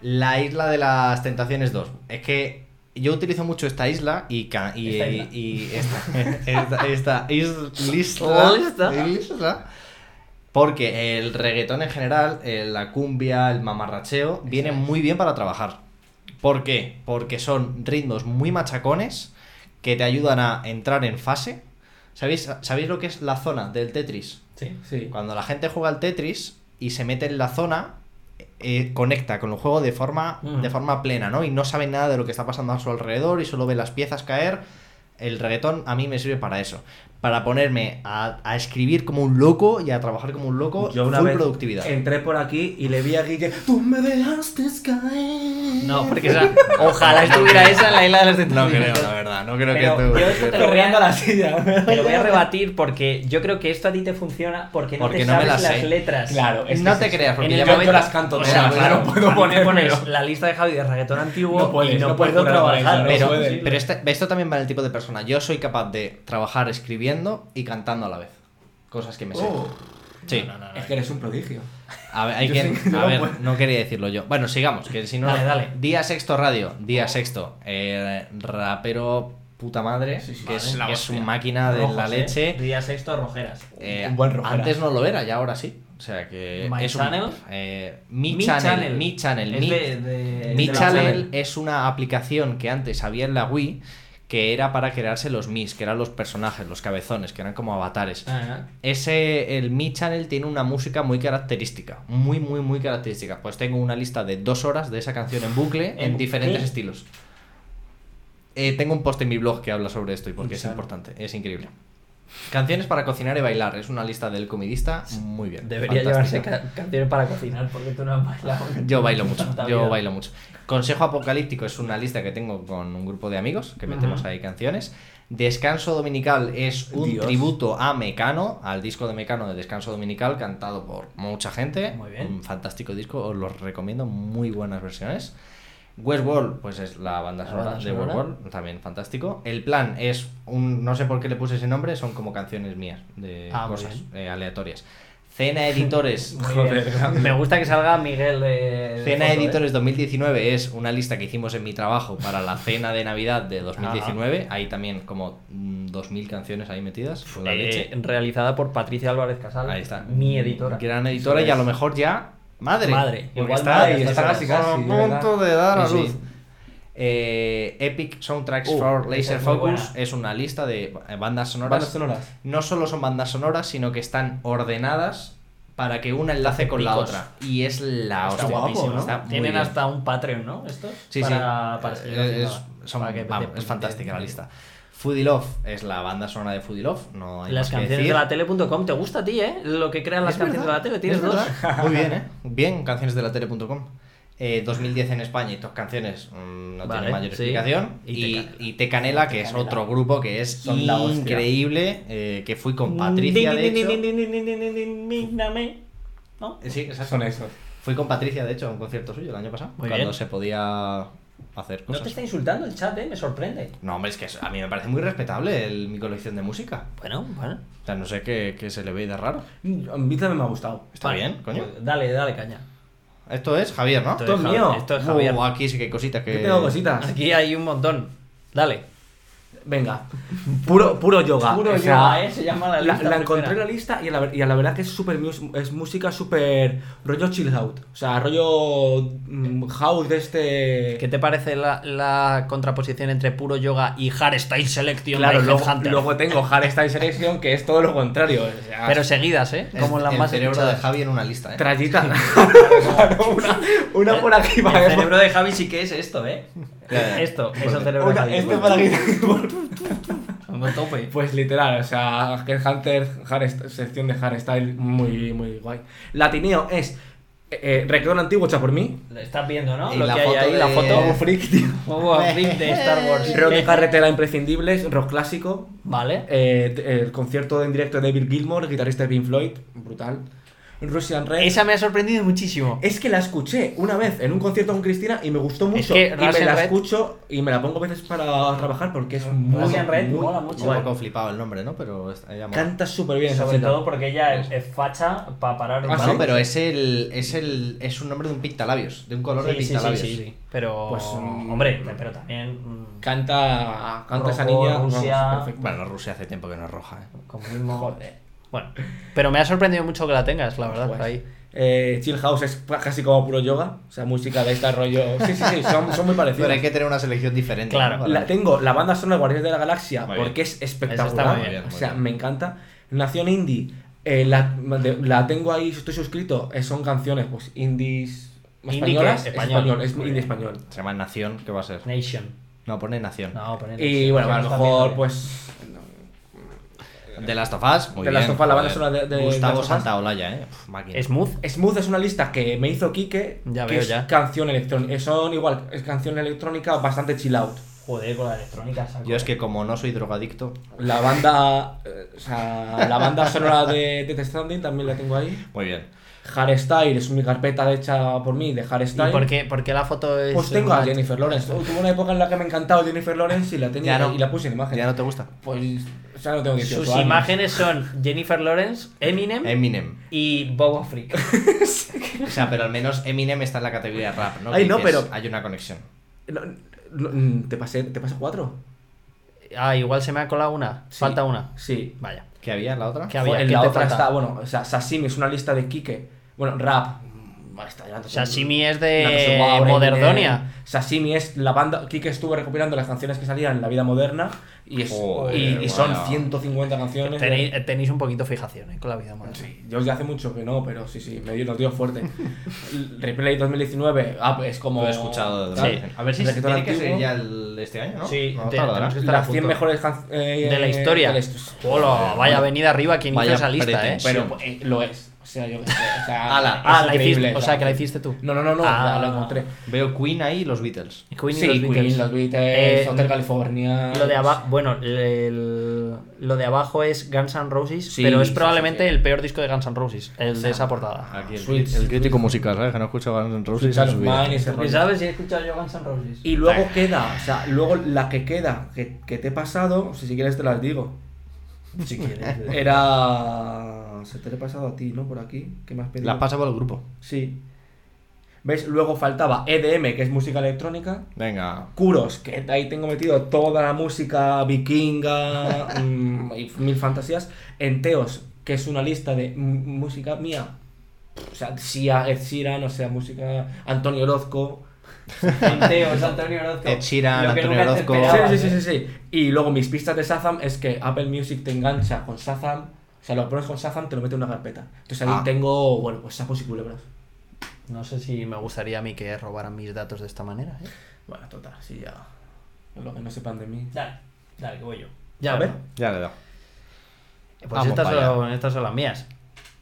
Speaker 1: La isla de las tentaciones 2. Es que yo utilizo mucho esta isla y, ca- y,
Speaker 2: Esta
Speaker 1: y-
Speaker 2: isla.
Speaker 1: y esta, esta, esta is- lisla-
Speaker 4: Lista.
Speaker 1: isla. Porque el reggaetón en general, eh, la cumbia, el mamarracheo, vienen muy bien para trabajar. ¿Por qué? Porque son ritmos muy machacones que te ayudan a entrar en fase. ¿Sabéis, ¿Sabéis lo que es la zona del Tetris?
Speaker 2: sí.
Speaker 3: Sí.
Speaker 1: Cuando la gente juega al Tetris y se mete en la zona, eh, conecta con el juego de forma, de forma plena, ¿no? Y no sabe nada de lo que está pasando a su alrededor y solo ve las piezas caer. El reggaetón a mí me sirve para eso. Para ponerme a, a escribir como un loco y a trabajar como un loco.
Speaker 3: Yo una
Speaker 1: full
Speaker 3: vez
Speaker 1: productividad.
Speaker 3: entré por aquí y le vi a Guille. Tú me dejaste caer.
Speaker 4: no porque esa- ojalá estuviera esa en la isla de las
Speaker 1: No
Speaker 4: tentaciones
Speaker 1: creo, la verdad. No creo
Speaker 2: Pero
Speaker 1: que tú-
Speaker 2: yo esto te lo voy
Speaker 3: Corriendo a
Speaker 2: a,
Speaker 3: la silla.
Speaker 2: te lo voy a rebatir porque yo creo que esto a ti te funciona porque no
Speaker 1: Porque
Speaker 2: te
Speaker 1: no me
Speaker 2: sabes
Speaker 1: las
Speaker 2: las,
Speaker 1: sé.
Speaker 2: letras.
Speaker 3: Claro, es
Speaker 1: no
Speaker 3: que
Speaker 1: te
Speaker 3: es-
Speaker 1: creas,
Speaker 4: en
Speaker 1: porque
Speaker 4: el
Speaker 1: ya
Speaker 3: Yo,
Speaker 1: me-
Speaker 3: yo las canto
Speaker 4: O
Speaker 3: todas,
Speaker 4: sea,
Speaker 3: claro,
Speaker 4: claro,
Speaker 3: no puedo
Speaker 4: a mí me
Speaker 3: poner.
Speaker 4: pones
Speaker 3: pero-
Speaker 4: la lista de Javi de reggaetón antiguo
Speaker 3: No puedes,
Speaker 4: y no,
Speaker 3: no puedes
Speaker 4: puedo
Speaker 3: poner la lista,
Speaker 4: trabajar
Speaker 3: no
Speaker 1: Pero,
Speaker 3: puede.
Speaker 1: pero este- esto también va en el tipo de persona. Yo soy capaz de trabajar escribiendo y cantando a la vez. Cosas que me sé.
Speaker 3: Oh,
Speaker 1: Sí.
Speaker 3: es que eres un prodigio.
Speaker 1: A ver, hay
Speaker 3: Yo
Speaker 1: que-
Speaker 3: sé que no
Speaker 1: a ver,
Speaker 3: puedo.
Speaker 1: no quería decirlo yo. Bueno, sigamos, que si no.
Speaker 4: Dale, dale.
Speaker 1: Día sexto radio,
Speaker 3: Oh.
Speaker 1: día sexto. eh, rapero puta madre,
Speaker 3: Sí, sí,
Speaker 1: que, es,
Speaker 3: madre, la
Speaker 1: que es
Speaker 3: hostia.
Speaker 1: una máquina de la
Speaker 2: Rojas, ¿eh?
Speaker 1: leche.
Speaker 2: Día sexto, rojeras.
Speaker 1: Eh,
Speaker 3: Un buen rojera.
Speaker 1: antes no lo era y ahora sí. O sea que
Speaker 4: My
Speaker 1: es un-
Speaker 4: Channel.
Speaker 1: eh, mi,
Speaker 4: Mi
Speaker 1: channel,
Speaker 4: Channel.
Speaker 1: mi channel,
Speaker 4: Es
Speaker 1: mi-
Speaker 4: de- de-
Speaker 1: mi
Speaker 4: de la
Speaker 1: Channel es una aplicación que antes había en la Wii que era para crearse los Mis, que eran los personajes, los cabezones, que eran como avatares.
Speaker 4: Ah,
Speaker 2: Ah,
Speaker 1: Ese, el Mi Channel tiene una música muy característica, muy, muy, muy característica. Pues tengo una lista de dos horas de esa canción en bucle en
Speaker 2: ¿En
Speaker 1: diferentes
Speaker 2: qué?
Speaker 1: estilos. Eh, tengo un post en mi blog que habla sobre esto y porque es
Speaker 3: Channel.
Speaker 1: importante, es increíble. Canciones para cocinar y bailar, es una lista del comidista muy bien.
Speaker 2: Debería
Speaker 1: fantástica.
Speaker 2: llevarse ca- canciones para cocinar porque tú no has bailado.
Speaker 1: Yo bailo mucho,
Speaker 2: Tanta
Speaker 1: yo
Speaker 2: vida.
Speaker 1: bailo mucho. Consejo apocalíptico es una lista que tengo con un grupo de amigos, que metemos ahí canciones. Descanso Dominical es un
Speaker 3: Dios.
Speaker 1: tributo a Mecano, al disco de Mecano de Descanso Dominical, cantado por mucha gente.
Speaker 2: Muy bien.
Speaker 1: Un fantástico disco, os lo recomiendo, muy buenas versiones. Westworld, pues es la banda sonora
Speaker 2: banda
Speaker 1: de
Speaker 2: sonora.
Speaker 1: Westworld, también fantástico. El plan es un, no sé por qué le puse ese nombre, son como canciones mías, de
Speaker 2: Ah, muy
Speaker 1: cosas eh, aleatorias. Cena Editores.
Speaker 2: Me gusta que salga Miguel de. de
Speaker 1: Cena
Speaker 2: fondo, ¿eh?
Speaker 1: Editores 2019 es una lista que hicimos en mi trabajo para la cena de Navidad de 2019. Hay también como mm, 2.000 canciones ahí metidas. con la
Speaker 2: Eh,
Speaker 1: leche.
Speaker 2: realizada por Patricia Álvarez Casal.
Speaker 1: Ahí está.
Speaker 2: Mi editora.
Speaker 1: Gran editora y a lo mejor ya madre.
Speaker 2: Madre,
Speaker 1: Porque
Speaker 2: igual
Speaker 1: está,
Speaker 2: madre,
Speaker 1: está
Speaker 2: está
Speaker 1: casi,
Speaker 3: casi,
Speaker 1: a
Speaker 3: casi,
Speaker 1: punto de dar a
Speaker 2: Sí, sí.
Speaker 1: luz. Eh, Epic Soundtracks
Speaker 2: Uh,
Speaker 1: for
Speaker 2: esa
Speaker 1: Laser
Speaker 2: es muy
Speaker 1: Focus
Speaker 2: buena.
Speaker 1: es una lista de eh, bandas sonoras.
Speaker 3: Bandas sonoras.
Speaker 1: No solo son bandas sonoras, sino que están ordenadas para que una enlace con la
Speaker 2: picos.
Speaker 1: otra. Y es la
Speaker 2: Está
Speaker 1: hostia.
Speaker 3: guapísimo, ¿no?
Speaker 1: Está muy
Speaker 2: Tienen
Speaker 1: bien.
Speaker 2: hasta un Patreon, ¿no? Estos.
Speaker 1: Sí,
Speaker 2: para,
Speaker 1: sí.
Speaker 2: Para
Speaker 1: Eh,
Speaker 2: seguir
Speaker 1: es,
Speaker 2: haciendo-
Speaker 1: son-
Speaker 2: para que te-
Speaker 1: vamos,
Speaker 2: te-
Speaker 1: es fantástica la
Speaker 2: te-
Speaker 1: lista. Foodie Love es la banda sonora de Foodie Love. No hay
Speaker 2: Las
Speaker 1: más que
Speaker 2: canciones de
Speaker 1: decir.
Speaker 2: la tele.com. ¿Te gusta a ti, eh? Lo que crean las
Speaker 1: Es
Speaker 2: canciones
Speaker 1: verdad,
Speaker 2: de la tele.
Speaker 1: es
Speaker 2: Tienes dos.
Speaker 1: verdad. Muy bien, ¿eh? Bien, canciones de la tele.com. 2010 en España y tus canciones mm, no
Speaker 2: Vale,
Speaker 1: tiene mayor
Speaker 2: sí.
Speaker 1: explicación.
Speaker 2: Y
Speaker 1: Y,
Speaker 2: Te Canela.
Speaker 1: y Te Canela, que es otro grupo que es
Speaker 3: Son la hostia.
Speaker 1: increíble, eh, que fui con Patricia, de
Speaker 2: Din, din,
Speaker 1: hecho.
Speaker 2: din, din, din, din, din, din, din, din, dame. ¿No?
Speaker 1: Eh, Sí, exacto.
Speaker 3: Son esos.
Speaker 1: Fui con Patricia, de hecho, a un concierto suyo el año pasado,
Speaker 2: Muy
Speaker 1: cuando
Speaker 2: bien.
Speaker 1: se podía hacer
Speaker 2: No
Speaker 1: cosas.
Speaker 2: te está insultando el chat, eh. Me sorprende.
Speaker 1: No, hombre, es que es- a mí me parece muy respetable el- mi colección de música.
Speaker 2: Bueno, bueno.
Speaker 1: O sea, no sé qué, qué se le ve de raro.
Speaker 3: A mí también me ha gustado.
Speaker 1: Está
Speaker 2: Vale,
Speaker 1: bien, coño.
Speaker 2: pues Dale, dale caña.
Speaker 1: Esto es Javier, ¿no?
Speaker 3: Esto es
Speaker 2: Javi-
Speaker 3: mío.
Speaker 2: Esto es Javier.
Speaker 1: Uh, aquí sí que hay cositas que.
Speaker 3: Yo tengo cositas.
Speaker 2: Eh, Aquí hay un montón. Dale.
Speaker 3: Venga, puro, puro yoga.
Speaker 2: Puro
Speaker 3: O sea,
Speaker 2: yoga, ¿eh? Se llama la
Speaker 3: La,
Speaker 2: lista.
Speaker 3: la
Speaker 2: pues,
Speaker 3: encontré en
Speaker 2: espera.
Speaker 3: la lista y a la, ver- y a la verdad que es super es música súper rollo chill out. O sea, rollo mm, house de este...
Speaker 2: ¿Qué te parece la, la contraposición entre puro yoga y Hardstyle Selection
Speaker 3: claro,
Speaker 2: de
Speaker 3: luego,
Speaker 2: Headhunter?
Speaker 3: luego tengo Hardstyle Selection que es todo lo contrario. o sea,
Speaker 2: Pero seguidas, ¿eh? Como
Speaker 1: el,
Speaker 2: las
Speaker 1: el
Speaker 2: más
Speaker 1: cerebro
Speaker 2: escuchadas.
Speaker 1: de Javi en una lista, ¿eh?
Speaker 3: Trallita. Claro, una, una por aquí
Speaker 2: El
Speaker 3: para
Speaker 2: cerebro de Javi sí que es esto, ¿eh?
Speaker 1: Ya, ya.
Speaker 2: Esto, es el cerebro de
Speaker 3: Una-
Speaker 2: Javi.
Speaker 3: este para aquí.
Speaker 2: Un tope.
Speaker 3: Pues literal, o sea, que Hunter, hard- sección de hardstyle, muy, muy guay. Latineo es eh, reggaetón antiguo hecha por mí.
Speaker 2: Lo estás viendo, ¿no?
Speaker 1: Y
Speaker 2: Lo
Speaker 1: la
Speaker 2: que hay
Speaker 1: foto
Speaker 2: ahí, la
Speaker 1: de-
Speaker 3: Como
Speaker 2: foto.
Speaker 3: freak, tío.
Speaker 2: Como a Flip de Star Wars.
Speaker 3: Rock
Speaker 2: ¿Qué?
Speaker 3: de carretera imprescindibles, rock clásico.
Speaker 2: Vale.
Speaker 3: eh, t- el concierto en directo de David Gilmour, guitarrista de Pink Floyd, brutal. Russian Red.
Speaker 2: Esa me ha sorprendido muchísimo.
Speaker 3: Es que la escuché una vez en un concierto con Cristina y me gustó mucho.
Speaker 2: que
Speaker 3: y me
Speaker 2: Russian
Speaker 3: la
Speaker 2: Red-
Speaker 3: escucho y me la pongo a veces para trabajar porque es muy,
Speaker 2: Russian Red
Speaker 3: muy
Speaker 2: mola mucho.
Speaker 3: guay.
Speaker 1: Un poco flipado el nombre, ¿no? Pero está- ella mola.
Speaker 3: Canta súper bien esa
Speaker 2: Sobre
Speaker 3: chica.
Speaker 2: todo porque ella es, es facha para parar un
Speaker 3: Ah,
Speaker 1: Ah,
Speaker 2: balón.
Speaker 1: no,
Speaker 3: ¿sí?
Speaker 1: pero es el, es el. Es un nombre de un pintalabios, de un color de
Speaker 2: Sí, sí, sí,
Speaker 1: pintalabios.
Speaker 2: sí, sí. Pero.
Speaker 3: Pues, mm,
Speaker 2: hombre, pero también. mm,
Speaker 3: Canta, canta esa
Speaker 2: Rojo,
Speaker 3: niña. vamos,
Speaker 2: Rusia.
Speaker 3: perfecto.
Speaker 1: Bueno, Rusia hace tiempo que no es roja, ¿eh?
Speaker 2: comunismo. Bueno. Pero me ha sorprendido mucho que la tengas, la verdad.
Speaker 3: Guay.
Speaker 2: ahí.
Speaker 3: Eh, Chill House es casi como puro yoga. O sea, música de este rollo. Sí, sí, sí, son, son muy parecidos.
Speaker 1: Pero hay que tener una selección diferente.
Speaker 2: Claro.
Speaker 1: ¿no? Para-
Speaker 3: La, tengo la banda sonora de Guardianes de la Galaxia
Speaker 1: Muy
Speaker 3: porque
Speaker 1: bien.
Speaker 3: es espectacular.
Speaker 2: muy bien,
Speaker 3: o
Speaker 1: muy
Speaker 3: sea,
Speaker 1: bien.
Speaker 3: me encanta. Nación Indie, eh, la, de- la tengo ahí, estoy suscrito. eh, son canciones, pues, indies
Speaker 2: Indie
Speaker 3: españolas.
Speaker 2: que
Speaker 3: es
Speaker 2: español.
Speaker 3: español, es
Speaker 2: Muy
Speaker 3: indie
Speaker 2: bien.
Speaker 3: español.
Speaker 1: Se llama Nación, ¿qué va a ser?
Speaker 2: Nation.
Speaker 1: No, pone Nación.
Speaker 2: No, poner
Speaker 3: Y
Speaker 2: Nation.
Speaker 3: bueno, a
Speaker 2: No
Speaker 3: lo
Speaker 2: está
Speaker 3: mejor,
Speaker 2: bien, ¿eh?
Speaker 3: pues.
Speaker 1: De Last of Us, muy
Speaker 3: The
Speaker 1: bien.
Speaker 3: Last of Us, la banda
Speaker 1: joder.
Speaker 3: sonora de- de Last
Speaker 1: Gustavo
Speaker 3: of Us.
Speaker 1: Santaolalla, ¿eh? Puf, máquina.
Speaker 2: vale. Smooth.
Speaker 3: Smooth es una lista que me hizo Kike.
Speaker 2: Ya
Speaker 3: que
Speaker 2: veo,
Speaker 3: es
Speaker 2: ya.
Speaker 3: canción electrónica. Eh, Son igual, es canción electrónica bastante chill out.
Speaker 2: Joder, con la electrónica saco.
Speaker 1: Yo es que como no soy drogadicto.
Speaker 3: La banda. eh, o sea, la banda sonora de Death Stranding también la tengo ahí.
Speaker 1: Muy bien.
Speaker 3: Hardstyle es mi carpeta hecha por mí de
Speaker 2: ¿Y
Speaker 3: Hardstyle.
Speaker 2: por qué, por qué la foto es.?
Speaker 3: Pues tengo a
Speaker 2: una-
Speaker 3: Jennifer Lawrence. Uy, tuve una época en la que me encantaba Jennifer Lawrence y la tenía
Speaker 1: Ya no.
Speaker 3: y la puse en imagen.
Speaker 1: ¿Ya no te gusta?
Speaker 3: Pues ya no tengo 18
Speaker 2: Sus
Speaker 3: años.
Speaker 2: imágenes son Jennifer Lawrence, Eminem
Speaker 3: Em-
Speaker 1: Eminem.
Speaker 2: y Boba Freak.
Speaker 1: O sea, pero al menos Eminem está en la categoría rap, ¿no?
Speaker 3: Ay,
Speaker 1: Que
Speaker 3: no,
Speaker 1: dices,
Speaker 3: pero-
Speaker 1: Hay una conexión.
Speaker 3: No, no, mm, ¿Te pasé, te pasé cuatro?
Speaker 2: Ah, igual se me ha colado una. Falta una.
Speaker 3: Sí.
Speaker 2: Vaya.
Speaker 1: ¿Qué había en la otra?
Speaker 2: ¿Qué había?
Speaker 3: en
Speaker 2: ¿Qué
Speaker 3: la
Speaker 2: te
Speaker 3: otra
Speaker 2: falta?
Speaker 3: está, bueno, o sea, Sashimi es una lista de Kike. Bueno, rap. mm, vale, está ya no te-
Speaker 2: Sashimi es
Speaker 3: Una cosa
Speaker 2: de
Speaker 3: guau, Eminem.
Speaker 2: Moderdonia.
Speaker 3: Sashimi es la banda. Kike estuvo recopilando las canciones que salían en la vida moderna y, es-
Speaker 1: Joder,
Speaker 3: y, y son
Speaker 1: vaya.
Speaker 3: 150 canciones.
Speaker 2: Tenéis, eh, tenéis un poquito fijación ¿eh? con la vida moderna.
Speaker 3: Sí, yo ya hace mucho que no, pero sí, sí, me dio, nos dio fuerte. El Replay 2019, ah, es como.
Speaker 1: Lo he escuchado. de verdad.
Speaker 2: Sí.
Speaker 1: A ver si
Speaker 3: Reggaetón
Speaker 1: tiene que
Speaker 3: antiguo.
Speaker 1: ser ya el, este año, ¿no?
Speaker 2: Sí,
Speaker 1: no
Speaker 2: te-
Speaker 1: tardará.
Speaker 2: tenemos que estar a
Speaker 3: Las 100
Speaker 2: punto.
Speaker 3: mejores eh, canciones.
Speaker 2: De la historia.
Speaker 3: Pero
Speaker 2: Hola, vaya venida arriba quien hizo
Speaker 1: Vaya
Speaker 2: esa lista, ¿eh?
Speaker 1: pretensión.
Speaker 3: eh, lo es.
Speaker 6: O sea, yo qué sé. O sea,
Speaker 1: Ala,
Speaker 6: es
Speaker 2: Ah, la
Speaker 6: increíble,
Speaker 2: hiciste, o sea, que la hiciste tú.
Speaker 6: No, no, no, no,
Speaker 2: Ah.
Speaker 6: la, la encontré.
Speaker 1: Veo Queen ahí y los Beatles.
Speaker 2: Queen y
Speaker 6: sí,
Speaker 2: los Beatles.
Speaker 6: Queen, los Beatles,
Speaker 2: Eh,
Speaker 6: Hotel California.
Speaker 2: Lo de abajo, bueno, el- lo de abajo es Guns N' Roses,
Speaker 6: Sí,
Speaker 2: pero es
Speaker 6: sí,
Speaker 2: probablemente
Speaker 6: sí, sí.
Speaker 2: el peor disco de Guns N' Roses, el de esa portada.
Speaker 1: Aquí el,
Speaker 6: Switch.
Speaker 1: el crítico musical, ¿sabes? Que no escuchaba Guns N' Roses en
Speaker 6: Child
Speaker 1: su
Speaker 6: of
Speaker 1: vida.
Speaker 6: Mine y ese rollo.
Speaker 2: si he escuchado yo Guns N' Roses?
Speaker 3: Pues Y luego queda, o sea, luego la que queda, que, que te he pasado, o sea, si quieres te las digo.
Speaker 2: si quieres. eh.
Speaker 3: Era. Se te lo he pasado a ti, ¿no? Por aquí, ¿qué me has pedido?
Speaker 1: Las pasa por el grupo.
Speaker 3: Sí. ¿Ves? Luego faltaba EDM, que es música electrónica.
Speaker 1: Venga.
Speaker 3: Kuros, que ahí tengo metido toda la música vikinga mm, y mil fantasías. Enteos, que es una lista de m- música mía. O sea, Sia, Ed Sheeran, o sea, música Antonio Orozco.
Speaker 4: Enteos, Antonio Orozco.
Speaker 1: Ed Sheeran,
Speaker 4: Lo que
Speaker 1: Antonio
Speaker 4: nunca te
Speaker 1: Orozco.
Speaker 4: esperabas,
Speaker 3: sí, sí,
Speaker 4: ¿eh?
Speaker 3: sí, sí, sí. Y luego mis pistas de Shazam es que Apple Music te engancha con Shazam. O sea, lo pones con Shazam, te lo mete en una carpeta. Entonces ahí
Speaker 1: Ah.
Speaker 3: tengo, bueno, pues sapos y culebras.
Speaker 2: No sé si me gustaría a mí que robaran mis datos de esta manera. ¿eh?
Speaker 3: Bueno, total, sí, ya. Lo que no sepan de mí.
Speaker 4: Dale, dale, que voy yo.
Speaker 2: Ya,
Speaker 3: A ver.
Speaker 2: bueno.
Speaker 1: Ya le he dado.
Speaker 2: Pues
Speaker 1: Vamos
Speaker 2: estas
Speaker 1: para allá.
Speaker 2: son, estas son las mías.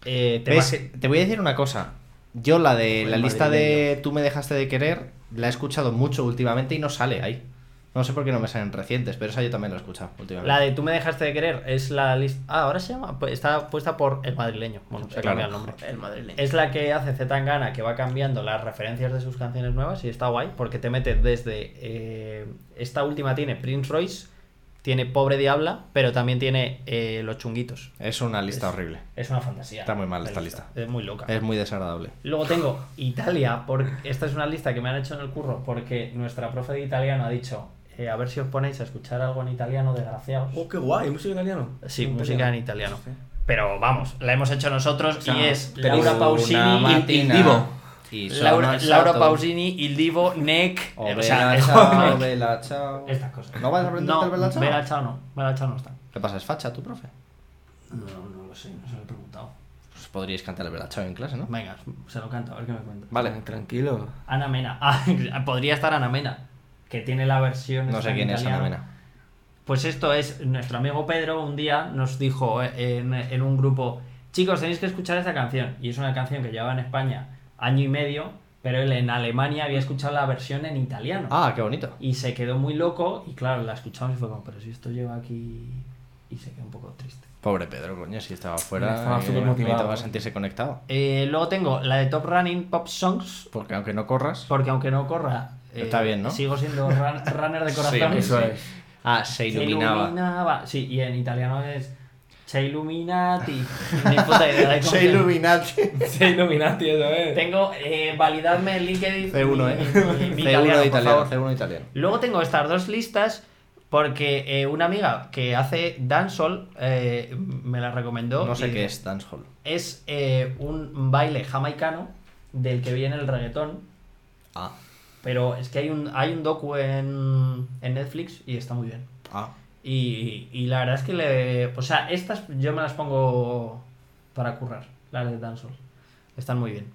Speaker 2: Eh, te
Speaker 1: ¿Ves?
Speaker 2: vas-
Speaker 1: Te voy a decir una cosa. Yo la de
Speaker 2: Joder,
Speaker 1: la lista de Tú me dejaste de querer la he escuchado mucho últimamente y no sale ahí. No sé por qué no me salen recientes, pero esa yo también la he escuchado últimamente.
Speaker 2: La de Tú me dejaste de querer es la lista. Ah, ahora se llama. pues Está puesta por el madrileño. Bueno, se ha
Speaker 1: Claro.
Speaker 2: cambiado el nombre.
Speaker 3: El madrileño.
Speaker 2: Es la que hace Z Tangana, que va cambiando las referencias de sus canciones nuevas y está guay porque te mete desde. eh, esta última tiene Prince Royce, tiene Pobre Diabla, pero también tiene eh, Los Chunguitos.
Speaker 1: Es una lista horrible.
Speaker 2: Es una fantasía.
Speaker 1: Está muy mal
Speaker 2: La
Speaker 1: esta lista. Eh.
Speaker 2: Es muy loca.
Speaker 1: Es muy desagradable.
Speaker 2: Luego tengo Italia, porque esta es una lista que me han hecho en el curro porque nuestra profe de italiano ha dicho: eh, a ver si os ponéis a escuchar algo en italiano, desgraciados.
Speaker 3: Oh, qué guay, música italiano.
Speaker 2: Sí,
Speaker 3: Italiano.
Speaker 2: música en italiano.
Speaker 3: Sí.
Speaker 2: Pero vamos, la hemos hecho nosotros y es
Speaker 3: tenéis
Speaker 2: Laura Pausini, Il- Il Divo. Laura, Laura Pausini, Il Divo, Neck. eh, o sea, es-
Speaker 1: chao, vela, chao.
Speaker 2: estas cosas.
Speaker 1: ¿No vas a aprender
Speaker 2: no,
Speaker 1: el vela, chao?
Speaker 2: Bella Ciao no. Bella Ciao no está.
Speaker 1: ¿Qué pasa? ¿Es facha tu profe?
Speaker 2: No, no lo sé, no se lo he preguntado.
Speaker 1: Pues podríais cantar el vela, chao en clase, ¿no?
Speaker 2: Venga, se lo canto, a ver qué me cuenta.
Speaker 1: Vale.
Speaker 3: Tranquilo.
Speaker 2: Ana Mena. Ah, podría estar Ana Mena, que tiene la versión.
Speaker 1: No
Speaker 2: esta
Speaker 1: sé
Speaker 2: en
Speaker 1: quién es Ana
Speaker 2: italiano.
Speaker 1: Mena.
Speaker 2: Pues esto es, nuestro amigo Pedro un día nos dijo eh, en, en un grupo, chicos, tenéis que escuchar esta canción. Y es una canción que llevaba en España año y medio, pero él en Alemania había escuchado la versión en italiano.
Speaker 1: Ah, qué bonito.
Speaker 2: Y se quedó muy loco y claro, la escuchamos y fue como, pero si esto lleva aquí... Y se quedó un poco triste.
Speaker 1: Pobre Pedro, coño, si estaba fuera.
Speaker 3: Estaba
Speaker 1: eh,
Speaker 3: supermotivado.
Speaker 1: necesitaba sentirse conectado.
Speaker 2: Eh, luego tengo la de Top Running Pop Songs,
Speaker 1: Porque aunque no corras.
Speaker 2: porque aunque no corra... eh,
Speaker 1: Está bien, ¿no?
Speaker 2: Sigo siendo run- runner de corazón.
Speaker 1: Sí,
Speaker 3: Eso
Speaker 1: sí.
Speaker 3: es.
Speaker 1: Ah, se
Speaker 2: Se
Speaker 1: iluminaba.
Speaker 2: iluminaba. Sí, y en italiano es. Se illuminati. Ni puta idea de cómo
Speaker 1: Se iluminati.
Speaker 3: Se Illuminati, eso es.
Speaker 2: Tengo. Eh, validadme el LinkedIn.
Speaker 1: C1,
Speaker 2: mi-
Speaker 1: eh.
Speaker 2: mi- mi
Speaker 1: C1
Speaker 2: italiano,
Speaker 1: italiano,
Speaker 2: por favor.
Speaker 1: C1 italiano.
Speaker 2: Luego tengo estas dos listas. Porque eh, una amiga que hace dancehall eh, me la recomendó.
Speaker 1: No sé
Speaker 2: y
Speaker 1: qué es dancehall.
Speaker 2: Es eh, un baile jamaicano del que viene el reggaetón.
Speaker 1: Ah,
Speaker 2: Pero es que hay un, hay un docu en, en Netflix y está muy bien.
Speaker 1: ah.
Speaker 2: Y, y la verdad es que le. O sea, estas yo me las pongo para currar, las de Dancehall. Están muy bien.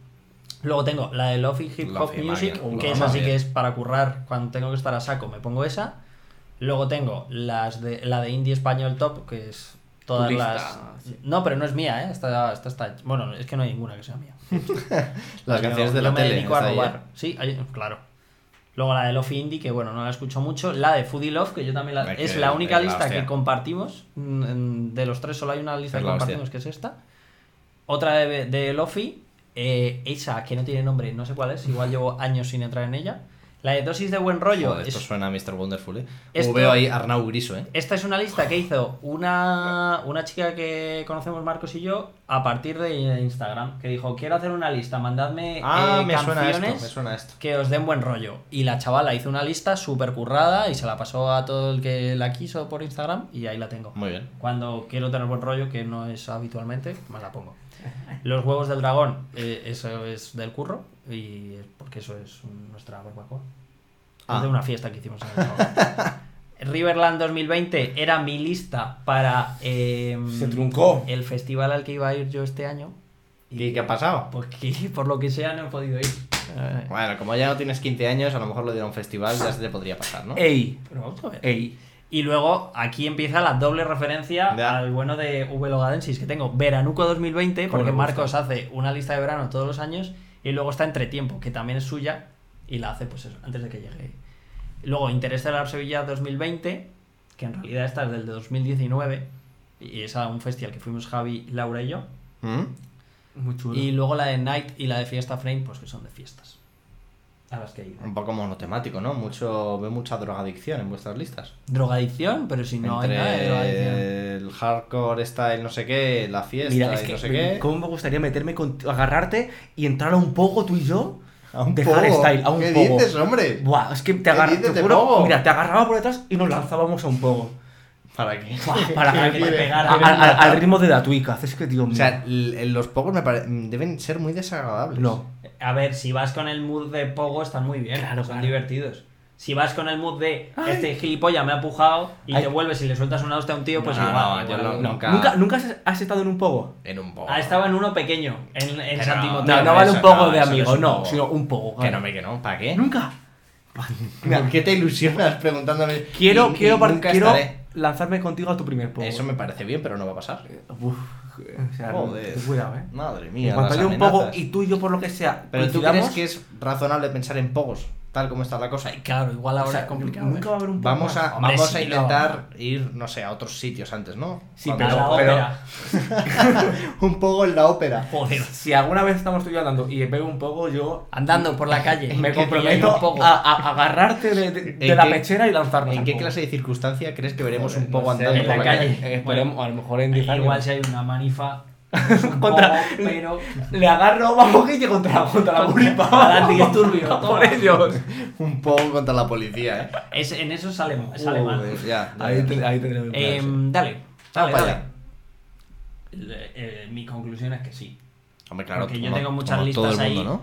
Speaker 2: Luego tengo la de Love y Hip Hop
Speaker 1: Love y
Speaker 2: Music,
Speaker 1: Magia. Love
Speaker 2: que es
Speaker 1: y
Speaker 2: así
Speaker 1: Magia.
Speaker 2: que es para currar. Cuando tengo que estar a saco me pongo esa. Luego tengo las de, la de Indie Español Top, que es todas
Speaker 3: Turista,
Speaker 2: las. No, pero no es mía, ¿eh? Esta, esta está. Bueno, es que no hay ninguna que sea mía.
Speaker 1: Las
Speaker 2: Yo-
Speaker 1: canciones de
Speaker 2: yo
Speaker 1: la
Speaker 2: me
Speaker 1: tele.
Speaker 2: dedico a
Speaker 1: está ahí, ¿eh?
Speaker 2: robar. Sí, hay- claro. Luego la de Love Indie, que bueno, no la escucho mucho. La de Foodie Love, que yo también la...
Speaker 1: Es que
Speaker 2: Es la única
Speaker 1: es la
Speaker 2: lista
Speaker 1: hostia.
Speaker 2: que compartimos. Mm, en- De los tres solo hay una lista
Speaker 1: Es
Speaker 2: que
Speaker 1: la
Speaker 2: compartimos, que es esta. Otra de, de Lofi. eh, esa, que no tiene nombre, no sé cuál es. Igual llevo años sin entrar en ella. La de Dosis de Buen
Speaker 1: eh.
Speaker 2: Rollo.
Speaker 1: Joder, esto
Speaker 2: es-
Speaker 1: suena a Mr. Wonderful, eh.
Speaker 2: Esto-
Speaker 1: O veo ahí Arnau Griso, eh.
Speaker 2: Esta es una lista que hizo una, una chica que conocemos Marcos y yo a partir de Instagram, que dijo, quiero hacer una lista, mandadme
Speaker 1: Ah,
Speaker 2: eh,
Speaker 1: me suena
Speaker 2: canciones
Speaker 1: esto, me suena esto.
Speaker 2: que os den buen rollo. Y la chavala hizo una lista súper currada y se la pasó a todo el que la quiso por Instagram y ahí la tengo.
Speaker 1: Muy bien.
Speaker 2: Cuando quiero tener buen rollo, que no es habitualmente, me la pongo. Los huevos del dragón, eh, eso es del curro, y es porque eso es un- nuestra barbacoa.
Speaker 1: Ah.
Speaker 2: Es de una fiesta que hicimos en el dragón. Riverland 2020 era mi lista para eh,
Speaker 3: Mm. Se truncó.
Speaker 2: el festival al que iba a ir yo este año.
Speaker 1: ¿Y qué ha pasado?
Speaker 2: Porque por lo que sea no he podido ir. Eh, Eh.
Speaker 1: Bueno, como ya no tienes 15 años, a lo mejor lo dieron a un festival, ya se te podría pasar, ¿no?
Speaker 3: Ey,
Speaker 2: pero vamos a ver.
Speaker 3: ey.
Speaker 2: Y luego aquí empieza la doble referencia
Speaker 1: Ya.
Speaker 2: al bueno de V. Logadensis que tengo. Veranuco 2020, porque
Speaker 3: me gusta.
Speaker 2: Marcos hace una lista de verano todos los años y luego está Entretiempo, que también es suya y la hace pues eso, antes de que llegue. Luego Interés de la Sevilla 2020, que en realidad esta es del de 2019 y es a un festival que fuimos Javi, Laura y yo.
Speaker 1: ¿Mm?
Speaker 3: Muy chulo.
Speaker 2: Y luego la de Night y la de Fiesta Frame, pues que son de fiestas. A las que he ido.
Speaker 1: Un poco monotemático, ¿no? Mucho, veo mucha drogadicción en vuestras listas.
Speaker 2: Drogadicción, pero si no
Speaker 1: Entre
Speaker 2: hay nada de drogadicción.
Speaker 1: el hardcore style no sé qué, la fiesta
Speaker 5: Mira, es
Speaker 1: y
Speaker 5: que
Speaker 1: no sé qué.
Speaker 5: cómo me gustaría meterme con agarrarte y entrar a un poco tú y yo.
Speaker 1: A un
Speaker 5: de hardstyle, a un
Speaker 1: ¿Qué
Speaker 5: poco.
Speaker 1: dices, hombre?
Speaker 5: Buah, es que te
Speaker 1: ¿Qué
Speaker 5: agarraba.
Speaker 1: dices de pogo?
Speaker 5: Mira, te agarraba por detrás y nos lanzábamos a un poco.
Speaker 1: ¿Para qué?
Speaker 5: Para
Speaker 1: ¿Qué
Speaker 5: para
Speaker 1: quiere?
Speaker 5: pegar a- a- a- al ritmo de la tuica. Es que, tío,
Speaker 1: O sea, l- los pocos me pare- deben ser muy desagradables.
Speaker 5: no.
Speaker 2: A ver, si vas con el mood de Pogo, están muy bien. son divertidos. Si vas con el mood de este gilipollas me ha pujado y
Speaker 5: Ay.
Speaker 2: te vuelves y le sueltas una hostia a un tío, pues
Speaker 1: No,
Speaker 2: igual.
Speaker 1: no, yo
Speaker 2: igual.
Speaker 1: no- nunca.
Speaker 5: ¿Nunca, ¿Nunca has, has estado en un poco?
Speaker 1: En un poco.
Speaker 2: Ah, estaba en uno pequeño, en, en San Timoteo.
Speaker 5: No,
Speaker 1: pero
Speaker 5: no vale
Speaker 1: eso
Speaker 5: un poco
Speaker 1: no,
Speaker 5: de
Speaker 1: eso no
Speaker 5: amigo,
Speaker 1: es un
Speaker 5: no,
Speaker 1: pogo.
Speaker 5: sino un poco.
Speaker 1: Que no, me que no. ¿Para qué?
Speaker 5: Nunca.
Speaker 1: ¿Por qué te ilusionas preguntándome?
Speaker 5: Quiero,
Speaker 1: Y- y
Speaker 5: quiero, par-
Speaker 1: nunca
Speaker 5: quiero
Speaker 1: estaré?
Speaker 5: lanzarme contigo a tu primer poco.
Speaker 1: Eso me parece bien, pero no va a pasar.
Speaker 5: Uf, o sea,
Speaker 1: Joder.
Speaker 5: ten cuidado, eh.
Speaker 1: Madre
Speaker 5: En
Speaker 1: mía.
Speaker 5: cuanto
Speaker 1: las
Speaker 5: haya un poco
Speaker 1: amenazas.
Speaker 5: y tú y yo por lo que sea.
Speaker 1: Pero tú
Speaker 5: coincidamos,
Speaker 1: crees que es razonable pensar en pogos, tal como está la cosa. Y
Speaker 2: Claro, igual ahora
Speaker 5: o sea,
Speaker 2: es complicado.
Speaker 5: Nunca va
Speaker 2: ¿eh?
Speaker 5: a haber un poco.
Speaker 1: Vamos
Speaker 5: más.
Speaker 1: a,
Speaker 2: Hombre,
Speaker 1: vamos
Speaker 2: sí,
Speaker 1: a
Speaker 2: pero-
Speaker 1: intentar ir, no sé, a otros sitios antes, ¿no?
Speaker 5: Sí,
Speaker 1: Cuando-
Speaker 2: A la
Speaker 5: pero-
Speaker 2: ópera.
Speaker 1: un poco en la ópera.
Speaker 2: Joder.
Speaker 3: Si alguna vez estamos tú y yo andando y veo un poco, yo
Speaker 2: Andando por la calle.
Speaker 3: me
Speaker 2: que pilláis
Speaker 3: comprometo
Speaker 2: un Pogo.
Speaker 3: a, a- a agarrarte de, de- de
Speaker 1: ¿En
Speaker 3: la
Speaker 1: qué-
Speaker 3: pechera y lanzarnos.
Speaker 1: ¿En
Speaker 3: al
Speaker 1: qué
Speaker 3: pogo.
Speaker 1: clase de circunstancia crees que veremos
Speaker 3: Joder,
Speaker 1: un poco
Speaker 3: no sé,
Speaker 1: andando
Speaker 2: en
Speaker 1: por
Speaker 2: la calle.
Speaker 3: Eh, Esperemos, a lo mejor en 10 años.
Speaker 2: Igual si hay una manifa.
Speaker 3: Contra-
Speaker 2: Contra. Pero.
Speaker 3: Le agarro a boquilla contra, contra la buripa.
Speaker 2: Al antidisturbios,
Speaker 3: Por
Speaker 2: toma.
Speaker 3: ellos.
Speaker 1: Un poco contra la policía, ¿eh?
Speaker 2: Es, en eso sale,
Speaker 3: Uh,
Speaker 2: sale
Speaker 1: Joder,
Speaker 2: mal.
Speaker 1: ya, ya,
Speaker 3: Ahí,
Speaker 1: ya.
Speaker 3: te- ahí tendremos que
Speaker 2: Eh,
Speaker 3: quedarse.
Speaker 2: dale.
Speaker 1: Vamos para
Speaker 2: dale, dale.
Speaker 1: allá.
Speaker 2: Le- eh, mi conclusión es que sí.
Speaker 1: Hombre, claro,
Speaker 2: Porque yo
Speaker 1: como-
Speaker 2: tengo muchas
Speaker 1: como todo el
Speaker 2: listas
Speaker 1: mundo,
Speaker 2: ahí.
Speaker 1: ¿no?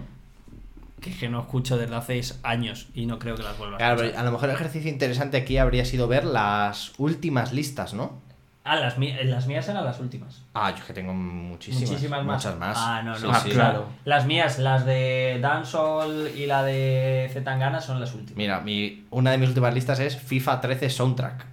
Speaker 2: Que, es que no escucho desde hace años y no creo que las vuelva
Speaker 1: Claro,
Speaker 2: a
Speaker 1: pero
Speaker 2: escuchar.
Speaker 1: a lo mejor el ejercicio interesante aquí habría sido ver las últimas listas, ¿no?
Speaker 2: Ah, las, mí- las mías eran las últimas.
Speaker 1: Ah, yo es que tengo muchísimas.
Speaker 2: Muchísimas más.
Speaker 1: Muchas más.
Speaker 2: Ah, no, no.
Speaker 1: Sí,
Speaker 2: Ah,
Speaker 1: sí.
Speaker 2: claro. Las mías, las de Dancehall y la de Zetangana son las últimas.
Speaker 1: Mira, mi, una de mis últimas listas es FIFA 13 Soundtrack.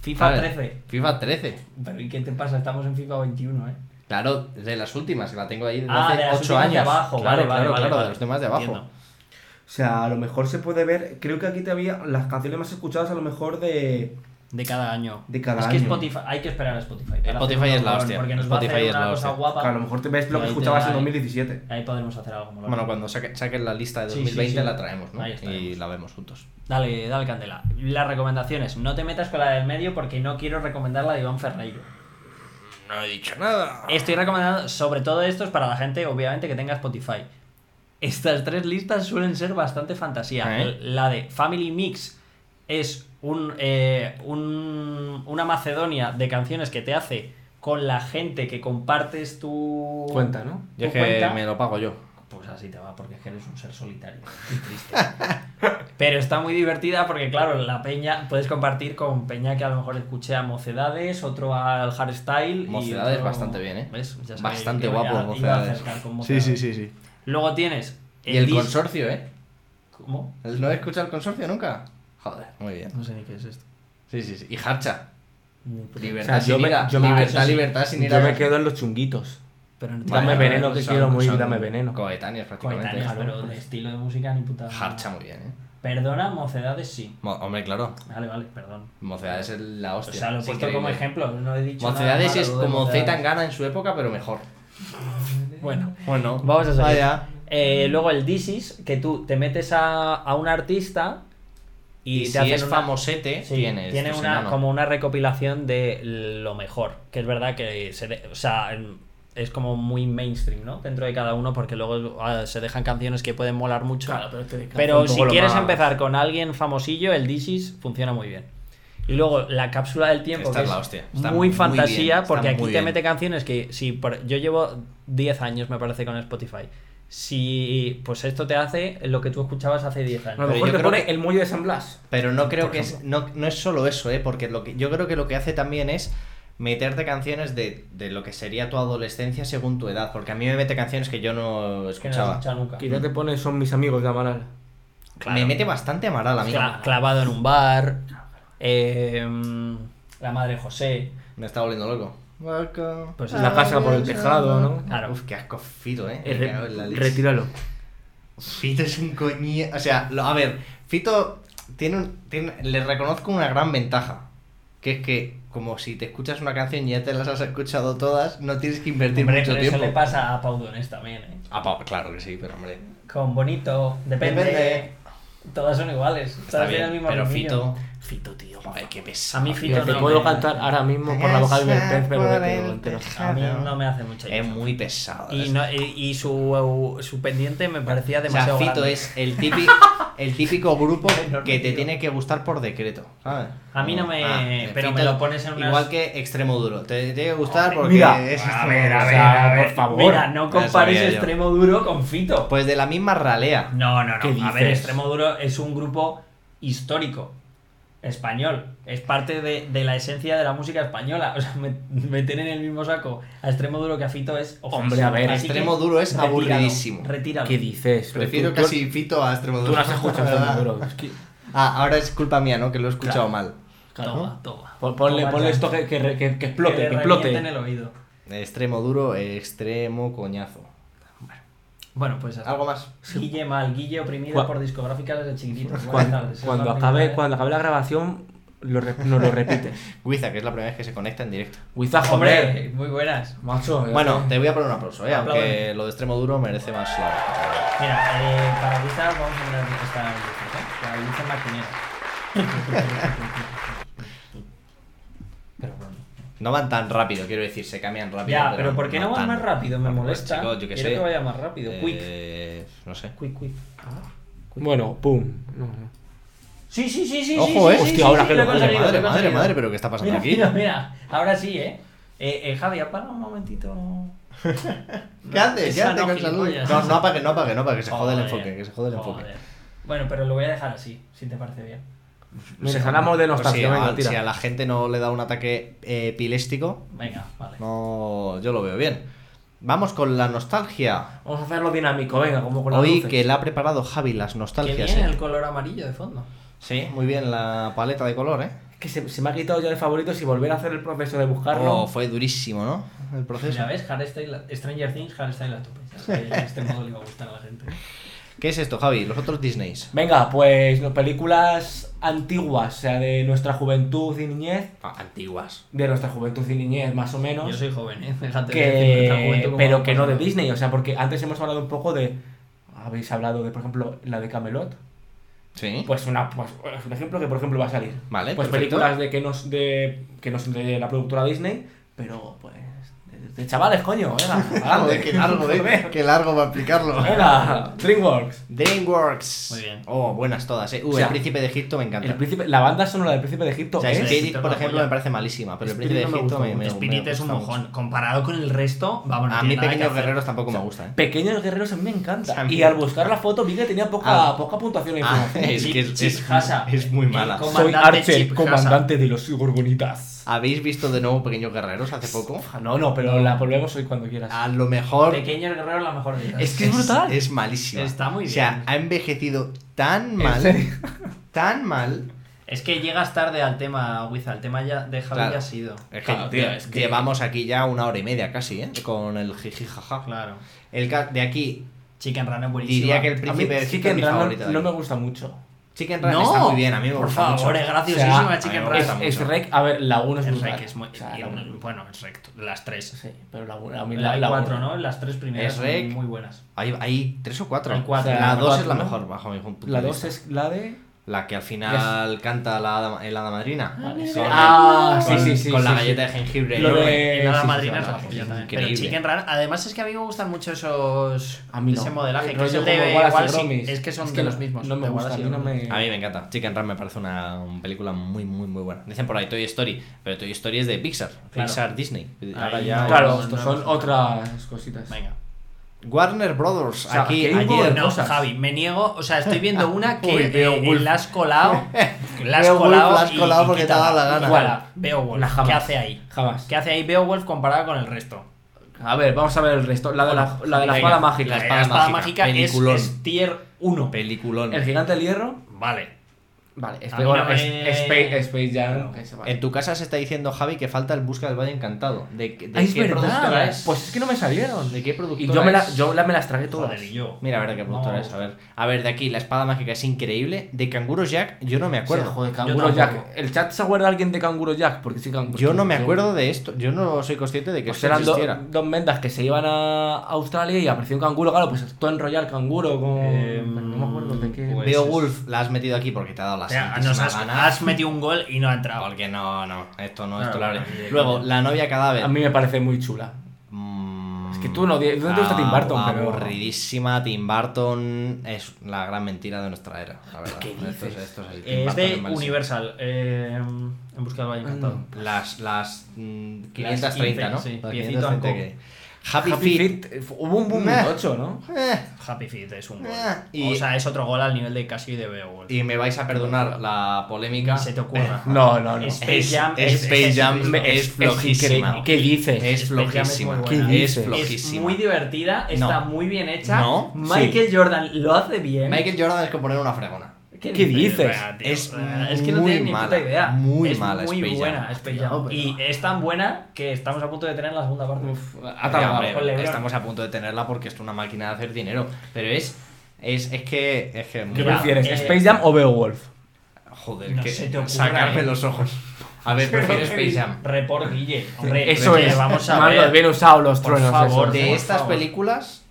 Speaker 2: FIFA
Speaker 1: ¿Sabes?
Speaker 2: 13.
Speaker 1: FIFA 13.
Speaker 2: Pero ¿y qué te pasa? Estamos en FIFA 21, ¿eh?
Speaker 1: Claro, de las últimas, que la tengo ahí desde
Speaker 2: Ah,
Speaker 1: hace
Speaker 2: de las
Speaker 1: 8
Speaker 2: últimas
Speaker 1: años.
Speaker 2: de abajo.
Speaker 1: Claro,
Speaker 2: vale, vale,
Speaker 1: claro,
Speaker 2: vale,
Speaker 1: claro,
Speaker 2: vale.
Speaker 1: de los temas de abajo.
Speaker 2: Entiendo.
Speaker 5: O sea, a lo mejor se puede ver. Creo que aquí te había las canciones más escuchadas, a lo mejor de.
Speaker 2: De cada año.
Speaker 5: De cada
Speaker 2: es que
Speaker 5: año.
Speaker 2: Spotify, hay que esperar a Spotify. para hacer
Speaker 1: Spotify
Speaker 2: un
Speaker 1: es la
Speaker 2: programa,
Speaker 1: hostia.
Speaker 2: Porque nos va a
Speaker 1: Spotify
Speaker 2: hacer
Speaker 1: es
Speaker 2: una
Speaker 1: la
Speaker 2: cosa
Speaker 1: hostia.
Speaker 2: guapa.
Speaker 5: Que a lo mejor te ves lo
Speaker 2: Y
Speaker 5: que
Speaker 2: ahí te
Speaker 5: escuchabas
Speaker 2: da ¿eh?
Speaker 5: en
Speaker 2: ahí-
Speaker 5: 2017.
Speaker 2: Ahí podremos hacer algo. molón.
Speaker 1: Bueno, cuando saque- saquen la lista de
Speaker 2: Sí, sí,
Speaker 1: 2020
Speaker 2: sí.
Speaker 1: la traemos, ¿no?
Speaker 2: Ahí estaremos.
Speaker 1: Y la vemos juntos.
Speaker 2: Dale, dale candela. Las recomendaciones. No te metas con la del medio porque no quiero recomendar la de Iván Ferreiro.
Speaker 1: No he dicho nada.
Speaker 2: Estoy recomendando, sobre todo esto es para la gente, obviamente, que tenga Spotify. Estas tres listas suelen ser bastante fantasía.
Speaker 1: ¿Eh?
Speaker 2: La de Family Mix es un, eh, un- una macedonia de canciones que te hace con la gente que compartes tu
Speaker 3: Cuenta, ¿no?
Speaker 2: tu
Speaker 1: Yo es que
Speaker 2: cuenta.
Speaker 1: me lo pago yo.
Speaker 2: Pues así te va, porque es que eres un ser solitario y triste. Pero está muy divertida porque, claro, la peña puedes compartir con peña que a lo mejor escuche a Mocedades, otro al Hardstyle. y
Speaker 1: Mocedades
Speaker 2: otro-
Speaker 1: bastante bien, ¿eh?
Speaker 2: ¿Ves? Ya sabía
Speaker 1: Bastante
Speaker 2: yo que
Speaker 1: guapo,
Speaker 2: iba a- iba a
Speaker 1: Mocedades.
Speaker 2: acertar con Mocedades.
Speaker 1: sí.
Speaker 2: Luego tienes.
Speaker 1: Y el
Speaker 2: dis-
Speaker 1: consorcio, ¿eh?
Speaker 2: ¿Cómo?
Speaker 1: ¿El- ¿No he escuchado el consorcio nunca? Joder, muy bien.
Speaker 2: No sé ni qué es esto.
Speaker 1: Sí, sí, sí. Y Harcha.
Speaker 2: Ni puta idea.
Speaker 1: Libertad
Speaker 3: O sea, yo
Speaker 1: sin
Speaker 3: me-
Speaker 1: ira.
Speaker 3: yo me-
Speaker 1: libertad,
Speaker 3: eso sí.
Speaker 1: libertad sin ir
Speaker 3: Yo
Speaker 1: a-
Speaker 3: me quedo en los chunguitos.
Speaker 2: Pero no
Speaker 1: Vale,
Speaker 3: Dame
Speaker 1: vale,
Speaker 3: veneno, que
Speaker 1: son-
Speaker 3: quiero morir,
Speaker 1: son
Speaker 3: dame veneno.
Speaker 1: Coetáneas prácticamente.
Speaker 2: coetáneas,
Speaker 1: Claro.
Speaker 2: pero de estilo de música ni puta.
Speaker 1: Harcha muy bien, ¿eh?
Speaker 2: Perdona, Mocedades sí.
Speaker 1: Mo- hombre, claro.
Speaker 2: Vale, vale, perdón.
Speaker 1: Mocedades es la
Speaker 2: O
Speaker 1: hostia.
Speaker 2: sea, Pues lo he
Speaker 1: Es
Speaker 2: puesto como
Speaker 1: increíble.
Speaker 2: ejemplo, no he dicho. nada
Speaker 1: Mocedades
Speaker 2: malo
Speaker 1: es
Speaker 2: de
Speaker 1: como
Speaker 2: Mocedades.
Speaker 1: Gana en su época, pero mejor.
Speaker 2: Bueno.
Speaker 1: Bueno,
Speaker 2: Vamos a seguir.
Speaker 1: Vaya.
Speaker 2: Eh, luego el Disis, que tú te metes a, a un artista y,
Speaker 1: Y,
Speaker 2: te
Speaker 1: si
Speaker 2: hacen
Speaker 1: es
Speaker 2: una-
Speaker 1: famosete,
Speaker 2: Sí,
Speaker 1: tienes.
Speaker 2: tiene
Speaker 1: tus
Speaker 2: una,
Speaker 1: enanos.
Speaker 2: como una recopilación de lo mejor. Que es verdad que se de- o sea, en- es como muy mainstream, ¿no? Dentro de cada uno, porque luego ah, se dejan canciones que pueden molar mucho. Pero
Speaker 3: un
Speaker 2: si
Speaker 3: poco lo
Speaker 2: quieres
Speaker 3: más-
Speaker 2: empezar con alguien famosillo, el Disis funciona muy bien. Y luego la cápsula del tiempo,
Speaker 1: Esta
Speaker 2: que
Speaker 1: es
Speaker 2: es
Speaker 1: la hostia. Está muy
Speaker 2: muy
Speaker 1: bien,
Speaker 2: fantasía,
Speaker 1: está
Speaker 2: porque aquí
Speaker 1: muy
Speaker 2: te
Speaker 1: bien.
Speaker 2: mete canciones que si por- yo llevo 10 años, me parece, con Spotify. Si pues esto te hace lo que tú escuchabas hace 10
Speaker 3: A lo
Speaker 2: años.
Speaker 1: Pero yo
Speaker 3: mejor te
Speaker 1: creo
Speaker 3: pone el muelle de San Blas.
Speaker 1: Pero no creo
Speaker 3: Por
Speaker 1: que es, no, no es solo eso, ¿eh? Porque lo que, yo creo que lo que hace también es meterte canciones de, de lo que sería tu adolescencia según tu edad. Porque a mí me mete canciones que yo no
Speaker 2: que no has
Speaker 1: escuchaba.
Speaker 2: escuchado nunca.
Speaker 3: Quizá te pone Son mis amigos de Amaral.
Speaker 1: Me mete bastante Amaral a mí.
Speaker 2: Cla- clavado en un bar. eh, la madre José.
Speaker 1: Me está volviendo loco.
Speaker 2: Pues
Speaker 3: La casa por el tejado, ¿no?
Speaker 2: Claro.
Speaker 1: Uf, qué asco Fito, eh.
Speaker 3: Eh,
Speaker 1: Me cago en la
Speaker 3: re-
Speaker 1: leche.
Speaker 3: retíralo.
Speaker 1: Fito es un coñe... O sea, lo- a ver, Fito tiene, un- tiene le reconozco una gran ventaja. Que es que, como si te escuchas una canción y ya te las has escuchado todas, no tienes que invertir
Speaker 2: Hombre,
Speaker 1: mucho
Speaker 2: pero eso
Speaker 1: tiempo.
Speaker 2: le pasa a Paudones también, ¿eh?
Speaker 1: Ah, pa- claro que sí, pero hombre.
Speaker 2: Con bonito, depende.
Speaker 1: Depende.
Speaker 2: Todas son iguales.
Speaker 1: Está
Speaker 2: todas
Speaker 1: bien,
Speaker 2: tienen el mismo
Speaker 1: pero
Speaker 2: ritmillo.
Speaker 1: Fito.
Speaker 2: Fito, tío.
Speaker 1: Joder, qué
Speaker 2: A
Speaker 1: pesado.
Speaker 2: mí
Speaker 3: Mira,
Speaker 2: Fito
Speaker 3: te
Speaker 2: no
Speaker 3: puedo
Speaker 2: me-
Speaker 3: cantar ahora mismo por la boca de mi pez, pero me pego entero.
Speaker 5: Ah,
Speaker 2: A mí no me hace mucha
Speaker 1: Es
Speaker 2: ilusión.
Speaker 1: muy pesado.
Speaker 2: Y,
Speaker 1: es-
Speaker 2: no- y- y su, su pendiente me parecía
Speaker 1: O sea,
Speaker 2: demasiado
Speaker 1: Fito
Speaker 2: grande.
Speaker 1: es el típico, el típico grupo que te tiene que gustar por decreto, ¿sabes? ah,
Speaker 2: A mí no me- pero me lo pones en unas- Ah,
Speaker 1: Igual que Extremo Duro, te tiene que gustar porque
Speaker 5: mira,
Speaker 1: es
Speaker 5: a
Speaker 1: Extremo
Speaker 5: ver,
Speaker 1: Duro.
Speaker 5: a
Speaker 1: O
Speaker 5: ver,
Speaker 1: sea,
Speaker 5: a ver,
Speaker 3: por favor.
Speaker 2: Mira, no
Speaker 1: Ya
Speaker 2: compares
Speaker 1: sabía yo.
Speaker 2: Extremo Duro con Fito.
Speaker 1: Pues de la misma ralea.
Speaker 2: No, no,
Speaker 3: ¿Qué
Speaker 2: no. A ver,
Speaker 3: dices?
Speaker 2: Extremo Duro es un grupo histórico español. Es parte de, de la esencia de la música española. O sea, me- meter en el mismo saco a Extremo Duro que a Fito es ofensivo.
Speaker 3: Hombre, a ver,
Speaker 2: Así que
Speaker 1: Extremo Duro es
Speaker 2: retíralo,
Speaker 1: aburridísimo.
Speaker 2: Retíralo.
Speaker 3: Ah, ¿Qué dices? Pero
Speaker 1: Prefiero
Speaker 3: tú- tú-
Speaker 1: casi Fito a Extremo
Speaker 3: Tú
Speaker 1: Duro.
Speaker 3: no has escuchado este
Speaker 1: ¿verdad?
Speaker 3: tan duro. Es que-
Speaker 1: Ah, ahora es culpa mía, ¿no? Que lo he escuchado mal.
Speaker 2: Toma, toma.
Speaker 3: Pon- Ponle,
Speaker 2: Toma
Speaker 3: ponle
Speaker 2: ya.
Speaker 3: esto que, que, re- que- que explote, que,
Speaker 2: le reviente en
Speaker 3: explote.
Speaker 2: el oído.
Speaker 1: Extremo Duro, extremo coñazo.
Speaker 2: Bueno, pues hasta-
Speaker 1: Algo más.
Speaker 2: Guille mal, Guille oprimido
Speaker 3: Ah, Cua-
Speaker 2: por discográficas desde chiquitito. Buenas
Speaker 3: Cuando,
Speaker 2: tardes, es
Speaker 3: cuando
Speaker 2: la
Speaker 3: acabe,
Speaker 2: primera
Speaker 3: cuando acabe la grabación, lo re- nos lo repites.
Speaker 1: Guiza, que es la primera vez que se conecta en directo.
Speaker 3: Wiza,
Speaker 2: vez.
Speaker 3: joder.
Speaker 2: Hombre, muy buenas.
Speaker 3: Macho. ya
Speaker 1: Bueno,
Speaker 3: está.
Speaker 1: te voy a poner un aplauso, ¿eh? aunque
Speaker 2: Apláudeme.
Speaker 1: lo de extremo duro merece más la-
Speaker 2: Mira, eh, para Luisa vamos a poner esta música, ¿eh? Para Luisa Maquinera. pero bueno.
Speaker 1: No van tan rápido, quiero decir, se cambian rápido.
Speaker 2: Ya, pero ¿por qué no van más rápido? Me molesta.
Speaker 1: Chicos, yo que
Speaker 2: Quiero
Speaker 1: sé.
Speaker 2: que vaya más rápido. Quick,
Speaker 1: Eh, no sé.
Speaker 2: quick, quick.
Speaker 3: Bueno, pum. No, no.
Speaker 2: Sí, sí, sí, sí.
Speaker 1: Ojo, eh.
Speaker 2: sí, sí, sí,
Speaker 3: Hostia,
Speaker 2: sí,
Speaker 3: ahora
Speaker 2: sí,
Speaker 3: que
Speaker 2: lo he
Speaker 3: lo-
Speaker 1: Madre,
Speaker 2: conseguido,
Speaker 1: madre,
Speaker 2: lo he
Speaker 1: madre,
Speaker 2: conseguido.
Speaker 1: madre, pero ¿qué está pasando
Speaker 2: mira,
Speaker 1: aquí?
Speaker 2: Mira, mira, ahora sí, ¿eh? Eh, eh, Javi, apaga un momentito.
Speaker 1: ¿Qué haces?
Speaker 2: Esa
Speaker 1: Ya te
Speaker 2: no,
Speaker 1: con salud.
Speaker 2: gilipollas.
Speaker 1: No, no apague, no apague, no apague, que se jode el
Speaker 2: Joder,
Speaker 1: enfoque, que se jode el enfoque.
Speaker 2: joder. Bueno, pero lo voy a dejar así, si te parece bien.
Speaker 3: Mira, hablamos de
Speaker 1: Pues
Speaker 3: nostalgia.
Speaker 1: si,
Speaker 3: venga,
Speaker 1: a,
Speaker 3: tira.
Speaker 1: si a la gente no le da un ataque eh, epiléstico,
Speaker 2: Venga, vale.
Speaker 1: no, yo lo veo bien. Vamos con la nostalgia.
Speaker 3: Vamos a hacerlo dinámico, venga, como con las
Speaker 1: Hoy
Speaker 3: luces.
Speaker 1: que la ha preparado Javi, las
Speaker 2: Que
Speaker 1: nostalgias.
Speaker 2: viene
Speaker 1: eh.
Speaker 2: el color amarillo de fondo.
Speaker 1: Sí, muy bien la paleta de color, ¿eh?
Speaker 3: Que se, se me ha quitado ya de favoritos y volver a hacer el proceso de buscarlo.
Speaker 1: Oh, fue durísimo, ¿no? El proceso.
Speaker 2: Mira, ¿ves? Harry Styles- Stranger Things, Harry Styles a tope. Ya sabes que Este modo le va a gustar a la gente.
Speaker 1: ¿Qué es esto, Javi? Los otros Disneys.
Speaker 3: Venga, pues no, películas antiguas, o sea, de nuestra juventud y niñez.
Speaker 1: antiguas.
Speaker 3: De nuestra juventud y niñez, más o menos.
Speaker 2: Yo soy joven, ¿eh? Fíjate. nuestra juventud
Speaker 3: que,
Speaker 2: como
Speaker 3: pero
Speaker 2: va
Speaker 3: que no de
Speaker 2: pasando.
Speaker 3: Disney, o sea, porque antes hemos hablado un poco de. Habéis hablado de, por ejemplo, la de Camelot.
Speaker 1: Sí.
Speaker 3: Pues una pues, es un ejemplo que, por ejemplo, va a salir.
Speaker 1: Vale,
Speaker 3: Pues
Speaker 1: perfecto.
Speaker 3: películas de que nos de que nos de la productora Disney, pero pues de, de chavales, coño, venga. vamos.
Speaker 1: Grande, qué largo, eh.
Speaker 3: Joder.
Speaker 1: Qué largo va a explicarlo.
Speaker 3: Venga, DreamWorks.
Speaker 1: DreamWorks.
Speaker 2: Muy bien.
Speaker 1: Oh, buenas todas, eh. Uh,
Speaker 3: O sea,
Speaker 1: el Príncipe de Egipto me encanta.
Speaker 3: El príncipe, la banda sonora del príncipe de Egipto
Speaker 1: O sea,
Speaker 3: es-
Speaker 2: Egipto
Speaker 1: Spirit,
Speaker 2: es
Speaker 1: por
Speaker 2: una
Speaker 1: ejemplo,
Speaker 2: joya.
Speaker 1: me parece malísima, pero
Speaker 3: Spirit
Speaker 1: el Príncipe
Speaker 3: no
Speaker 1: de
Speaker 3: me
Speaker 1: Egipto
Speaker 3: gusta
Speaker 1: me,
Speaker 3: mucho.
Speaker 1: me,
Speaker 2: Spirit
Speaker 1: me
Speaker 2: es un
Speaker 1: gusta
Speaker 2: mojón.
Speaker 1: mucho.
Speaker 2: Comparado con el resto, vamos
Speaker 1: A
Speaker 2: no tiene
Speaker 1: mí
Speaker 2: nada que
Speaker 1: Pequeños
Speaker 2: hacer.
Speaker 1: Guerreros tampoco me gusta, eh.
Speaker 3: Pequeños guerreros a mí me encanta.
Speaker 1: O sea, a mí-
Speaker 3: y al buscar la foto vi que tenía poca,
Speaker 1: Ah.
Speaker 3: poca puntuación e
Speaker 1: Ah,
Speaker 3: información.
Speaker 1: es que es,
Speaker 2: Chip
Speaker 1: es-
Speaker 2: Hasa.
Speaker 1: es muy
Speaker 2: El
Speaker 1: mala.
Speaker 2: com-
Speaker 3: Soy
Speaker 2: comandante
Speaker 3: Archer,
Speaker 2: Chip
Speaker 3: comandante de los gorgonitas.
Speaker 1: ¿Habéis visto de nuevo Pequeños Guerreros hace poco?
Speaker 3: No, no, pero la volvemos hoy cuando quieras.
Speaker 2: Ah,
Speaker 1: A lo mejor.
Speaker 2: Pequeño Guerrero es la mejor de
Speaker 3: Es que es brutal.
Speaker 1: Es malísima.
Speaker 2: Está muy
Speaker 1: O sea,
Speaker 2: bien.
Speaker 1: ha envejecido tan
Speaker 3: ¿En
Speaker 1: mal.
Speaker 3: serio?
Speaker 1: Tan mal.
Speaker 2: Es que llegas tarde al tema, Wiza. El tema ya de Javi
Speaker 1: Claro.
Speaker 2: ya ha sido.
Speaker 1: Es que,
Speaker 3: Claro, tío,
Speaker 1: tío,
Speaker 3: es que-
Speaker 1: llevamos aquí ya una hora y media casi, ¿eh? Con el jiji jaja.
Speaker 2: Claro.
Speaker 1: El ca- de aquí
Speaker 2: Chicken Run es buenísimo.
Speaker 1: diría que el
Speaker 3: a mí
Speaker 1: príncipe de Egipto es
Speaker 3: Chicken
Speaker 1: mi
Speaker 3: Run
Speaker 1: favorita. de
Speaker 3: no, no
Speaker 2: eh.
Speaker 1: aquí.
Speaker 3: me gusta mucho.
Speaker 1: Chicken Run
Speaker 2: No,
Speaker 1: está muy bien, a mí me
Speaker 2: Por
Speaker 1: gusta mucho.
Speaker 2: favor, es graciosísima
Speaker 3: O sea,
Speaker 1: a
Speaker 2: Chicken
Speaker 1: mí me
Speaker 2: Run.
Speaker 3: Es,
Speaker 1: gusta
Speaker 3: es
Speaker 1: mucho.
Speaker 3: Rec, a ver, la 1 es
Speaker 2: El
Speaker 3: brutal.
Speaker 2: Rec es muy.
Speaker 3: O sea,
Speaker 2: y-
Speaker 3: la uno-
Speaker 2: bueno, es recto. Las tres.
Speaker 3: sí, pero la 1 a mí la,
Speaker 2: Hay
Speaker 3: la
Speaker 2: cuatro,
Speaker 3: uno-
Speaker 2: ¿no? Las tres primeras
Speaker 1: Es
Speaker 2: son
Speaker 1: rec.
Speaker 2: muy buenas.
Speaker 1: Hay, hay tres o cuatro.
Speaker 2: Hay cuatro.
Speaker 1: la
Speaker 3: O sea,
Speaker 1: dos es la
Speaker 3: cuatro,
Speaker 1: mejor, bajo mi punto
Speaker 3: La
Speaker 1: de
Speaker 3: 2
Speaker 1: vista.
Speaker 3: es la de.
Speaker 1: La que al final canta la hada, el hada madrina.
Speaker 3: Vale, sí.
Speaker 1: Con-
Speaker 3: Ah,
Speaker 1: con-
Speaker 3: sí, sí, sí.
Speaker 1: Con la
Speaker 3: sí, sí.
Speaker 1: galleta de jengibre.
Speaker 3: Lo
Speaker 1: Yo-
Speaker 3: de-
Speaker 2: el Hada
Speaker 3: sí, sí,
Speaker 2: Madrina
Speaker 3: sí,
Speaker 2: es
Speaker 3: sí,
Speaker 2: la
Speaker 3: sí,
Speaker 2: joya
Speaker 1: sí,
Speaker 2: también.
Speaker 1: increíble.
Speaker 2: Pero Chicken Run, además es que a mí me gustan mucho esos.
Speaker 3: A mí no.
Speaker 2: Ese modelaje,
Speaker 3: El
Speaker 2: que es
Speaker 3: rollo
Speaker 2: el de
Speaker 3: como Wallace y
Speaker 2: Wallace y-
Speaker 3: Gromit.
Speaker 2: Es que son
Speaker 3: Es que
Speaker 2: de
Speaker 3: no-
Speaker 2: los mismos.
Speaker 3: no me
Speaker 2: de
Speaker 3: gusta,
Speaker 2: Wallace y
Speaker 3: a mí no
Speaker 2: Gromit.
Speaker 3: me-
Speaker 1: A mí me encanta. Chicken Run me parece una, una película muy, muy, muy buena. Dicen por ahí Toy Story, pero Toy Story es de Pixar.
Speaker 2: Claro.
Speaker 1: Pixar Disney. Ahora
Speaker 2: Ahí
Speaker 1: ya.
Speaker 2: no.
Speaker 3: Claro,
Speaker 2: no, no,
Speaker 3: estos son
Speaker 2: no.
Speaker 3: otras cositas.
Speaker 2: Venga.
Speaker 1: Warner Brothers,
Speaker 3: sea,
Speaker 1: aquí,
Speaker 3: aquí hay un
Speaker 1: ayer.
Speaker 3: gobernador.
Speaker 2: No,
Speaker 3: cosas.
Speaker 2: Javi, me niego. O sea, estoy viendo una que
Speaker 1: Uy,
Speaker 2: eh,
Speaker 1: Beowulf.
Speaker 2: la has colado. La has
Speaker 1: Beowulf
Speaker 2: colado.
Speaker 1: la has
Speaker 2: y-
Speaker 1: colado
Speaker 2: y
Speaker 1: porque te ha dado la
Speaker 2: quítala.
Speaker 1: gana.
Speaker 2: Quítala. Beowulf.
Speaker 3: Nah, jamás.
Speaker 2: ¿Qué hace ahí?
Speaker 3: Jamás.
Speaker 2: ¿Qué hace ahí Beowulf comparado con el resto?
Speaker 3: A ver, vamos a ver el resto. La de la, la, de la espada mágica.
Speaker 2: La, de
Speaker 1: espada
Speaker 2: la espada
Speaker 1: mágica.
Speaker 2: mágica, es,
Speaker 1: Peliculón.
Speaker 2: es tier 1.
Speaker 1: Peliculón.
Speaker 3: El gigante del hierro.
Speaker 2: Vale.
Speaker 7: Vale, Space,
Speaker 2: Alguna
Speaker 7: bueno, es-
Speaker 2: vez-
Speaker 7: Space, Space Jam. eso, vale.
Speaker 1: En tu casa se está diciendo, Javi, que falta el Busca del Valle Encantado. ¿De, qué- de
Speaker 3: Ah, es
Speaker 1: qué
Speaker 3: verdad.
Speaker 1: productora es?
Speaker 7: Pues es que no me salieron.
Speaker 1: ¿De qué productora
Speaker 3: Y yo me, la,
Speaker 1: es?
Speaker 3: yo la- me las tragué todas.
Speaker 2: Joder, y yo.
Speaker 1: Mira, a ver de qué productora
Speaker 2: No.
Speaker 1: es. A ver. a ver, de aquí, La Espada Mágica es increíble. De Canguro Jack, yo no me
Speaker 3: O sea,
Speaker 1: acuerdo.
Speaker 3: joder, Canguro
Speaker 2: tampoco.
Speaker 3: Jack. ¿El chat se acuerda alguien de Canguro Jack? Porque sí, Canguro
Speaker 1: yo no me acuerdo de esto. Yo no soy consciente de que
Speaker 3: Pues
Speaker 1: esto
Speaker 3: eran do-
Speaker 1: existiera.
Speaker 3: dos mendas que se iban a Australia y apareció un canguro, claro, pues todo enrollar el canguro con...
Speaker 2: Eh,
Speaker 1: Em,
Speaker 3: no me acuerdo de qué...
Speaker 2: pues-
Speaker 1: Beowulf la has metido aquí porque te ha dado la
Speaker 2: O sea,
Speaker 1: santísima
Speaker 2: nos has,
Speaker 1: gana.
Speaker 2: has metido un gol y no ha entrado.
Speaker 1: Porque no, no. Esto no, esto
Speaker 2: Claro,
Speaker 1: la-
Speaker 2: no, ni de
Speaker 1: Luego,
Speaker 2: coña.
Speaker 1: La novia cadáver.
Speaker 3: A mí me parece muy chula.
Speaker 1: Es
Speaker 3: que tú no di- no te gusta Tim Burton, pero-
Speaker 1: Aburridísima, Tim Burton es la gran mentira de nuestra era,
Speaker 3: Pues,
Speaker 1: la verdad. Esto es, esto es así, Tim
Speaker 2: Eh, es
Speaker 1: Burton
Speaker 2: de
Speaker 1: malísimo. Mm.
Speaker 2: Universal. eh, en busca del Valle Encantado.
Speaker 1: Las, las mm, 530,
Speaker 2: quince,
Speaker 1: ¿no?
Speaker 2: sí,
Speaker 1: Las
Speaker 2: piecito
Speaker 1: 530
Speaker 2: en
Speaker 1: que- Happy,
Speaker 3: Happy
Speaker 1: Feet.
Speaker 3: Feet, eh, fu- hubo un boom
Speaker 1: Meh.
Speaker 3: en 8, ¿no?
Speaker 1: Eh,
Speaker 2: Happy Feet es un gol.
Speaker 1: Ah, y-
Speaker 2: O sea, es otro gol al nivel de casi de Beowulf.
Speaker 1: Y me vais a perdonar la polémica.
Speaker 2: Ni se te ocurra.
Speaker 3: No, no, no.
Speaker 2: Space
Speaker 1: Es-
Speaker 2: Jam
Speaker 1: es-
Speaker 2: es,
Speaker 1: Space Jam
Speaker 2: es-
Speaker 1: es
Speaker 2: es-
Speaker 1: flojísima.
Speaker 3: increíble. ¿Qué dices?
Speaker 1: Es
Speaker 2: Space Jam es
Speaker 1: flojísima.
Speaker 2: muy buena.
Speaker 3: ¿Qué
Speaker 1: Es
Speaker 3: dices?
Speaker 2: Es
Speaker 1: flojísima.
Speaker 2: muy divertida, está
Speaker 1: No.
Speaker 2: muy bien hecha.
Speaker 1: No,
Speaker 2: Michael Jordan lo hace bien.
Speaker 1: Michael Jordan es que poner una fregona.
Speaker 2: ¿Qué,
Speaker 3: dices?
Speaker 2: Venga, tío,
Speaker 1: Es
Speaker 2: eh, es que no
Speaker 1: muy
Speaker 2: tiene ni
Speaker 1: mala,
Speaker 2: puta idea.
Speaker 1: muy
Speaker 2: es
Speaker 1: mala
Speaker 2: Muy
Speaker 1: Space Jam.
Speaker 2: buena Space Jam.
Speaker 7: Tío, pero-
Speaker 2: Y es tan buena que estamos a punto de tener la segunda parte.
Speaker 3: Uf, ha
Speaker 1: Mira,
Speaker 3: tardado.
Speaker 1: hombre,
Speaker 2: con LeBron.
Speaker 1: estamos a punto de tenerla porque es una máquina de hacer dinero. Pero es. Es, es que. Es que
Speaker 3: ¿Qué
Speaker 1: mira,
Speaker 3: prefieres,
Speaker 2: eh,
Speaker 3: Space Jam o Beowulf?
Speaker 1: Joder,
Speaker 2: No
Speaker 1: que
Speaker 2: se te ocurra,
Speaker 1: sacarme
Speaker 2: eh.
Speaker 1: los ojos. A ver, prefiero Space Jam.
Speaker 2: Report Guille. Hombre,
Speaker 3: Eso
Speaker 2: Guille,
Speaker 3: es,
Speaker 2: Vamos a
Speaker 3: Marcos,
Speaker 2: ver.
Speaker 3: bien usado los
Speaker 2: Por
Speaker 3: truenos
Speaker 2: favor,
Speaker 3: esos.
Speaker 1: De
Speaker 2: por
Speaker 1: estas
Speaker 2: favor.
Speaker 1: películas,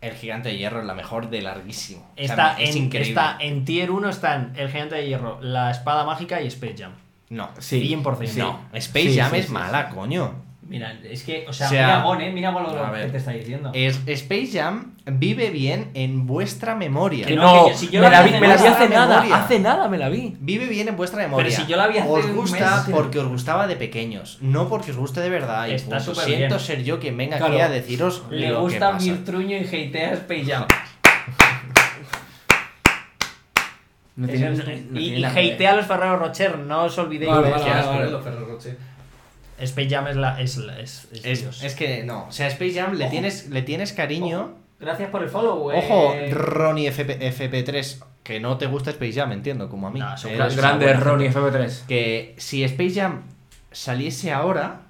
Speaker 1: El Gigante de Hierro es la mejor de larguísimo. O sea,
Speaker 2: Está,
Speaker 1: es
Speaker 2: en,
Speaker 1: increíble.
Speaker 2: está en tier 1 están El Gigante de Hierro, La Espada Mágica y Space Jam.
Speaker 1: No,
Speaker 3: Sí,
Speaker 2: 100%.
Speaker 1: no. Space
Speaker 3: Sí,
Speaker 1: Jam
Speaker 3: sí,
Speaker 1: es
Speaker 3: sí,
Speaker 1: mala, coño.
Speaker 2: Mira, es que, o sea,
Speaker 1: O sea,
Speaker 2: mira Gon, eh, mira Gon
Speaker 1: a
Speaker 2: lo que
Speaker 1: ver. Eh,
Speaker 2: te está diciendo.
Speaker 1: Es, Space Jam vive bien en vuestra memoria.
Speaker 2: Que
Speaker 3: Que
Speaker 2: no,
Speaker 3: no,
Speaker 2: que yo- si yo
Speaker 3: me
Speaker 2: la
Speaker 3: la
Speaker 2: vi
Speaker 3: vi,
Speaker 2: hace
Speaker 3: me la vi
Speaker 2: nada,
Speaker 3: hace
Speaker 1: la
Speaker 3: nada,
Speaker 1: memoria.
Speaker 3: hace nada me la vi.
Speaker 1: Vive bien en vuestra memoria.
Speaker 2: si yo la vi hace
Speaker 1: Os
Speaker 2: un
Speaker 1: gusta
Speaker 2: mes. eh.
Speaker 1: porque os gustaba de pequeños, no porque os guste de verdad. y
Speaker 2: Está
Speaker 1: punto.
Speaker 2: súper
Speaker 1: Siento
Speaker 2: bien.
Speaker 1: ser yo quien venga
Speaker 3: Claro.
Speaker 1: aquí a deciros
Speaker 2: Le
Speaker 1: lo
Speaker 2: gusta
Speaker 1: que pasa.
Speaker 2: Mirtruño y hatea Space Jam.
Speaker 3: No
Speaker 2: Eso
Speaker 3: tiene-
Speaker 2: no-
Speaker 3: no
Speaker 2: y
Speaker 3: tiene
Speaker 2: y
Speaker 3: nada que ver.
Speaker 2: hatea a los Ferrero Rocher, no os olvidéis
Speaker 7: Vale,
Speaker 2: de
Speaker 7: vale,
Speaker 2: que
Speaker 7: vale,
Speaker 2: es-
Speaker 7: vale, los Ferrero Rocher.
Speaker 2: Space Jam es la. Es, la- es, es Dios.
Speaker 1: Es, es que no, o sea, Space Jam le tienes, le tienes cariño.
Speaker 2: Gracias por el follow, eh. güey.
Speaker 1: Ojo, Ronnie FP, FP3, que no te gusta Space Jam, entiendo, como a mí.
Speaker 2: No, son
Speaker 1: Eh,
Speaker 2: gran-
Speaker 1: es una
Speaker 3: Grande
Speaker 1: buena
Speaker 3: Ronnie
Speaker 1: gente.
Speaker 3: FB3.
Speaker 1: Que si Space Jam saliese ahora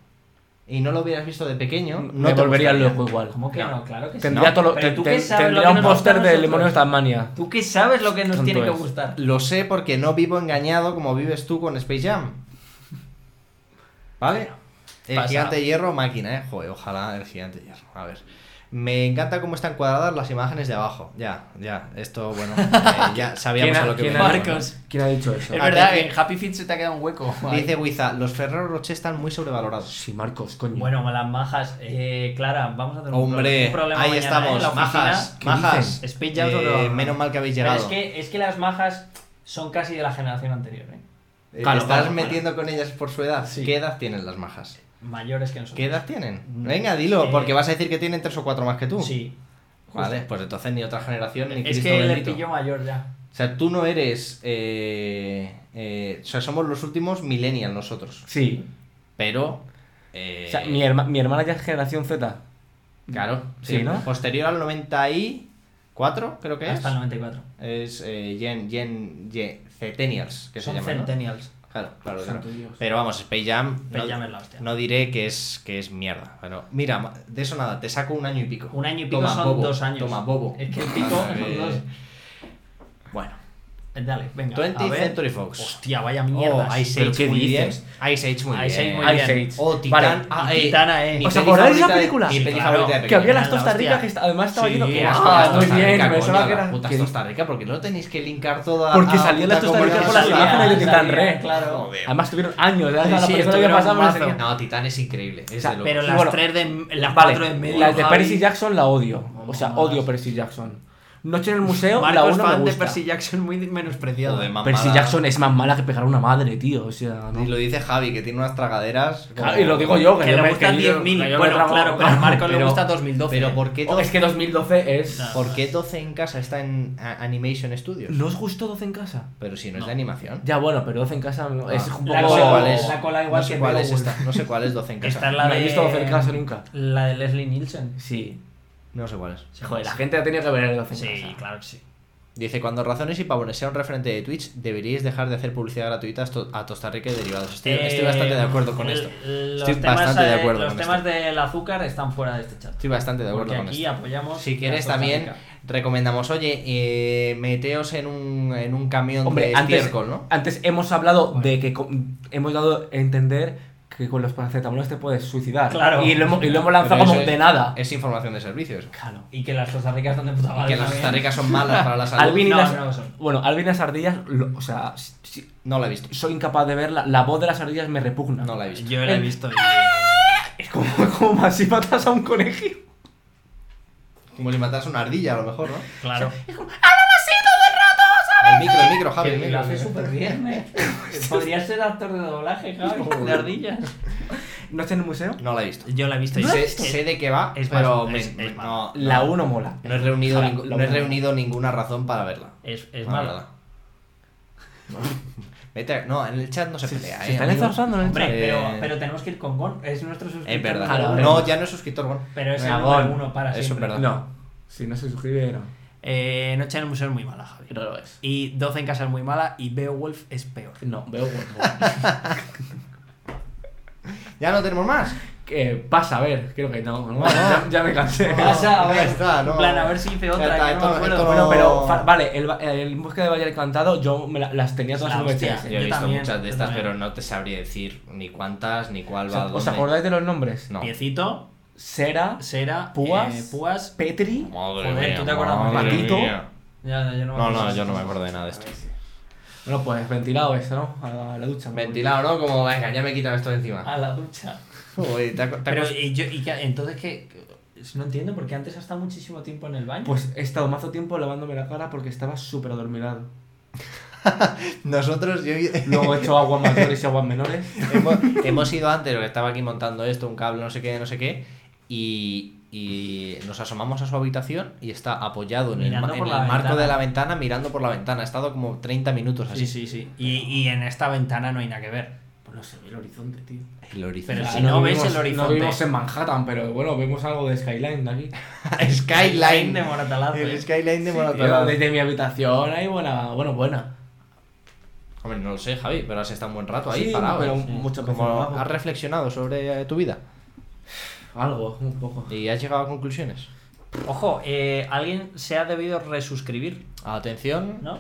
Speaker 1: y no lo hubieras visto de pequeño, no
Speaker 3: me
Speaker 1: te
Speaker 3: volvería
Speaker 1: gustaría.
Speaker 3: loco igual.
Speaker 2: ¿Cómo que no? Claro
Speaker 4: Pues
Speaker 2: que sí.
Speaker 3: Tendría, todo lo-
Speaker 2: Pero
Speaker 3: te-
Speaker 2: tú
Speaker 3: te-
Speaker 2: qué sabes lo
Speaker 3: tendría
Speaker 2: que
Speaker 3: un
Speaker 2: nos
Speaker 3: póster
Speaker 2: gusta a
Speaker 3: del demonio de
Speaker 2: nosotros.
Speaker 3: Tasmania.
Speaker 2: ¿Tú qué sabes lo que nos
Speaker 3: Tonto
Speaker 2: tiene que
Speaker 3: es.
Speaker 2: gustar?
Speaker 1: Lo sé porque no vivo engañado como vives tú con Space Jam. ¿Vale? El
Speaker 2: pasa.
Speaker 1: gigante de hierro, máquina, eh. Joder, ojalá el gigante de hierro. A ver. Me encanta cómo están cuadradas las imágenes de abajo. Ya, ya. Esto, bueno, eh, ya sabíamos
Speaker 3: ¿Quién ha-
Speaker 1: a lo que
Speaker 3: quién ha-
Speaker 1: veníamos,
Speaker 4: Marcos.
Speaker 3: ¿Quién ha dicho eso?
Speaker 4: Es verdad,
Speaker 1: Atención.
Speaker 4: en Happy Feet se te ha quedado un hueco.
Speaker 1: ¿no?
Speaker 4: Ahí.
Speaker 1: Dice Wiza, los Ferrero Rocher están muy sobrevalorados.
Speaker 3: Sí, Marcos, coño.
Speaker 2: Bueno, con las majas. Eh, Clara, vamos a tener un
Speaker 1: Hombre,
Speaker 2: pro- un problema
Speaker 1: ahí
Speaker 2: mañana, ¿eh?
Speaker 1: estamos,
Speaker 2: en la oficina.
Speaker 1: majas,
Speaker 3: ¿Qué
Speaker 1: majas.
Speaker 3: dices?
Speaker 2: Space Jam
Speaker 1: Eh,
Speaker 2: sobrevalorados.
Speaker 1: menos mal que habéis
Speaker 2: Pero
Speaker 1: llegado.
Speaker 2: es que, es que las majas son casi de la generación anterior, ¿eh?
Speaker 1: Eh,
Speaker 3: Claro,
Speaker 1: estás
Speaker 3: claro,
Speaker 1: metiendo con ellas por su edad.
Speaker 2: Sí.
Speaker 1: ¿Qué edad tienen las majas?
Speaker 2: Mayores que nosotros.
Speaker 1: ¿Qué edad tienen? Venga, dilo,
Speaker 2: Eh,
Speaker 1: porque vas a decir que tienen tres o cuatro más que tú.
Speaker 2: Sí.
Speaker 1: Vale, pues entonces ni otra generación ni
Speaker 2: Es
Speaker 1: Cristo
Speaker 2: que le
Speaker 1: bendito.
Speaker 2: pillo mayor ya.
Speaker 1: O sea, tú no eres. eh, eh, o sea, somos los últimos millennials nosotros.
Speaker 3: Sí.
Speaker 1: Pero. eh,
Speaker 3: O sea, mi, herma- mi hermana ya es generación Z.
Speaker 1: Claro,
Speaker 3: Sí,
Speaker 1: sí,
Speaker 3: ¿no?
Speaker 1: Posterior al 94, creo que
Speaker 2: Hasta el 94.
Speaker 1: es. Es eh, Gen. Gen. Gen. Centennials, que
Speaker 2: son
Speaker 1: se llaman. ¿no?
Speaker 2: centennials.
Speaker 1: Claro, claro. claro.
Speaker 3: Santo Dios.
Speaker 1: Pero vamos, Space Jam.
Speaker 2: Space
Speaker 1: no,
Speaker 2: Jam es la hostia.
Speaker 1: no diré que es, que es mierda. Bueno, mira, ma- de eso nada, te saco un año y pico.
Speaker 2: Un año y pico
Speaker 1: Toma,
Speaker 2: son
Speaker 1: bobo,
Speaker 2: dos años.
Speaker 1: Toma, bobo.
Speaker 2: Es que el pico son dos.
Speaker 1: Bueno.
Speaker 2: Dale, venga. ah,
Speaker 1: 20
Speaker 2: a ver.
Speaker 1: Century Fox.
Speaker 2: Hostia, vaya mierda.
Speaker 1: Oh, Ice
Speaker 3: ¿Pero
Speaker 1: Age
Speaker 3: qué
Speaker 1: muy
Speaker 3: dices?
Speaker 1: bien. Ice Age muy
Speaker 2: Ice Age
Speaker 1: bien.
Speaker 2: muy
Speaker 3: Ice
Speaker 2: bien.
Speaker 3: Age.
Speaker 1: Oh, Titán.
Speaker 3: Vale.
Speaker 1: ah,
Speaker 2: Y
Speaker 1: eh,
Speaker 2: Titana, eh.
Speaker 1: mi
Speaker 3: ¿Os
Speaker 1: peli
Speaker 3: acordáis de
Speaker 1: favorita
Speaker 3: la película?
Speaker 1: Mi
Speaker 2: Sí,
Speaker 1: peli
Speaker 2: claro.
Speaker 1: favorita de
Speaker 3: Que había
Speaker 1: pequeño.
Speaker 3: las
Speaker 2: la
Speaker 3: tostas
Speaker 2: hostia.
Speaker 3: ricas que est- además estaba
Speaker 2: Sí,
Speaker 3: lleno.
Speaker 2: que
Speaker 1: Que las
Speaker 2: Ah,
Speaker 1: putas
Speaker 3: muy
Speaker 1: Costa
Speaker 3: bien,
Speaker 1: Rica,
Speaker 3: pensaba
Speaker 1: coño,
Speaker 3: que
Speaker 1: las
Speaker 3: era-
Speaker 1: putas
Speaker 3: que-
Speaker 1: Costa Rica, porque no tenéis que linkar toda.
Speaker 3: Porque
Speaker 1: a
Speaker 3: salían las
Speaker 1: puta
Speaker 3: Costa Rica por las
Speaker 1: comunicación
Speaker 3: imágenes de
Speaker 1: social.
Speaker 3: Titán Red.
Speaker 2: Claro.
Speaker 3: Además tuvieron años. de la
Speaker 2: Sí, sí,
Speaker 3: película que
Speaker 2: estuvieron
Speaker 3: pasaba, no sé
Speaker 2: mazo.
Speaker 3: qué.
Speaker 1: No, Titán es increíble. Es
Speaker 3: sea,
Speaker 1: de locos.
Speaker 2: Pero
Speaker 3: Sí,
Speaker 2: las
Speaker 3: bueno.
Speaker 2: tres de. Las
Speaker 3: Vale,
Speaker 2: cuatro de medio.
Speaker 3: las de
Speaker 2: Javi.
Speaker 3: Percy Jackson la odio. O sea,
Speaker 2: Vamos.
Speaker 3: odio Percy Jackson. Noche en el museo, la
Speaker 4: Marcos,
Speaker 3: uno me
Speaker 4: fan de
Speaker 3: gusta.
Speaker 4: Percy Jackson, muy menospreciado.
Speaker 1: Joder, mamá,
Speaker 3: Percy
Speaker 1: mala.
Speaker 3: Jackson es más mala que pegar a una madre, tío. O sea, no.
Speaker 1: Y lo dice Javi, que tiene unas tragaderas.
Speaker 3: Claro, y lo digo yo, que,
Speaker 4: Que
Speaker 3: yo
Speaker 4: le
Speaker 3: me-
Speaker 4: gustan
Speaker 3: que yo-
Speaker 4: 10.000.
Speaker 3: que yo me
Speaker 4: Bueno,
Speaker 3: trago-
Speaker 4: claro, pero a Marcos le
Speaker 1: Pero-
Speaker 4: gusta 2012.
Speaker 1: Pero ¿por qué,
Speaker 3: Oh,
Speaker 1: do-
Speaker 3: es que 2012 es.
Speaker 2: No.
Speaker 1: ¿por qué 12 en casa está en a- Animation Studios?
Speaker 3: ¿No os gustó 12 en casa? Ah.
Speaker 1: Pero si no, es de animación.
Speaker 3: Ya bueno, pero 12 en casa no- es un
Speaker 2: La
Speaker 1: no sé
Speaker 2: cola-
Speaker 3: poco.
Speaker 1: cuál es.
Speaker 2: la cola igual
Speaker 1: no sé
Speaker 2: que
Speaker 1: cuál es
Speaker 2: Beowulf.
Speaker 1: esta. No sé cuál es 12 en casa.
Speaker 2: Esta es la
Speaker 3: No
Speaker 2: de.
Speaker 3: he visto 12 en casa nunca.
Speaker 2: La de Leslie Nielsen.
Speaker 3: Sí.
Speaker 1: No sé cuál es.
Speaker 3: Joder, la gente ha tenido que ver el 12 en
Speaker 2: Sí,
Speaker 3: casa.
Speaker 2: claro que sí.
Speaker 1: Dice, cuando Razones y Pavones sea un referente de Twitch, deberíis dejar de hacer publicidad gratuita a to- a Tosta Rica y derivados. Estoy, estoy bastante de acuerdo con
Speaker 2: Eh,
Speaker 1: esto.
Speaker 2: l-
Speaker 1: Estoy
Speaker 2: los temas,
Speaker 1: bastante de
Speaker 2: eh,
Speaker 1: acuerdo
Speaker 2: Los
Speaker 1: con
Speaker 2: temas
Speaker 1: esto.
Speaker 2: del azúcar están fuera de este chat.
Speaker 1: Estoy bastante de acuerdo
Speaker 2: Porque
Speaker 1: con
Speaker 2: aquí
Speaker 1: esto.
Speaker 2: apoyamos.
Speaker 1: Si
Speaker 2: a
Speaker 1: quieres
Speaker 2: Costa
Speaker 1: también
Speaker 2: Rica.
Speaker 1: recomendamos, oye, eh, meteos en un, en un camión
Speaker 3: Hombre,
Speaker 1: de
Speaker 3: antes,
Speaker 1: estiércol, ¿no?
Speaker 3: antes hemos hablado de que co- hemos dado a entender que con los paracetamoles te puedes suicidar.
Speaker 2: Claro.
Speaker 3: Y lo hemos, y lo hemos lanzado
Speaker 1: Pero
Speaker 3: como
Speaker 1: eso
Speaker 3: de
Speaker 1: es-
Speaker 2: Ah.
Speaker 3: nada.
Speaker 1: Es información de servicios.
Speaker 2: Claro. Y que las Costa Ricas están de puta
Speaker 1: Y
Speaker 2: madre.
Speaker 1: que las
Speaker 2: también.
Speaker 1: Costa Ricas son malas para la salud.
Speaker 3: Alvin y
Speaker 2: No,
Speaker 3: las-
Speaker 2: no son.
Speaker 3: Bueno, Alvin y las ardillas, lo- o sea, si- si-
Speaker 1: No la he visto.
Speaker 3: soy incapaz de verla. La voz de las ardillas me repugna.
Speaker 1: No la he visto.
Speaker 4: Yo la he visto.
Speaker 3: Es como, como más si matas a un conejillo.
Speaker 1: Como si matas una ardilla, a lo mejor, ¿no?
Speaker 4: Claro.
Speaker 1: El micro, el micro, Javi. el
Speaker 2: Que
Speaker 1: micro,
Speaker 2: lo
Speaker 1: el
Speaker 2: hace
Speaker 1: micro.
Speaker 2: súper bien, ¿eh? Podría ser actor de doblaje, Javi. De ardillas.
Speaker 3: ¿No está en el museo?
Speaker 1: No la he visto.
Speaker 4: Yo la he visto.
Speaker 1: sé,
Speaker 4: Es-
Speaker 1: sé de qué va,
Speaker 4: es
Speaker 1: pero
Speaker 4: más-
Speaker 1: me-
Speaker 4: es-
Speaker 1: me-
Speaker 4: es más.
Speaker 1: no,
Speaker 3: La
Speaker 1: no.
Speaker 3: 1 mola.
Speaker 1: No he reunido,
Speaker 3: Ojalá,
Speaker 1: ningú-
Speaker 3: la
Speaker 1: no he
Speaker 3: uno.
Speaker 1: reunido ninguna razón para verla.
Speaker 4: Es, es
Speaker 1: La
Speaker 4: mala.
Speaker 1: verdad. Vete a- no, en el chat no se pelea.
Speaker 3: Se
Speaker 1: eh,
Speaker 3: están
Speaker 1: amigo.
Speaker 3: enzarzando en el
Speaker 2: Hombre,
Speaker 1: Eh,
Speaker 2: pero, pero tenemos que ir con Gon. Es nuestro suscriptor.
Speaker 1: Es verdad.
Speaker 2: número uno.
Speaker 1: no, ya no es suscriptor, bueno.
Speaker 2: Pero es el
Speaker 1: Venga,
Speaker 2: número
Speaker 1: Gon.
Speaker 2: uno para
Speaker 1: Eso
Speaker 2: siempre.
Speaker 1: es verdad.
Speaker 3: No. Si no se suscribe, no.
Speaker 4: Eh, Noche en el Museo es muy mala, Javier.
Speaker 3: No lo es.
Speaker 4: Y 12 en casa es muy mala y Beowulf es peor.
Speaker 3: No, veo bueno.
Speaker 1: Ya no tenemos más.
Speaker 3: que pasa a ver, creo que no. no, ya, ya me cansé.
Speaker 2: Pasa, a
Speaker 1: Ya
Speaker 2: ver.
Speaker 1: está, no.
Speaker 2: en plan, a ver si hice
Speaker 1: Ya
Speaker 2: otra.
Speaker 1: está,
Speaker 2: que
Speaker 1: esto
Speaker 2: no
Speaker 1: no-
Speaker 2: me acuerdo.
Speaker 1: esto no-
Speaker 3: Bueno, pero fa- vale, el, ba- el en busca de Valle Encantado yo me la- las tenía todas
Speaker 2: La
Speaker 3: en
Speaker 2: hostia.
Speaker 3: VHS.
Speaker 1: Yo he
Speaker 2: Yo
Speaker 1: visto
Speaker 2: también,
Speaker 1: muchas de
Speaker 2: yo
Speaker 1: estas,
Speaker 2: también.
Speaker 1: pero no te sabría decir ni cuántas, ni cuál
Speaker 3: O
Speaker 1: va
Speaker 3: sea, ¿Os
Speaker 1: dónde.
Speaker 3: acordáis de los nombres?
Speaker 1: No.
Speaker 4: Piecito,
Speaker 3: Sera,
Speaker 4: Sera,
Speaker 3: Púas.
Speaker 4: eh, Púas.
Speaker 3: Petri,
Speaker 1: Madre
Speaker 2: Joder,
Speaker 1: mía,
Speaker 2: ¿tú te acuerdas?
Speaker 1: madre
Speaker 3: Patito.
Speaker 1: mía.
Speaker 2: Ya, ya, yo no me
Speaker 1: No,
Speaker 2: acuerdo.
Speaker 1: no, yo no me acuerdo de nada de esto.
Speaker 3: Bueno, pues ventilado eso, ¿no? A la, a la ducha.
Speaker 1: Ventilado, ¿no? Como, venga, ya me he quitado esto de encima.
Speaker 4: Ah.
Speaker 2: A la ducha.
Speaker 1: Uy, te acu- te
Speaker 2: Pero,
Speaker 1: acu-
Speaker 2: ¿y yo, y qué- entonces qué? No entiendo, porque antes has estado muchísimo tiempo en el baño.
Speaker 3: Pues he estado mazo tiempo lavándome la cara porque estaba súper adormilado.
Speaker 1: Nosotros, yo
Speaker 3: Luego he hecho aguas mayores y aguas menores.
Speaker 1: hemos, hemos ido antes, lo que estaba aquí montando esto, un cable, no sé qué, no sé qué, y, y nos asomamos a su habitación y está apoyado en el, ma-
Speaker 2: Mirando
Speaker 1: en
Speaker 2: por
Speaker 1: el
Speaker 2: la
Speaker 1: marco
Speaker 2: ventana.
Speaker 1: de la ventana, mirando por la ventana. Ha estado como 30 minutos así.
Speaker 4: Sí, sí, sí. Y, y en esta ventana no hay nada que ver.
Speaker 3: Pues no se ve el horizonte, tío.
Speaker 1: El horizonte.
Speaker 4: Pero si no ves
Speaker 3: vivimos-
Speaker 4: el horizonte.
Speaker 3: No vivimos en Manhattan, pero bueno, vemos algo de Skyline de aquí.
Speaker 1: Skyline.
Speaker 2: de eh. Moratalaz.
Speaker 1: El skyline de
Speaker 3: Yo
Speaker 1: Moratalaz.
Speaker 3: desde mi habitación hay buena, bueno, buena.
Speaker 1: Hombre, no lo sé, Javi, pero has estado un buen rato ahí
Speaker 3: Sí,
Speaker 1: parado.
Speaker 3: pero
Speaker 1: ¿eh?
Speaker 3: muchas
Speaker 1: Como
Speaker 3: veces lo hago.
Speaker 1: has reflexionado sobre eh, tu vida
Speaker 3: Algo, un poco.
Speaker 1: y has llegado a conclusiones. Pues-
Speaker 2: Ojo, eh, alguien se ha debido resuscribir,
Speaker 1: Atención.
Speaker 2: ¿no?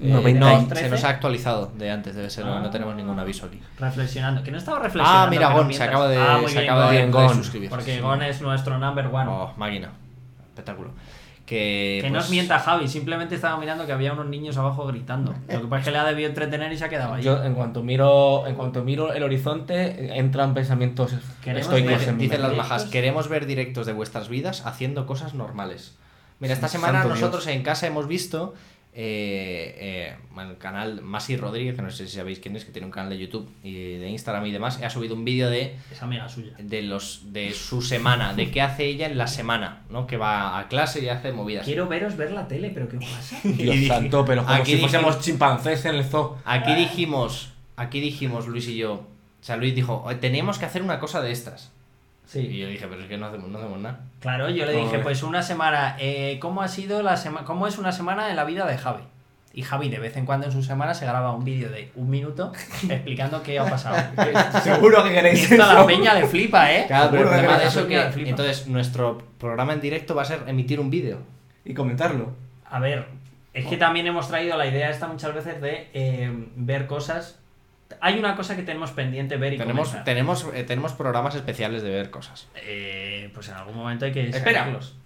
Speaker 1: eh,
Speaker 3: 90
Speaker 1: no, se
Speaker 2: 13.
Speaker 1: nos ha actualizado de antes, debe ser,
Speaker 2: Ah.
Speaker 1: no tenemos ningún aviso aquí.
Speaker 2: Reflexionando. Que no estaba reflexionando.
Speaker 1: Ah, mira, Gon,
Speaker 2: pero
Speaker 1: se
Speaker 2: mientras-
Speaker 1: acaba de,
Speaker 2: Ah, muy
Speaker 1: se
Speaker 2: bien,
Speaker 1: acaba de,
Speaker 2: Gon.
Speaker 1: de
Speaker 3: Gon.
Speaker 1: suscribir.
Speaker 2: Porque
Speaker 1: Sí.
Speaker 2: Gon es nuestro number one.
Speaker 1: Oh, máquina. Espectáculo. Que,
Speaker 2: que
Speaker 1: pues,
Speaker 2: no os mienta Javi, simplemente estaba mirando que había unos niños abajo gritando. Lo que pasa es que le ha debido entretener y se ha quedado ahí.
Speaker 3: Yo en cuanto miro, en cuanto miro el horizonte, entran pensamientos
Speaker 2: Queremos
Speaker 3: estoicos
Speaker 2: ver-
Speaker 3: en mi
Speaker 1: Dicen las
Speaker 3: mente.
Speaker 2: ¿Directos?
Speaker 1: majas, queremos ver directos de vuestras vidas haciendo cosas normales. Mira, esta semana
Speaker 3: Santo
Speaker 1: nosotros en casa hemos visto eh, eh, el canal Masi Rodríguez, que no sé si sabéis quién es, que tiene un canal de YouTube y de Instagram y demás, ha subido un vídeo de
Speaker 2: Es amiga suya.
Speaker 1: de los de su semana, de qué hace ella en la semana, ¿no? Que va a clase y hace movidas.
Speaker 2: Quiero veros ver la tele, pero ¿qué pasa?
Speaker 3: Dios santo, pero como
Speaker 1: Aquí
Speaker 3: si
Speaker 1: dije-
Speaker 3: fuésemos chimpancés en el zoo.
Speaker 1: Aquí dijimos, aquí dijimos Luis y yo, o sea, Luis dijo, "Oye, tenemos que hacer una cosa de estas. Y
Speaker 2: Sí.
Speaker 1: yo dije, pero es que no hacemos, no hacemos nada.
Speaker 2: Claro, yo le dije,
Speaker 3: Joder.
Speaker 2: pues una semana, eh, ¿cómo ha sido la semana, cómo es una semana en la vida de Javi?
Speaker 4: Y Javi de vez en cuando en su semana se graba un vídeo de un minuto explicando qué ha pasado.
Speaker 3: Seguro que
Speaker 4: Y
Speaker 3: queréis
Speaker 4: esto a la
Speaker 3: eso.
Speaker 4: peña le flipa, ¿eh?
Speaker 1: Claro, pero el
Speaker 3: Seguro que
Speaker 1: problema de
Speaker 3: la
Speaker 1: eso
Speaker 2: gente
Speaker 1: que
Speaker 2: flipa.
Speaker 1: entonces nuestro programa en directo va a ser emitir un vídeo.
Speaker 3: Y comentarlo.
Speaker 2: A ver, es que también hemos traído la idea esta muchas veces de eh, ver cosas. Hay una cosa que tenemos pendiente ver y
Speaker 1: Tenemos,
Speaker 2: comentar.
Speaker 1: tenemos, eh, tenemos programas especiales de ver cosas.
Speaker 2: Eh, pues en algún momento hay que
Speaker 1: Espera.
Speaker 2: sacarlos.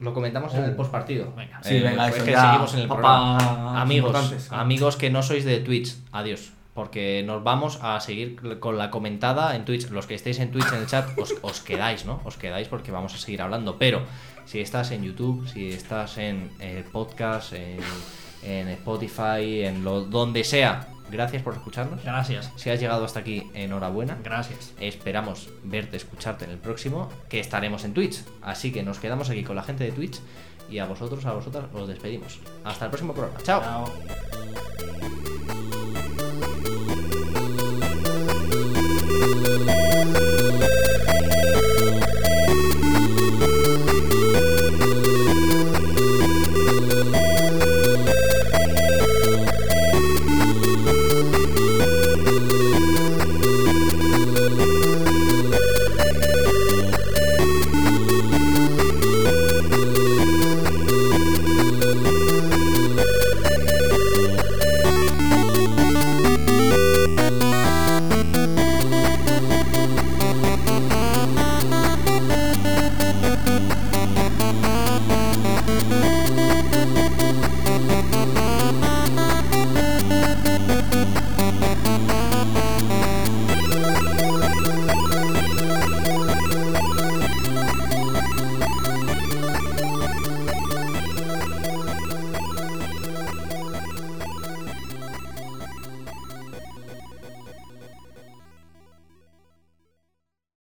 Speaker 1: Lo comentamos en el postpartido.
Speaker 2: Venga.
Speaker 3: Oh. Sí,
Speaker 1: Eh,
Speaker 3: venga,
Speaker 1: es
Speaker 3: eso
Speaker 1: que
Speaker 3: ya.
Speaker 1: seguimos en el
Speaker 3: Pa-
Speaker 1: programa.
Speaker 3: pa-
Speaker 1: Amigos,
Speaker 3: importantes.
Speaker 1: amigos que no sois de Twitch, adiós. Porque nos vamos a seguir con la comentada en Twitch. Los que estéis en Twitch en el chat, os, os quedáis, ¿no? Os quedáis porque vamos a seguir hablando. Pero si estás en YouTube, si estás en eh, podcast, en, en Spotify, en lo donde sea, gracias por escucharnos.
Speaker 4: Gracias.
Speaker 1: Si has llegado hasta aquí, enhorabuena.
Speaker 4: Gracias.
Speaker 1: Esperamos verte, escucharte en el próximo, que estaremos en Twitch. Así que nos quedamos aquí con la gente de Twitch y a vosotros, a vosotras, os despedimos. Hasta el próximo programa. Chao.
Speaker 4: Chao.